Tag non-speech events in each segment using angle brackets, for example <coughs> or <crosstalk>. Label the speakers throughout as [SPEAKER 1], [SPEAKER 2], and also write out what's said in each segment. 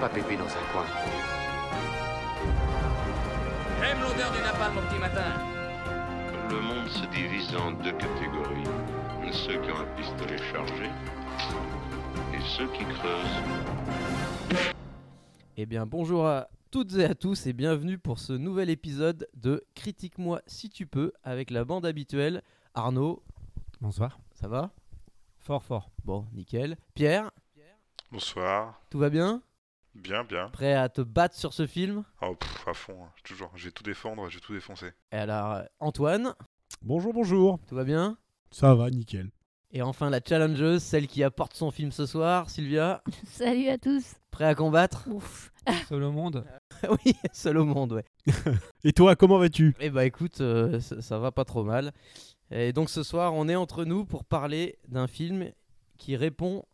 [SPEAKER 1] pas pépé dans un coin.
[SPEAKER 2] J'aime l'odeur du napalm au petit matin.
[SPEAKER 3] Le monde se divise en deux catégories. Ceux qui ont un pistolet chargé et ceux qui creusent.
[SPEAKER 4] Eh bien, bonjour à toutes et à tous et bienvenue pour ce nouvel épisode de Critique-moi si tu peux avec la bande habituelle. Arnaud.
[SPEAKER 5] Bonsoir.
[SPEAKER 4] Ça va
[SPEAKER 5] Fort, fort.
[SPEAKER 4] Bon, nickel. Pierre.
[SPEAKER 6] Bonsoir.
[SPEAKER 4] Tout va bien
[SPEAKER 6] Bien, bien.
[SPEAKER 4] Prêt à te battre sur ce film
[SPEAKER 6] Oh, pff, à fond, hein. toujours. Je vais tout défendre, je vais tout défoncer.
[SPEAKER 4] Et alors, euh, Antoine
[SPEAKER 7] Bonjour, bonjour.
[SPEAKER 4] Tout va bien
[SPEAKER 7] Ça va, nickel.
[SPEAKER 5] <laughs>
[SPEAKER 4] Et enfin, la challengeuse, celle qui apporte son film ce soir, Sylvia.
[SPEAKER 8] <laughs> Salut à tous.
[SPEAKER 4] Prêt à combattre <laughs>
[SPEAKER 8] Ouf.
[SPEAKER 5] Seul au monde
[SPEAKER 4] oui, seul au monde, ouais.
[SPEAKER 7] Et toi, comment vas-tu
[SPEAKER 4] Eh bah écoute, euh, ça, ça va pas trop mal. Et donc ce soir, on est entre nous pour parler d'un film qui répond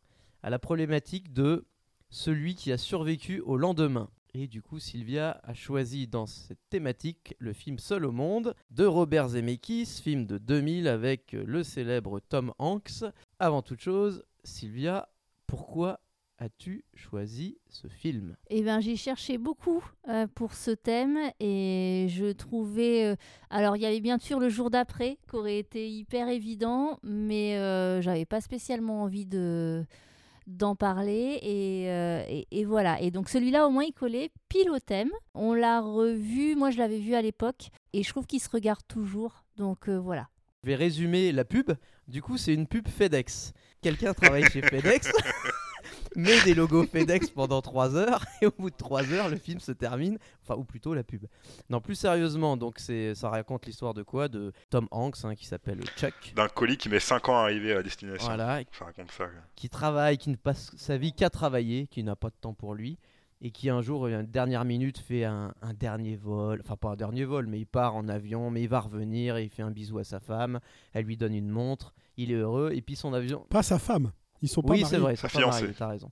[SPEAKER 4] à la problématique de celui qui a survécu au lendemain. Et du coup, Sylvia a choisi dans cette thématique le film Seul au monde de Robert Zemeckis, film de 2000 avec le célèbre Tom Hanks. Avant toute chose, Sylvia, pourquoi as-tu choisi ce film
[SPEAKER 8] Eh bien, j'ai cherché beaucoup euh, pour ce thème et je trouvais. euh, alors, il y avait bien sûr le jour d'après qui aurait été hyper évident, mais euh, j'avais pas spécialement envie de d'en parler et, euh, et- et voilà. Et donc celui-là au moins il collait pile au thème. On l'a revu, moi je l'avais vu à l'époque et je trouve qu'il se regarde toujours. Donc euh, voilà.
[SPEAKER 4] Je vais résumer la pub. Du coup, c'est une pub FedEx. Quelqu'un travaille chez FedEx, met des logos FedEx pendant 3 heures, et au bout de 3 heures, le film se termine. Enfin, ou plutôt la pub. Non, plus sérieusement, donc c'est, ça raconte l'histoire de quoi De Tom Hanks, hein, qui s'appelle Chuck.
[SPEAKER 6] D'un colis qui met 5 ans à arriver à la destination.
[SPEAKER 4] Voilà,
[SPEAKER 6] Ça raconte ça. quoi.
[SPEAKER 4] qui travaille, qui ne passe sa vie qu'à travailler, qui n'a pas de temps pour lui, et qui un jour, à la dernière minute, fait un, un dernier vol, enfin pas un dernier vol, mais il part en avion, mais il va revenir, et il fait un bisou à sa femme, elle lui donne une montre, il est heureux, et puis son avion...
[SPEAKER 7] Pas sa femme. Ils sont pas
[SPEAKER 4] Oui,
[SPEAKER 7] mariés.
[SPEAKER 4] c'est vrai,
[SPEAKER 6] Sa
[SPEAKER 4] c'est pas marié,
[SPEAKER 6] fiancée.
[SPEAKER 4] t'as raison.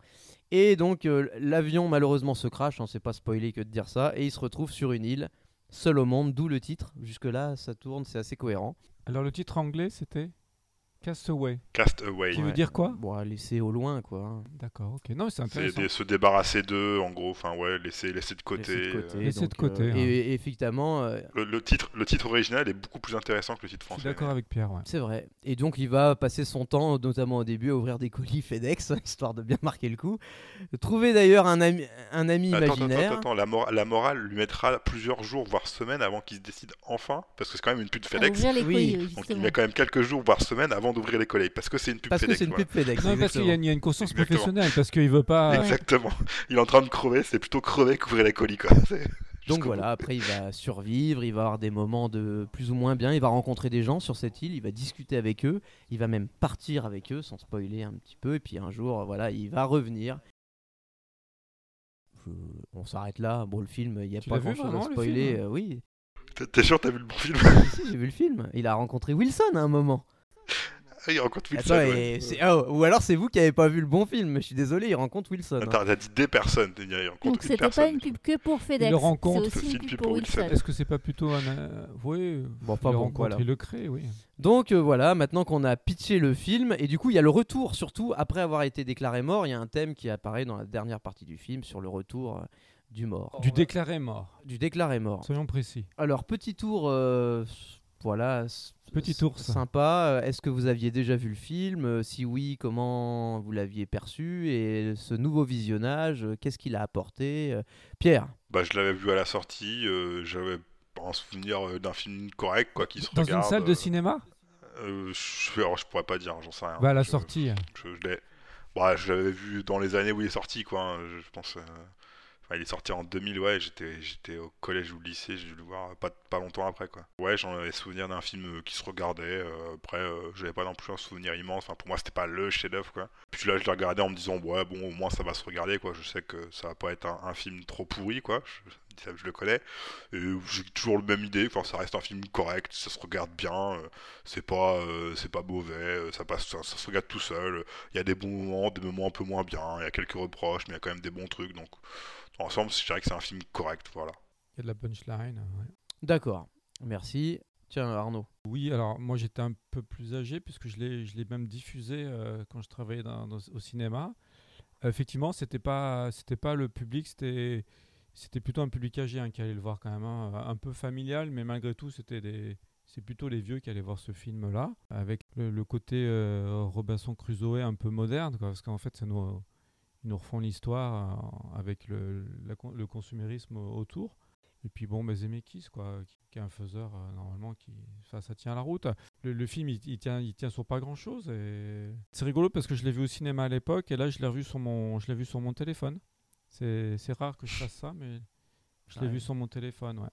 [SPEAKER 4] Et donc, euh, l'avion malheureusement se crache, on sait pas spoiler que de dire ça, et il se retrouve sur une île, seul au monde, d'où le titre, jusque-là, ça tourne, c'est assez cohérent.
[SPEAKER 5] Alors, le titre anglais, c'était Castaway.
[SPEAKER 6] Cast Away.
[SPEAKER 5] Qui
[SPEAKER 4] Ouais.
[SPEAKER 5] veut dire quoi
[SPEAKER 4] Bon, laissé au loin, quoi. hein.
[SPEAKER 5] D'accord, ok. Non, mais c'est
[SPEAKER 6] C'est
[SPEAKER 5] intéressant.
[SPEAKER 6] des- se débarrasser d'eux, en gros. Enfin, ouais, laisser, laisser de côté.
[SPEAKER 4] Laissé de
[SPEAKER 6] euh,
[SPEAKER 4] côté.
[SPEAKER 5] Laissé de
[SPEAKER 4] donc,
[SPEAKER 5] côté,
[SPEAKER 4] euh,
[SPEAKER 5] hein.
[SPEAKER 4] et, et effectivement, euh,
[SPEAKER 6] Le, le titre, le titre original est beaucoup plus intéressant que le titre
[SPEAKER 5] Je suis
[SPEAKER 6] français.
[SPEAKER 5] d'accord avec Pierre, ouais.
[SPEAKER 4] C'est vrai. Et donc il va passer son temps, notamment au début, à ouvrir des colis FedEx, <laughs> histoire de bien marquer le coup. Trouver d'ailleurs un ami, un ami
[SPEAKER 6] Attends, attends,
[SPEAKER 4] imaginaire.
[SPEAKER 6] attends, attends, La, mor- la morale lui mettra plusieurs jours, voire semaines, avant qu'il se décide enfin, parce que c'est quand même une pub
[SPEAKER 8] À
[SPEAKER 6] FedEx.
[SPEAKER 8] ouvrir les
[SPEAKER 4] Ah, oui.
[SPEAKER 8] colis, oui,
[SPEAKER 6] Donc il
[SPEAKER 8] justement.
[SPEAKER 6] met quand même quelques jours, voire semaines, avant d'ouvrir les collègues, parce que c'est une pub
[SPEAKER 4] Parce que
[SPEAKER 6] FedEx.
[SPEAKER 4] c'est une
[SPEAKER 6] voilà.
[SPEAKER 4] pub FedEx.
[SPEAKER 5] Non, mais parce qu'il y,
[SPEAKER 4] exactement.
[SPEAKER 5] a une- il y a une conscience
[SPEAKER 6] Exactement.
[SPEAKER 5] professionnelle, parce qu'il veut pas.
[SPEAKER 6] Exactement. Il est en train de crever, c'est plutôt crever qu'ouvrir les colis, quoi. C'est-
[SPEAKER 4] Donc
[SPEAKER 6] jusqu'au
[SPEAKER 4] voilà, après il va survivre, il va avoir des moments de plus ou moins bien, il va rencontrer des gens sur cette île, il va discuter avec eux, il va même partir avec eux, sans spoiler un petit peu, et puis un jour, voilà, il va revenir. Je- On s'arrête là. Bon, le film, il n'y a
[SPEAKER 5] Tu
[SPEAKER 4] pas
[SPEAKER 5] l'as vu
[SPEAKER 4] grand chose à
[SPEAKER 5] vraiment, le
[SPEAKER 4] spoiler.
[SPEAKER 5] film
[SPEAKER 4] euh,
[SPEAKER 5] <laughs>
[SPEAKER 4] oui,
[SPEAKER 6] bout. T'es- T'es sûr, t'as vu le bon film
[SPEAKER 4] Si, si, j'ai vu le film. Il a rencontré Wilson à un moment.
[SPEAKER 6] Ah, Il rencontre Wilson.
[SPEAKER 4] Attends,
[SPEAKER 6] ouais.
[SPEAKER 4] et c'est- oh, ou alors c'est vous qui avez pas vu le bon film. Je suis désolé, il rencontre Wilson. hein.
[SPEAKER 6] Attends, t'as dit des personnes. Il y a- il rencontre
[SPEAKER 8] Donc
[SPEAKER 6] une
[SPEAKER 8] c'était pas
[SPEAKER 6] personne.
[SPEAKER 8] une pub que pour FedEx.
[SPEAKER 5] le rencontre.
[SPEAKER 8] C'est aussi une pub pour Wilson.
[SPEAKER 5] Est-ce que c'est pas plutôt un. euh, Oui,
[SPEAKER 4] Bon, enfin
[SPEAKER 5] il
[SPEAKER 4] bon,
[SPEAKER 5] rencontre,
[SPEAKER 4] voilà.
[SPEAKER 5] il le crée, oui.
[SPEAKER 4] Donc euh, voilà, maintenant qu'on a pitché le film, et du coup il y a le retour, surtout après avoir été déclaré mort, il y a un thème qui apparaît dans la dernière partie du film sur le retour euh, du mort,
[SPEAKER 5] Du déclaré mort,
[SPEAKER 4] du déclaré mort.
[SPEAKER 5] soyons précis.
[SPEAKER 4] Alors petit tour, euh, s- voilà, s-
[SPEAKER 5] Petit
[SPEAKER 4] s-
[SPEAKER 5] ours.
[SPEAKER 4] sympa. Euh, Est-ce que vous aviez déjà vu le film Euh, Si oui, comment vous l'aviez perçu Et ce nouveau visionnage, euh, qu'est-ce qu'il a apporté Euh, Pierre
[SPEAKER 6] Bah, je l'avais vu à la sortie. euh, J'avais pas un souvenir euh, d'un film correct, quoi, qui se
[SPEAKER 5] Dans
[SPEAKER 6] regarde.
[SPEAKER 5] une salle de cinéma
[SPEAKER 6] euh, je, alors, je pourrais pas dire, j'en sais rien.
[SPEAKER 5] Bah, à la
[SPEAKER 6] Je-
[SPEAKER 5] sortie.
[SPEAKER 6] Je, je l'ai- bah, je l'avais vu dans les années où il est sorti, quoi. hein, Je pense. euh, enfin, il est sorti en 2000, ouais. J'étais, j'étais au collège ou au lycée, j'ai dû le voir pas, pas longtemps après, quoi. Ouais, j'en avais souvenir d'un film euh, qui se regardait. euh, après, euh, j'avais pas non plus un souvenir immense. Enfin, pour moi, c'était pas le chef-d'œuvre, quoi. Puis là, je l'ai regardé en me disant, ouais, bon, au moins ça va se regarder, quoi. Je sais que ça va pas être un, un film trop pourri, quoi. Je, ça, je le connais. Et j'ai toujours la même idée. Enfin, ça reste un film correct, ça se regarde bien. euh, c'est pas, euh, c'est pas mauvais. euh, Ça passe, ça, ça se regarde tout seul. Il y a des bons moments, des moments un peu moins bien, il y a quelques reproches, mais il y a quand même des bons trucs. Donc, dans l'ensemble, je dirais que c'est un film correct, voilà.
[SPEAKER 5] Il y a de la punchline. ouais.
[SPEAKER 4] D'accord, merci. Tiens Arnaud.
[SPEAKER 5] Oui, alors moi j'étais un peu plus âgé puisque je l'ai, je l'ai même diffusé euh, quand je travaillais dans- dans- au cinéma. Effectivement, c'était pas, c'était pas le public, c'était, c'était plutôt un public âgé hein, qui allait le voir quand même, hein, un peu familial, mais malgré tout, c'était des, c'est plutôt les vieux qui allaient voir ce film-là, avec le, le côté euh, Robinson Crusoe un peu moderne, quoi, parce qu'en fait, ça nous, euh, ils nous refont l'histoire euh, avec le, la con- le consumérisme autour. Et puis bon, bah, Zemeckis, quoi, qui, qui est un faiseur euh, normalement qui, ça, ça tient la route. Le, le film, il, il tient, il tient sur pas grand chose. Et... C'est rigolo parce que je l'ai vu au cinéma à l'époque et là, je l'ai revu sur mon, je l'ai vu sur mon téléphone. C'est, c'est rare que je fasse ça, mais je l'ai
[SPEAKER 4] Ouais.
[SPEAKER 5] vu sur mon téléphone, ouais.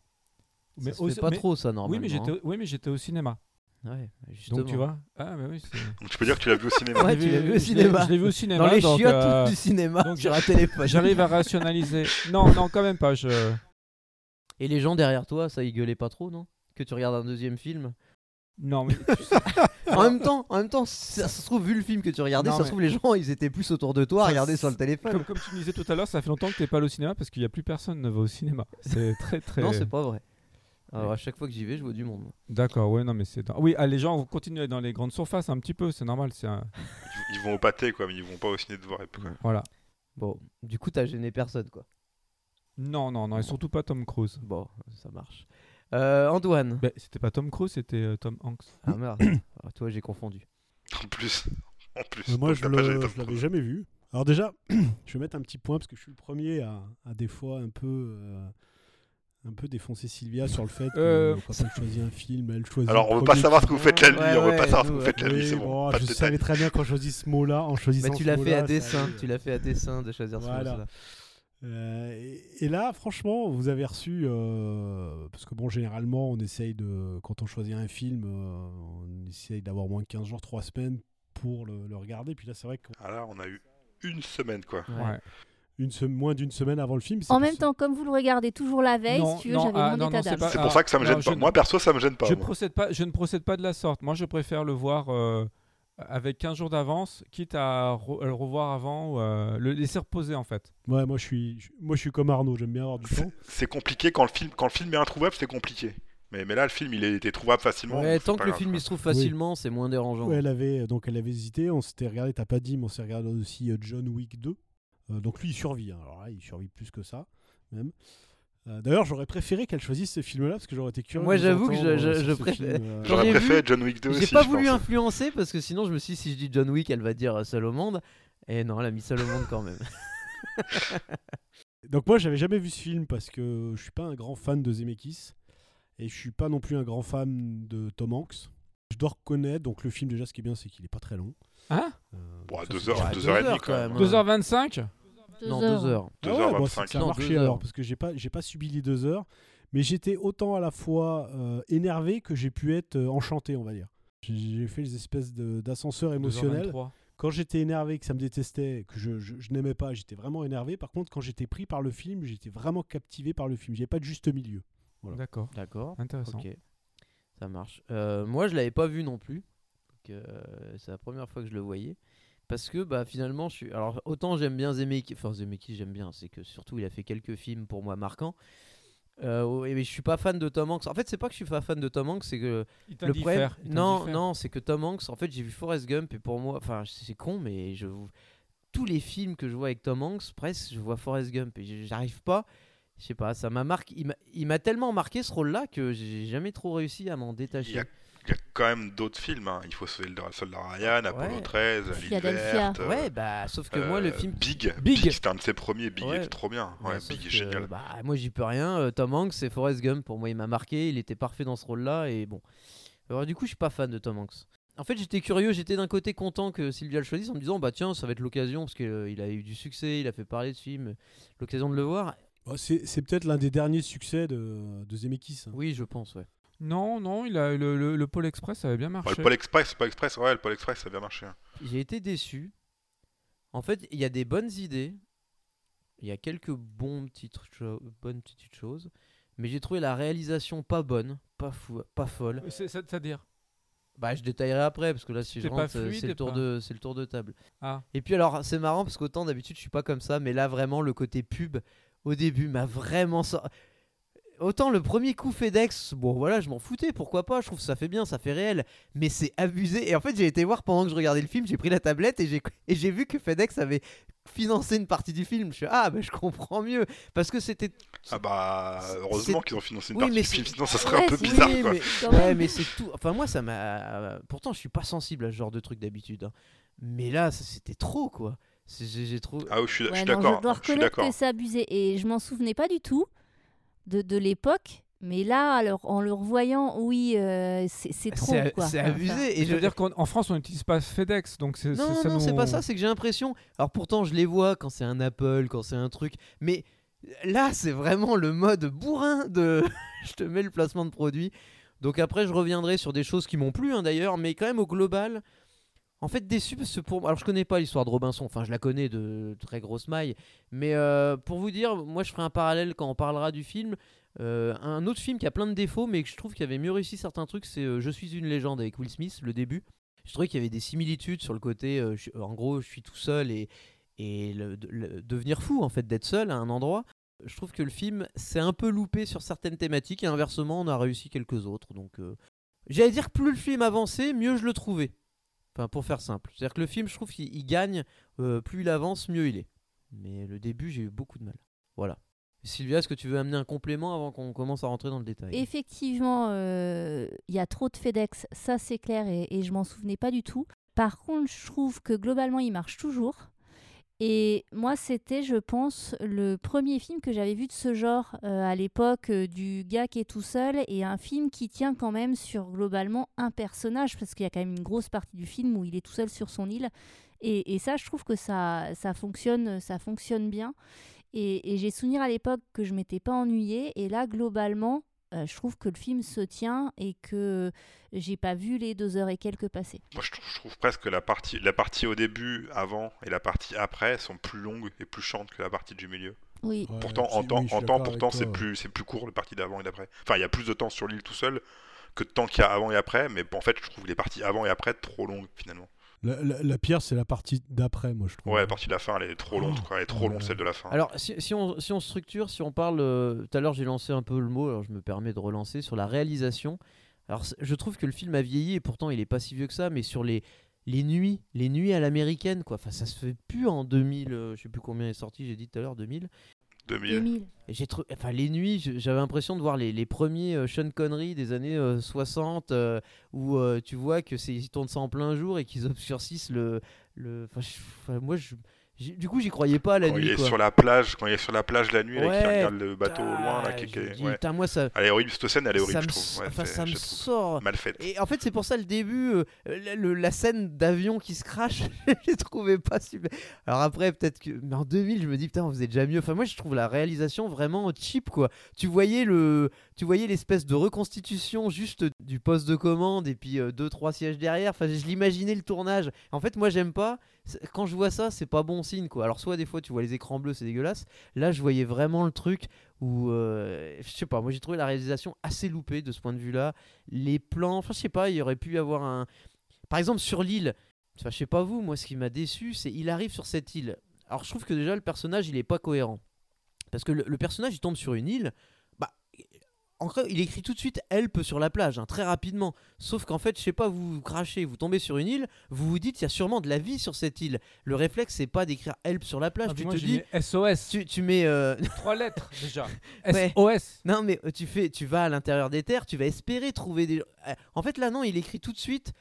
[SPEAKER 4] Mais
[SPEAKER 5] au-
[SPEAKER 4] pas
[SPEAKER 5] mais-
[SPEAKER 4] trop ça
[SPEAKER 5] oui,
[SPEAKER 4] normalement.
[SPEAKER 5] mais j'étais, oui, mais j'étais au cinéma.
[SPEAKER 4] hein. Ouais, justement.
[SPEAKER 5] Donc tu vois. Ah, mais oui. c'est-
[SPEAKER 6] Donc tu peux dire que tu l'as vu au
[SPEAKER 4] <laughs>
[SPEAKER 6] cinéma.
[SPEAKER 4] Ouais,
[SPEAKER 5] Je
[SPEAKER 4] tu
[SPEAKER 5] l'ai
[SPEAKER 4] l'as vu au
[SPEAKER 5] je l'ai-
[SPEAKER 4] cinéma.
[SPEAKER 5] Je l'ai vu au cinéma.
[SPEAKER 4] Dans les
[SPEAKER 5] donc,
[SPEAKER 4] chiottes
[SPEAKER 5] euh,
[SPEAKER 4] du cinéma
[SPEAKER 5] donc,
[SPEAKER 4] sur un téléphone.
[SPEAKER 5] J'arrive à rationaliser. Non, non, quand même pas. Je...
[SPEAKER 4] Et les gens derrière toi, ça ils gueulaient pas trop, non Que tu regardes un deuxième film.
[SPEAKER 5] Non, mais
[SPEAKER 4] <laughs> En même temps, en même temps, ça se trouve vu le film que tu regardais,
[SPEAKER 5] Non,
[SPEAKER 4] ça
[SPEAKER 5] mais-
[SPEAKER 4] se trouve les gens ils étaient plus autour de toi à
[SPEAKER 5] Ça,
[SPEAKER 4] regarder
[SPEAKER 5] c'est-
[SPEAKER 4] sur le téléphone.
[SPEAKER 5] comme, comme tu me disais tout à l'heure, ça fait longtemps que t'es pas allé au cinéma parce qu'il y a plus personne ne va au cinéma. C'est très, très.
[SPEAKER 4] Non, c'est pas vrai. Alors
[SPEAKER 5] Ouais.
[SPEAKER 4] à chaque fois que j'y vais, je vois du monde. moi.
[SPEAKER 5] D'accord, ouais, non, mais c'est. dans- Oui, ah, les gens vont continuer dans les grandes surfaces un petit peu, c'est normal. C'est un-
[SPEAKER 6] Ils, ils vont au pâté, quoi, mais ils vont pas au ciné de voir. Quoi.
[SPEAKER 5] Voilà.
[SPEAKER 4] Bon, du coup t'as gêné personne quoi.
[SPEAKER 5] Non, non, non, et surtout pas Tom Cruise.
[SPEAKER 4] Bon, ça marche. Euh, Antoine.
[SPEAKER 5] Ben, c'était pas Tom Cruise, c'était euh, Tom Hanks.
[SPEAKER 4] Ah
[SPEAKER 5] <coughs>
[SPEAKER 4] merde. Ah, toi j'ai confondu.
[SPEAKER 6] En plus. En plus.
[SPEAKER 7] Euh, moi,
[SPEAKER 6] Donc,
[SPEAKER 7] je
[SPEAKER 6] t'as pas géré
[SPEAKER 7] le-
[SPEAKER 6] ton
[SPEAKER 7] je l'avais
[SPEAKER 6] problème.
[SPEAKER 7] jamais vu. Alors déjà, <clears throat> je vais mettre un petit point parce que je suis le premier à, à des fois un peu, euh, un peu défoncer Sylvia sur le fait que
[SPEAKER 5] Euh,
[SPEAKER 7] quand elle choisit un film, elle choisit.
[SPEAKER 6] Alors
[SPEAKER 7] le
[SPEAKER 6] on veut pas
[SPEAKER 7] premier
[SPEAKER 6] savoir ce
[SPEAKER 7] qui-
[SPEAKER 6] que vous faites la nuit,
[SPEAKER 4] Ouais,
[SPEAKER 6] on veut
[SPEAKER 4] ouais,
[SPEAKER 6] pas savoir ce que
[SPEAKER 4] nous,
[SPEAKER 6] vous faites la
[SPEAKER 7] Oui,
[SPEAKER 6] nuit, c'est
[SPEAKER 7] bon,
[SPEAKER 6] bon. Pas de
[SPEAKER 7] je
[SPEAKER 6] détails.
[SPEAKER 7] savais très bien quand je choisis ce mot-là, en choisissant
[SPEAKER 4] Bah, tu
[SPEAKER 7] ce
[SPEAKER 4] l'as fait
[SPEAKER 7] mot-là,
[SPEAKER 4] à
[SPEAKER 7] ça
[SPEAKER 4] dessein.
[SPEAKER 7] allait.
[SPEAKER 4] Tu l'as fait à dessein de choisir ce
[SPEAKER 7] Voilà.
[SPEAKER 4] mot-là.
[SPEAKER 7] Euh, et, et là, franchement, vous avez reçu. euh, parce que, bon, généralement, on essaye de. Quand on choisit un film, euh, on essaye d'avoir moins de 15 jours, 3 semaines pour le, le regarder. Puis là, c'est vrai qu'on
[SPEAKER 6] Ah là, on a eu une semaine, quoi.
[SPEAKER 4] Ouais.
[SPEAKER 5] Ouais.
[SPEAKER 7] une se- moins d'une semaine avant le film. c'est
[SPEAKER 8] En
[SPEAKER 7] que
[SPEAKER 8] même
[SPEAKER 7] c'est-
[SPEAKER 8] temps, comme vous le regardez toujours la veille,
[SPEAKER 5] Non,
[SPEAKER 8] si tu veux,
[SPEAKER 5] non,
[SPEAKER 8] j'avais
[SPEAKER 5] ah,
[SPEAKER 8] mon
[SPEAKER 5] non,
[SPEAKER 8] état
[SPEAKER 5] non, c'est
[SPEAKER 8] d'âme.
[SPEAKER 5] pas-
[SPEAKER 6] C'est
[SPEAKER 5] Ah,
[SPEAKER 6] pour ça que ça me
[SPEAKER 5] non,
[SPEAKER 6] gêne
[SPEAKER 5] je
[SPEAKER 6] pas.
[SPEAKER 5] ne-
[SPEAKER 6] Moi, perso, ça me gêne pas.
[SPEAKER 5] je,
[SPEAKER 6] moi.
[SPEAKER 5] procède pas, je ne procède pas de la sorte. Moi, je préfère le voir euh, avec 15 jours d'avance, quitte à re- euh, le revoir avant ou euh, le laisser reposer en fait.
[SPEAKER 7] Ouais, moi je suis, je- moi je suis comme Arnaud, j'aime bien avoir
[SPEAKER 4] <laughs>
[SPEAKER 7] du temps.
[SPEAKER 6] C'est- C'est compliqué quand le film, quand le film est introuvable, c'est compliqué. Mais, mais là, le film, il était trouvable facilement.
[SPEAKER 4] Ouais,
[SPEAKER 6] donc
[SPEAKER 4] tant
[SPEAKER 6] c'est
[SPEAKER 4] que
[SPEAKER 6] pas
[SPEAKER 4] le
[SPEAKER 6] grave,
[SPEAKER 4] film
[SPEAKER 6] quoi.
[SPEAKER 4] il se trouve facilement, c'est moins dérangeant.
[SPEAKER 7] Ouais, elle avait, euh, donc elle avait hésité, on s'était regardé, t'as pas dit, mais on s'est regardé aussi euh, John Wick 2. Euh, donc lui il survit, hein. alors là il survit plus que ça, même. Euh, D'ailleurs, j'aurais préféré qu'elle choisisse ce film-là parce que j'aurais été curieux.
[SPEAKER 4] Moi,
[SPEAKER 7] de vous
[SPEAKER 4] j'avoue que je-
[SPEAKER 7] entendre,
[SPEAKER 4] je-
[SPEAKER 7] euh, sur
[SPEAKER 4] je
[SPEAKER 7] ce
[SPEAKER 4] préfère-
[SPEAKER 7] film,
[SPEAKER 4] <laughs> J'aurais
[SPEAKER 7] euh,
[SPEAKER 6] J'aurais
[SPEAKER 4] vu-
[SPEAKER 6] préféré John Wick 2
[SPEAKER 4] J'ai
[SPEAKER 6] aussi.
[SPEAKER 4] pas
[SPEAKER 6] je
[SPEAKER 4] voulu
[SPEAKER 6] pense.
[SPEAKER 4] influencer parce que sinon je me suis dit si je dis John Wick, elle va dire euh, seul au monde. Et non, elle a mis seul au monde quand même.
[SPEAKER 7] Donc moi j'avais jamais vu ce film parce que je suis pas un grand fan de Zemeckis et je suis pas non plus un grand fan de Tom Hanks. Je dois reconnaître, donc le film déjà ce qui est bien c'est qu'il est pas très long.
[SPEAKER 4] Ah
[SPEAKER 5] Hein
[SPEAKER 7] Euh,
[SPEAKER 6] Bon, à
[SPEAKER 7] ça, c'est-
[SPEAKER 6] 2 heures,
[SPEAKER 4] Ouais,
[SPEAKER 6] 2
[SPEAKER 4] deux
[SPEAKER 6] heures et
[SPEAKER 4] heures,
[SPEAKER 6] demie,
[SPEAKER 4] quand
[SPEAKER 6] quand même.
[SPEAKER 4] même.
[SPEAKER 6] Ouais.
[SPEAKER 5] 2h25
[SPEAKER 8] Deux
[SPEAKER 4] non,
[SPEAKER 8] heures.
[SPEAKER 4] deux heures.
[SPEAKER 7] Ah
[SPEAKER 6] 2
[SPEAKER 7] ouais,
[SPEAKER 6] heures
[SPEAKER 7] bon, c'est
[SPEAKER 6] 25.
[SPEAKER 7] que ça a
[SPEAKER 4] Non, deux
[SPEAKER 7] marché
[SPEAKER 4] heures.
[SPEAKER 7] alors, parce que j'ai pas, j'ai pas subi les deux heures, mais j'étais autant à la fois euh, énervé que j'ai pu être euh, enchanté, on va dire. J'ai- J'ai fait les espèces de- d'ascenseurs émotionnels. Quand j'étais énervé, que ça me détestait, que je, je- je n'aimais pas, j'étais vraiment énervé. Par contre, quand j'étais pris par le film, j'étais vraiment captivé par le film. J'avais pas de juste milieu. Voilà.
[SPEAKER 5] D'accord,
[SPEAKER 4] D'accord.
[SPEAKER 5] intéressant.
[SPEAKER 4] Ok. Ça marche. Euh, moi, je l'avais pas vu non plus. Donc, euh, c'est la première fois que je le voyais. Parce que bah, finalement, je suis. Alors, autant j'aime bien Zemeckis. Enfin, Zemeckis, j'aime bien. C'est que surtout, il a fait quelques films pour moi marquants. Euh, et- mais je suis pas fan de Tom Hanks. En fait, c'est pas que je suis pas fan de Tom Hanks, c'est que
[SPEAKER 5] Il
[SPEAKER 4] le problème,
[SPEAKER 5] t'indiffère, il
[SPEAKER 4] non,
[SPEAKER 5] t'indiffère.
[SPEAKER 4] non, c'est que Tom Hanks. En fait, j'ai vu Forrest Gump et pour moi, enfin, c'est con, mais je tous les films que je vois avec Tom Hanks, presque, je vois Forrest Gump et j- j'arrive pas. Je sais pas, ça m'a marqué. Il m'a- il m'a tellement marqué ce rôle-là que j'ai jamais trop réussi à m'en
[SPEAKER 6] Il y,
[SPEAKER 4] détacher.
[SPEAKER 6] a, il y a quand même d'autres films. hein. Il faut sauver le soldat Ryan, Apollo
[SPEAKER 4] Ouais.
[SPEAKER 6] 13, La Ligne
[SPEAKER 8] Philadelphia.
[SPEAKER 6] Verte, euh,
[SPEAKER 4] Ouais, bah, sauf que moi, le
[SPEAKER 6] euh,
[SPEAKER 4] film.
[SPEAKER 6] Big.
[SPEAKER 4] Big.
[SPEAKER 6] Big, c'était un de ses premiers. Big
[SPEAKER 4] Ouais.
[SPEAKER 6] était trop bien.
[SPEAKER 4] Bah,
[SPEAKER 6] Ouais,
[SPEAKER 4] sauf
[SPEAKER 6] Big est
[SPEAKER 4] que,
[SPEAKER 6] génial.
[SPEAKER 4] Bah, moi, j'y peux rien. euh, Tom Hanks, c'est Forrest Gump. Pour moi, il m'a marqué. Il était parfait dans ce rôle-là. Et bon. Alors, du coup, je suis pas fan de Tom Hanks. En fait, j'étais curieux. J'étais d'un côté content que Sylvia le choisisse en me disant Bah, tiens, ça va être l'occasion parce qu'il a eu du succès. Il a fait parler de ce film. L'occasion de le voir.
[SPEAKER 7] Bon, c'est c'est peut-être l'un des derniers succès de, de Zemeckis. hein.
[SPEAKER 4] Oui, je pense, ouais.
[SPEAKER 5] Non, non, il a, le, le, le Pôle Express ça avait bien
[SPEAKER 6] Ouais,
[SPEAKER 5] marché.
[SPEAKER 6] le Pôle Express, Pôle Express, ouais, le Pôle Express, ça a bien marché. hein.
[SPEAKER 4] J'ai été déçu. En fait, il y a des bonnes idées. Il y a quelques bons petites, cho- bonnes petites choses. Mais j'ai trouvé la réalisation pas bonne, pas, fou, pas folle.
[SPEAKER 5] C'est- c'est- C'est-à-dire
[SPEAKER 4] Bah, je détaillerai après, parce que là, si je
[SPEAKER 5] C'est pas
[SPEAKER 4] rentre, euh,
[SPEAKER 5] fluide
[SPEAKER 4] c'est le,
[SPEAKER 5] et
[SPEAKER 4] tour
[SPEAKER 5] pas-
[SPEAKER 4] de, c'est le tour de table.
[SPEAKER 5] Ah.
[SPEAKER 4] Et puis, alors, c'est marrant, parce qu'autant d'habitude, je suis pas comme ça, mais là, vraiment, le côté pub, au début, m'a vraiment. sor- Autant le premier coup FedEx, bon voilà, je m'en foutais, pourquoi pas, je trouve que ça fait bien, ça fait réel, mais c'est abusé. Et en fait, j'ai été voir pendant que je regardais le film, j'ai pris la tablette et j'ai, et j'ai vu que FedEx avait financer une partie du film. Je suis ah ben je comprends mieux parce que c'était
[SPEAKER 6] Ah bah,
[SPEAKER 4] C'est-
[SPEAKER 6] heureusement
[SPEAKER 4] c'est-
[SPEAKER 6] qu'ils ont financé une
[SPEAKER 4] Oui,
[SPEAKER 6] partie
[SPEAKER 4] mais
[SPEAKER 6] du film,
[SPEAKER 4] c'est-
[SPEAKER 6] sinon ça serait
[SPEAKER 8] Ouais,
[SPEAKER 6] un peu
[SPEAKER 8] c'est-
[SPEAKER 6] bizarre
[SPEAKER 4] oui,
[SPEAKER 6] quoi.
[SPEAKER 4] mais-
[SPEAKER 8] Quand même.
[SPEAKER 4] Ouais, mais c'est tout. Enfin, moi, ça m'a. Pourtant, je suis pas sensible à ce genre de truc d'habitude. hein. Mais là, ça, c'était trop, quoi. C'est- J'ai j'ai trop.
[SPEAKER 6] Ah oui, je suis, je suis
[SPEAKER 8] Ouais, non,
[SPEAKER 6] d'accord.
[SPEAKER 8] je dois
[SPEAKER 6] Je suis
[SPEAKER 8] reconnaître
[SPEAKER 6] d'accord.
[SPEAKER 8] que c'est abusé. Et je m'en souvenais pas du tout de, de l'époque. Mais là, alors, en le revoyant, oui, euh, c'est c'est
[SPEAKER 5] Ah,
[SPEAKER 8] trop.
[SPEAKER 4] C'est
[SPEAKER 8] quoi.
[SPEAKER 4] c'est
[SPEAKER 8] Enfin,
[SPEAKER 4] abusé. Et
[SPEAKER 5] Je
[SPEAKER 4] je
[SPEAKER 5] veux dire qu'en en France, on n'utilise pas FedEx, donc c'est
[SPEAKER 4] Non,
[SPEAKER 5] c'est-
[SPEAKER 4] non,
[SPEAKER 5] ça
[SPEAKER 4] non, c'est
[SPEAKER 5] nous-
[SPEAKER 4] pas ça. C'est que j'ai l'impression. Alors pourtant, je les vois quand c'est un Apple, quand c'est un truc. Mais là, c'est vraiment le mode bourrin de. <laughs> je te mets le placement de produit. Donc après, je reviendrai sur des choses qui m'ont plu, hein, d'ailleurs. Mais quand même, au global, en fait, déçu parce que pour. moi- Alors, je connais pas l'histoire de Robinson. Enfin, je la connais de très grosse maille. Mais euh, pour vous dire, moi, je ferai un parallèle quand on parlera du film. Euh, un autre film qui a plein de défauts, mais que je trouve qu'il avait mieux réussi certains trucs, c'est euh, Je suis une légende avec Will Smith, le début. Je trouvais qu'il y avait des similitudes sur le côté, euh, je- en gros, je suis tout seul et, et le- de- le- devenir fou, en fait, d'être seul à un endroit. Je trouve que le film s'est un peu loupé sur certaines thématiques et inversement, on a réussi quelques autres. Donc, euh, j'allais dire, plus le film avançait, mieux je le trouvais. Enfin, pour faire simple. C'est-à-dire que le film, je trouve qu'il il gagne, euh, plus il avance, mieux il est. Mais le début, j'ai eu beaucoup de mal. Voilà. Sylvia, est-ce que tu veux amener un complément avant qu'on commence à rentrer dans le détail
[SPEAKER 8] Effectivement, euh, il y a trop de FedEx, ça c'est clair, et, et je m'en souvenais pas du tout. Par contre, je trouve que globalement, il marche toujours. Et moi, c'était, je pense, le premier film que j'avais vu de ce genre euh, à l'époque euh, du gars qui est tout seul et un film qui tient quand même sur globalement un personnage parce qu'il y a quand même une grosse partie du film où il est tout seul sur son île. Et, et ça, je trouve que ça, ça fonctionne, ça fonctionne bien. Et, et j'ai souvenir à l'époque que je m'étais pas ennuyée. Et là, globalement, euh, je trouve que le film se tient et que j'ai pas vu les deux heures et quelques passer.
[SPEAKER 6] Moi, je trouve, je trouve presque que la partie, la partie au début, avant, et la partie après sont plus longues et plus chantes que la partie du milieu.
[SPEAKER 8] Oui.
[SPEAKER 7] Ouais,
[SPEAKER 6] Pourtant,
[SPEAKER 7] si-
[SPEAKER 6] en
[SPEAKER 7] oui,
[SPEAKER 6] temps,
[SPEAKER 7] je suis
[SPEAKER 6] en
[SPEAKER 7] d'accord
[SPEAKER 6] temps
[SPEAKER 7] avec
[SPEAKER 6] pourtant,
[SPEAKER 7] toi,
[SPEAKER 6] c'est
[SPEAKER 7] ouais.
[SPEAKER 6] plus, c'est plus court le parti d'avant et d'après. Enfin, il y a plus de temps sur l'île tout seul que de temps qu'il y a avant et après, mais en fait, je trouve les parties avant et après trop longues finalement.
[SPEAKER 7] La, la- la pire, c'est la partie d'après, moi, je trouve.
[SPEAKER 6] Ouais, la partie de la fin, elle est trop longue, quoi, elle est trop
[SPEAKER 7] Oh là
[SPEAKER 6] longue
[SPEAKER 7] là.
[SPEAKER 6] celle de la fin.
[SPEAKER 4] Alors, si, si on, si on structure, si on parle. euh, Tout à l'heure, j'ai lancé un peu le mot, alors je me permets de relancer sur la réalisation. Alors, c- je trouve que le film a vieilli et pourtant il est pas si vieux que ça, mais sur les, les nuits, les nuits à l'américaine, quoi. Enfin, ça se fait plus en 2000, euh, je sais plus combien est sorti, j'ai dit tout à l'heure 2000.
[SPEAKER 6] 2000.
[SPEAKER 8] Émile.
[SPEAKER 4] Et J'ai trouvé, enfin les nuits, je- j'avais l'impression de voir les, les premiers euh, Sean Connery des années euh, 60 euh, où euh, tu vois que c'est ils tournent ça en plein jour et qu'ils obscurcissent le, le. Enfin, je- enfin, moi, je, j'ai- du coup, j'y croyais pas à la
[SPEAKER 6] Quand
[SPEAKER 4] nuit.
[SPEAKER 6] il est
[SPEAKER 4] quoi.
[SPEAKER 6] sur la plage, quand il est sur la plage la nuit, là, et qu'il
[SPEAKER 4] Ouais,
[SPEAKER 6] regarde le bateau au loin, là,
[SPEAKER 4] Ah,
[SPEAKER 6] qui- qui-
[SPEAKER 4] je me dis,
[SPEAKER 6] ouais.
[SPEAKER 4] putain, moi ça,
[SPEAKER 6] Elle est horrible cette scène, elle est horrible,
[SPEAKER 4] ça
[SPEAKER 6] je
[SPEAKER 4] me,
[SPEAKER 6] trouve. Ouais,
[SPEAKER 4] enfin,
[SPEAKER 6] c'est-
[SPEAKER 4] ça me
[SPEAKER 6] je trouve
[SPEAKER 4] sort.
[SPEAKER 6] mal faite.
[SPEAKER 4] Et en fait, c'est pour ça le début, euh, la, le- la scène d'avion qui se crache, <laughs> j'ai trouvé pas super. Alors après, peut-être que. Mais en 2000, je me dis, putain, on faisait déjà mieux. Enfin, moi, je trouve la réalisation vraiment cheap, quoi. Tu voyais le, tu voyais l'espèce de reconstitution juste du poste de commande et puis euh, deux, trois sièges derrière. Enfin, je l'imaginais le tournage. En fait, moi, j'aime pas. C'est- Quand je vois ça, c'est pas bon signe, quoi. Alors, soit des fois, tu vois les écrans bleus, c'est dégueulasse. Là, je voyais vraiment le truc où, euh, je sais pas, moi, j'ai trouvé la réalisation assez loupée de ce point de vue-là les plans. Enfin, je sais pas, il y aurait pu y avoir un. Par exemple, sur l'île, enfin, je sais pas vous, moi, ce qui m'a déçu, c'est il arrive sur cette île. Alors, je trouve que déjà, le personnage, il est pas cohérent. Parce que le, le personnage, il tombe sur une île, bah. Encore, il écrit tout de suite help sur la plage, hein, très rapidement. Sauf qu'en fait, je sais pas, vous crachez, vous tombez sur une île, vous vous dites, il y a sûrement de la vie sur cette île. Le réflexe, c'est pas d'écrire help sur la plage.
[SPEAKER 5] Ah,
[SPEAKER 4] tu
[SPEAKER 5] moi,
[SPEAKER 4] te
[SPEAKER 5] j'ai
[SPEAKER 4] dis,
[SPEAKER 5] mis SOS,
[SPEAKER 4] tu, tu mets. euh,
[SPEAKER 5] trois lettres <laughs> déjà.
[SPEAKER 4] Ouais.
[SPEAKER 5] SOS.
[SPEAKER 4] Non mais euh, tu fais, tu vas à l'intérieur des terres, tu vas espérer trouver des. Euh, En fait là non, il écrit tout de suite.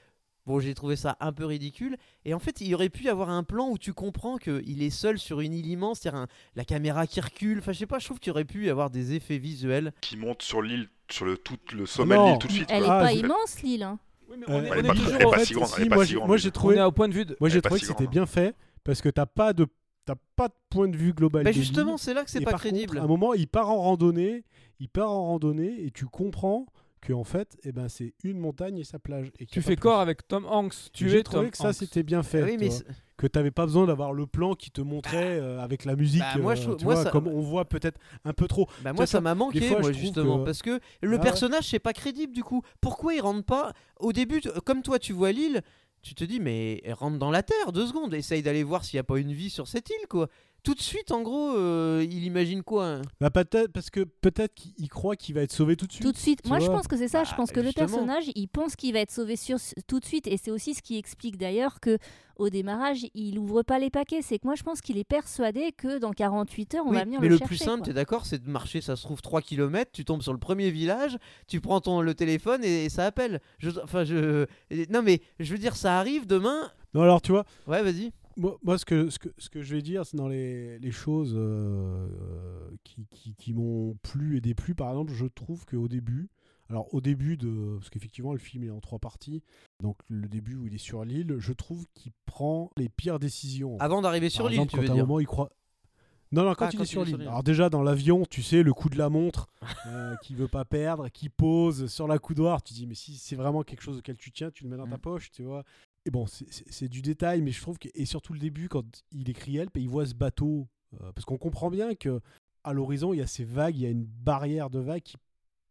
[SPEAKER 4] Bon, j'ai trouvé ça un peu ridicule. Et en fait, il aurait pu y avoir un plan où tu comprends qu'il est seul sur une île immense, cest la caméra qui recule. Enfin, je sais pas, je trouve qu'il aurait pu y avoir des effets visuels.
[SPEAKER 6] Qui monte sur l'île, sur le, tout, le sommet de
[SPEAKER 7] Non.
[SPEAKER 6] l'île tout de suite.
[SPEAKER 8] Elle est
[SPEAKER 6] quoi.
[SPEAKER 7] Ah,
[SPEAKER 8] pas
[SPEAKER 7] je-
[SPEAKER 8] immense, l'île. hein.
[SPEAKER 7] on
[SPEAKER 5] on
[SPEAKER 7] est-
[SPEAKER 5] est,
[SPEAKER 7] Euh, on
[SPEAKER 6] Euh, Elle est pas-
[SPEAKER 5] toujours
[SPEAKER 6] elle est
[SPEAKER 5] au
[SPEAKER 6] pas
[SPEAKER 7] fait,
[SPEAKER 6] si grande,
[SPEAKER 7] si,
[SPEAKER 6] elle est
[SPEAKER 7] moi,
[SPEAKER 6] pas
[SPEAKER 7] j'ai-
[SPEAKER 6] si grande.
[SPEAKER 7] moi,
[SPEAKER 6] l'île.
[SPEAKER 7] j'ai trouvé-
[SPEAKER 5] au point de vue de.
[SPEAKER 7] Moi,
[SPEAKER 6] Elle
[SPEAKER 7] j'ai
[SPEAKER 6] est pas
[SPEAKER 7] trouvé
[SPEAKER 6] si
[SPEAKER 7] que c'était
[SPEAKER 6] grande. hein.
[SPEAKER 7] bien fait parce que t'as pas de t'as pas de point de vue global.
[SPEAKER 4] Bah
[SPEAKER 7] de l'île.
[SPEAKER 4] justement, c'est là que c'est
[SPEAKER 7] Et
[SPEAKER 4] pas
[SPEAKER 7] par contre,
[SPEAKER 4] crédible.
[SPEAKER 7] à un moment, il part en randonnée, il part en randonnée et tu comprends que en fait, eh ben, c'est une montagne et sa plage. Et qu'il y
[SPEAKER 5] Tu
[SPEAKER 7] a pas
[SPEAKER 5] fais
[SPEAKER 7] plus.
[SPEAKER 5] corps avec Tom Hanks. Tu
[SPEAKER 7] J'ai
[SPEAKER 5] es
[SPEAKER 7] trouvé
[SPEAKER 5] Tom
[SPEAKER 7] que ça
[SPEAKER 5] Hanks.
[SPEAKER 7] c'était bien fait,
[SPEAKER 4] Ah oui,
[SPEAKER 7] tu
[SPEAKER 4] mais
[SPEAKER 7] vois.
[SPEAKER 4] c'est- Ah.
[SPEAKER 7] que t'avais pas besoin d'avoir le plan qui te montrait euh, avec la musique.
[SPEAKER 4] Bah, moi, je
[SPEAKER 7] euh,
[SPEAKER 4] trouve-
[SPEAKER 7] tu
[SPEAKER 4] moi,
[SPEAKER 7] vois,
[SPEAKER 4] ça-
[SPEAKER 7] comme on voit peut-être un peu trop.
[SPEAKER 4] bah, moi
[SPEAKER 7] Tu vois,
[SPEAKER 4] ça m'a manqué,
[SPEAKER 7] fois,
[SPEAKER 4] moi
[SPEAKER 7] je trouve
[SPEAKER 4] justement,
[SPEAKER 7] que-
[SPEAKER 4] parce que le
[SPEAKER 7] Ah ouais.
[SPEAKER 4] personnage c'est pas crédible du coup. Pourquoi il rentre pas au début tu- Comme toi, tu vois l'île, tu te dis mais rentre dans la terre deux secondes, essaye d'aller voir s'il y a pas une vie sur cette île quoi. tout de suite, en gros, euh, il imagine quoi hein
[SPEAKER 7] Bah, peut-être, parce que peut-être qu'il croit qu'il va être sauvé tout de suite.
[SPEAKER 8] Tout de suite.
[SPEAKER 7] Tu
[SPEAKER 8] Moi, je
[SPEAKER 7] vois
[SPEAKER 8] pense que c'est ça. je
[SPEAKER 4] Bah,
[SPEAKER 8] pense que le
[SPEAKER 4] justement.
[SPEAKER 8] personnage, il pense qu'il va être sauvé sur, tout de suite, et c'est aussi ce qui explique d'ailleurs que au démarrage, il ouvre pas les paquets. C'est que moi, je pense qu'il est persuadé que dans 48 heures, on
[SPEAKER 4] Oui,
[SPEAKER 8] va venir
[SPEAKER 4] mais
[SPEAKER 8] le,
[SPEAKER 4] le,
[SPEAKER 8] chercher.
[SPEAKER 4] plus simple,
[SPEAKER 8] quoi.
[SPEAKER 4] t'es d'accord, c'est de marcher, ça se trouve 3 km, tu tombes sur le premier village, tu prends ton, le téléphone et, et ça appelle. Je, enfin, je, et- non, mais je veux dire, ça arrive demain.
[SPEAKER 7] Non, alors, tu vois,
[SPEAKER 4] Ouais, vas-y.
[SPEAKER 7] moi, moi, ce, que, ce, que, ce que je vais dire, c'est dans les, les choses euh, qui, qui, qui m'ont plu et déplu. Par exemple, je trouve qu'au début, alors au début de. Parce qu'effectivement, le film est en trois parties. Donc, le début où il est sur l'île, je trouve qu'il prend les pires décisions. en
[SPEAKER 4] Avant d'arriver
[SPEAKER 7] Par
[SPEAKER 4] sur l'île,
[SPEAKER 7] exemple,
[SPEAKER 4] tu
[SPEAKER 7] quand
[SPEAKER 4] veux
[SPEAKER 7] à un
[SPEAKER 4] dire.
[SPEAKER 7] moment, il croit. Non, non, quand
[SPEAKER 4] Ah,
[SPEAKER 7] il est sur l'île. Alors, déjà, dans l'avion, tu sais, le coup de la
[SPEAKER 4] <laughs>
[SPEAKER 7] montre euh, qui veut pas perdre, qui pose sur la coudoir, tu dis, mais si c'est vraiment quelque chose auquel tu tiens, tu le mets dans ta
[SPEAKER 4] Mm.
[SPEAKER 7] poche, tu vois. Et bon, c'est- c'est c'est du détail, mais je trouve que. Et surtout le début, quand il écrit Help et il voit ce bateau. euh, parce qu'on comprend bien que à l'horizon, il y a ces vagues, il y a une barrière de vagues qui,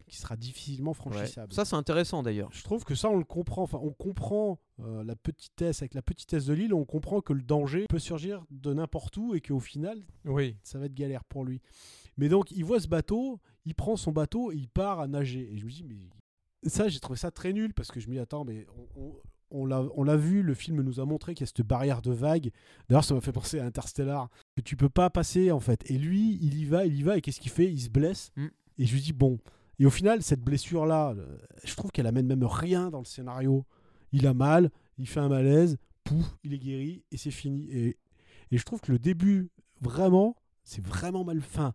[SPEAKER 7] qui sera difficilement
[SPEAKER 4] Ouais.
[SPEAKER 7] franchissable.
[SPEAKER 4] Ça, c'est intéressant d'ailleurs.
[SPEAKER 7] Je trouve que ça, on le comprend. Enfin, on comprend euh, la petitesse, avec la petitesse de l'île, on comprend que le danger peut surgir de n'importe où et qu'au final,
[SPEAKER 5] Oui.
[SPEAKER 7] ça va être galère pour lui. Mais donc, il voit ce bateau, il prend son bateau et il part à nager. Et je me dis, mais ça, j'ai trouvé ça très nul parce que je me dis, attends, mais on, on- on l'a- on l'a vu, le film nous a montré qu'il y a cette barrière de vagues. D'ailleurs, ça m'a fait penser à Interstellar, que tu peux pas passer en fait. Et lui, il y va, il y va, et qu'est-ce qu'il fait Il se blesse.
[SPEAKER 4] Mm.
[SPEAKER 7] Et je lui dis, bon. Et au final, cette blessure-là, euh, je trouve qu'elle amène même rien dans le scénario. Il a mal, il fait un malaise, pouf, il est guéri, et c'est fini. Et, et je trouve que le début, vraiment, c'est vraiment mal fin.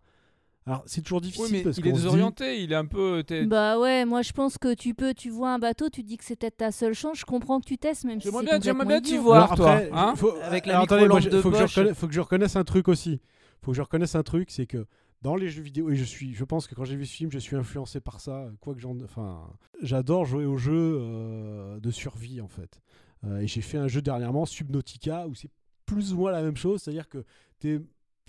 [SPEAKER 7] Alors, c'est toujours difficile
[SPEAKER 5] Oui, mais
[SPEAKER 7] parce
[SPEAKER 5] il est
[SPEAKER 7] qu'on se dit-
[SPEAKER 5] désorienté, il est un peu. t'es-
[SPEAKER 8] Bah ouais, moi je pense que tu peux, tu vois un bateau, tu te dis que c'est peut-être ta seule chance. Je comprends que tu testes, même si
[SPEAKER 5] J'aimerais
[SPEAKER 8] c'est
[SPEAKER 5] bien- j'aimerais
[SPEAKER 8] complètement
[SPEAKER 5] bien t'y
[SPEAKER 8] idiot.
[SPEAKER 5] voir.
[SPEAKER 7] Alors après,
[SPEAKER 5] toi, hein
[SPEAKER 7] faut-
[SPEAKER 4] Avec la
[SPEAKER 7] alors, attendez, moi,
[SPEAKER 4] micro-lampe
[SPEAKER 7] je-
[SPEAKER 4] de
[SPEAKER 7] faut, que je
[SPEAKER 4] poche.
[SPEAKER 7] reconna- faut que je reconnaisse un truc aussi. Faut que je reconnaisse un truc, c'est que dans les jeux vidéo, et je suis, je pense que quand j'ai vu ce film, je suis influencé par ça. Quoi que j'en, enfin, j'adore jouer aux jeux euh, de survie en fait. Euh, et j'ai fait un jeu dernièrement, Subnautica, où c'est plus ou moins la même chose, c'est-à-dire que t'es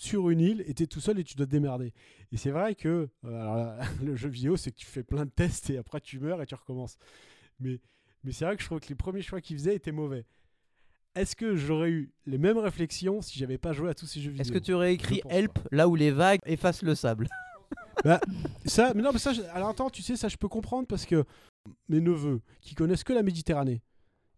[SPEAKER 7] sur une île et t'es tout seul et tu dois te démerder. Et c'est vrai que euh, alors là, <laughs> le jeu vidéo, c'est que tu fais plein de tests et après tu meurs et tu recommences. Mais, mais c'est vrai que je trouve que les premiers choix qu'ils faisaient étaient mauvais. Est-ce que j'aurais eu les mêmes réflexions si j'avais pas joué à tous ces jeux vidéo
[SPEAKER 4] Est-ce que tu aurais écrit
[SPEAKER 7] Je pense
[SPEAKER 4] Help là où les vagues effacent le sable
[SPEAKER 7] ça mais non mais ça je- alors attends tu sais ça je peux comprendre parce que mes neveux qui connaissent que la Méditerranée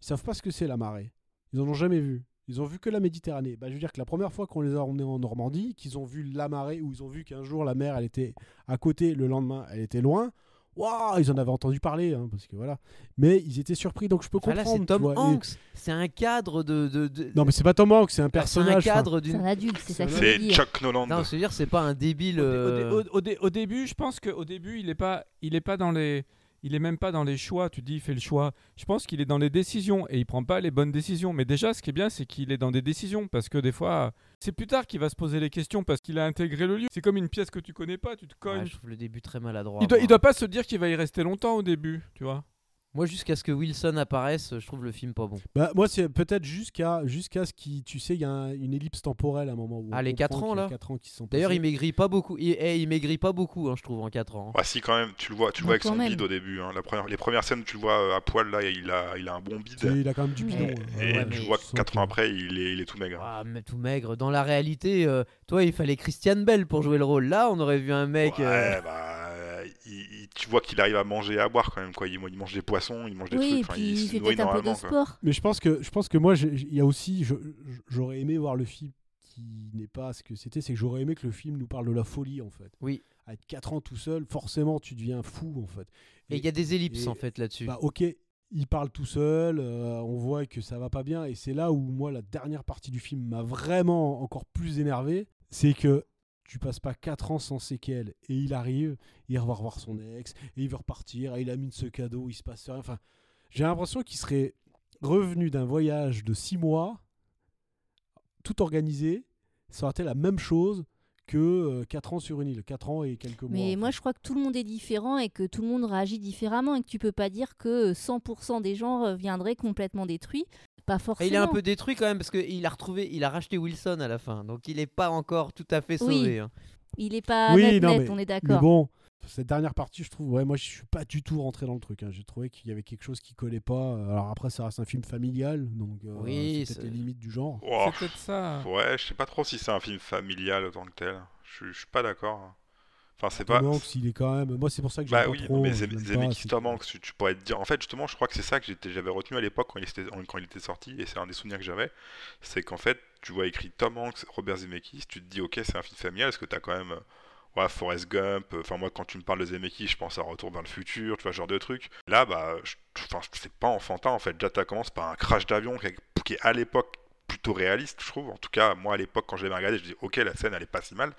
[SPEAKER 7] ils savent pas ce que c'est la marée ils en ont jamais vu ils ont vu que la Méditerranée bah je veux dire que la première fois qu'on les a emmenés en Normandie qu'ils ont vu la marée où ils ont vu qu'un jour la mer elle était à côté le lendemain elle était loin waouh ils en avaient entendu parler hein, parce que voilà mais ils étaient surpris donc je peux
[SPEAKER 4] Enfin,
[SPEAKER 7] comprendre
[SPEAKER 4] Là, c'est
[SPEAKER 7] tu
[SPEAKER 4] Tom
[SPEAKER 7] vois, et-
[SPEAKER 4] Hanks. C'est un cadre de. de, de-
[SPEAKER 7] non mais c'est pas Tom Hanks c'est un
[SPEAKER 4] Alors, c'est un
[SPEAKER 7] personnage enfin,
[SPEAKER 4] cadre
[SPEAKER 8] C'est un
[SPEAKER 7] <laughs>
[SPEAKER 4] d'une.
[SPEAKER 8] adulte, c'est ça que je veux
[SPEAKER 6] C'est
[SPEAKER 8] dire.
[SPEAKER 6] Chuck Noland.
[SPEAKER 4] Non, je veux dire, c'est pas un débile.
[SPEAKER 5] Au, dé-
[SPEAKER 4] euh,
[SPEAKER 5] au dé- au dé- au début, je pense qu'au début, il est pas, il est pas dans les, il est même pas dans les choix. Tu dis, il fait le choix. Je pense qu'il est dans les décisions et il prend pas les bonnes décisions. Mais déjà, ce qui est bien, c'est qu'il est dans des décisions parce que des fois, c'est plus tard qu'il va se poser les questions parce qu'il a intégré le lieu. C'est comme une pièce que tu connais pas, tu te
[SPEAKER 4] ouais,
[SPEAKER 5] cognes.
[SPEAKER 4] je trouve le début très maladroit.
[SPEAKER 5] il doit,
[SPEAKER 4] moi.
[SPEAKER 5] il doit pas se dire qu'il va y rester longtemps au début, tu vois.
[SPEAKER 4] Moi, jusqu'à ce que Wilson apparaisse, je trouve le film pas bon.
[SPEAKER 7] Bah, moi, c'est peut-être jusqu'à jusqu'à ce qui tu sais, il y a un- une ellipse temporelle à un moment où. on
[SPEAKER 4] Ah, les
[SPEAKER 7] comprend
[SPEAKER 4] quatre ans,
[SPEAKER 7] qu'il y a
[SPEAKER 4] là.
[SPEAKER 7] quatre ans qui se sont
[SPEAKER 4] D'ailleurs,
[SPEAKER 7] passés.
[SPEAKER 4] il maigrit pas beaucoup. Il, eh, il maigrit pas beaucoup, hein, je trouve, en 4 ans.
[SPEAKER 6] Ah si quand même, tu le vois, tu le vois
[SPEAKER 8] Mais
[SPEAKER 6] avec
[SPEAKER 8] quand
[SPEAKER 6] son
[SPEAKER 8] même.
[SPEAKER 6] bide au début. hein. La première, les premières scènes, tu le vois euh, à poil là, et il a, il a un bon
[SPEAKER 7] Tu sais,
[SPEAKER 6] bide.
[SPEAKER 7] il a quand même du
[SPEAKER 8] Mais-
[SPEAKER 7] bidon. hein.
[SPEAKER 6] Et
[SPEAKER 4] ouais,
[SPEAKER 6] tu
[SPEAKER 4] mais
[SPEAKER 6] vois que
[SPEAKER 7] sans
[SPEAKER 6] 4 ans
[SPEAKER 7] que-
[SPEAKER 6] après, il est, il est tout maigre.
[SPEAKER 4] Ah, mais tout maigre. Dans la réalité, euh, toi, il fallait Christian Bell pour jouer le rôle. Là, on aurait vu un mec. euh,
[SPEAKER 6] Ouais, bah, euh, il- il- tu vois qu'il arrive à manger et à boire quand même quoi. Il, il mange des poissons, il mange des
[SPEAKER 8] Oui, et
[SPEAKER 6] trucs. enfin,
[SPEAKER 8] puis
[SPEAKER 6] il
[SPEAKER 8] il
[SPEAKER 6] se
[SPEAKER 8] fait
[SPEAKER 6] nourrit
[SPEAKER 8] peut-être un peu de
[SPEAKER 6] normalement. quoi.
[SPEAKER 8] sport.
[SPEAKER 7] Mais je pense que je pense que moi, j'ai- j'ai- il y a aussi, je- je- j'aurais aimé voir le film qui n'est pas ce que c'était, c'est que j'aurais aimé que le film nous parle de la folie en fait.
[SPEAKER 4] Oui.
[SPEAKER 7] À 4 ans tout seul, forcément, tu deviens fou en fait.
[SPEAKER 4] Et il y a des ellipses
[SPEAKER 7] et-
[SPEAKER 4] en fait là-dessus.
[SPEAKER 7] Bah ok, il parle tout seul, euh, on voit que ça va pas bien, et c'est là où moi la dernière partie du film m'a vraiment encore plus énervé, c'est que tu passes pas 4 ans sans séquelles, et il arrive, il va revoir son ex, et il veut repartir, et il a mis de ce cadeau, il se passe rien, enfin, j'ai l'impression qu'il serait revenu d'un voyage de 6 mois, tout organisé, ça aurait été la même chose que 4 ans sur une île, 4 ans et quelques mois.
[SPEAKER 8] Mais
[SPEAKER 7] en
[SPEAKER 8] moi,
[SPEAKER 7] fait.
[SPEAKER 8] je crois que tout le monde est différent et que tout le monde réagit différemment et que tu peux pas dire que euh, 100% des gens reviendraient complètement détruits. Pas
[SPEAKER 4] Et
[SPEAKER 8] forcément.
[SPEAKER 4] il est un peu détruit quand même parce qu'il a retrouvé, il a racheté Wilson à la fin, donc il est pas encore tout à fait
[SPEAKER 8] Oui.
[SPEAKER 4] sauvé. hein.
[SPEAKER 8] Il est pas
[SPEAKER 7] Oui,
[SPEAKER 8] net,
[SPEAKER 7] non,
[SPEAKER 8] net,
[SPEAKER 7] mais-
[SPEAKER 8] on est
[SPEAKER 7] Mais
[SPEAKER 8] d'accord.
[SPEAKER 7] bon, cette dernière partie, je trouve, ouais, moi je suis pas du tout rentré dans le truc. hein. J'ai trouvé qu'il y avait quelque chose qui collait pas. Alors après, ça reste un film familial, donc euh,
[SPEAKER 4] Oui,
[SPEAKER 7] c'est
[SPEAKER 4] c'est-
[SPEAKER 7] peut-être les limites du genre.
[SPEAKER 6] Ouah,
[SPEAKER 5] C'est peut-être ça.
[SPEAKER 6] Oh,
[SPEAKER 8] hein.
[SPEAKER 6] Ouais, je sais pas trop si c'est un film familial autant que tel. Je suis- je suis pas d'accord. hein. Enfin, c'est pas.
[SPEAKER 7] Tom Hanks, il est quand même. Moi, c'est pour ça que je
[SPEAKER 6] Bah
[SPEAKER 7] pas
[SPEAKER 6] oui,
[SPEAKER 7] trop. euh,
[SPEAKER 6] mais
[SPEAKER 7] je
[SPEAKER 6] Zem-
[SPEAKER 7] l'aime pas,
[SPEAKER 6] Zemeckis
[SPEAKER 7] c'est-
[SPEAKER 6] Tom Hanks, tu, tu pourrais te dire. En fait, justement, je crois que c'est ça que j'étais- j'avais retenu à l'époque quand, il était- quand il était sorti, et c'est un des souvenirs que j'avais. C'est qu'en fait, tu vois écrit Tom Hanks, Robert Zemeckis, tu te dis, ok, c'est un film familial, parce que t'as quand même. euh, Ouais, Forrest Gump, euh, enfin moi quand tu me parles de Zemeckis, je pense à Retour vers le futur, tu vois, ce genre de truc. Là, bah, je- enfin, c'est pas enfantin en fait. Déjà, ça commence par un crash d'avion qui est- qui est à l'époque plutôt réaliste, je trouve. En tout cas, moi à l'époque, quand je l'avais regardé, je dis, ok, la scène elle est pas si mal.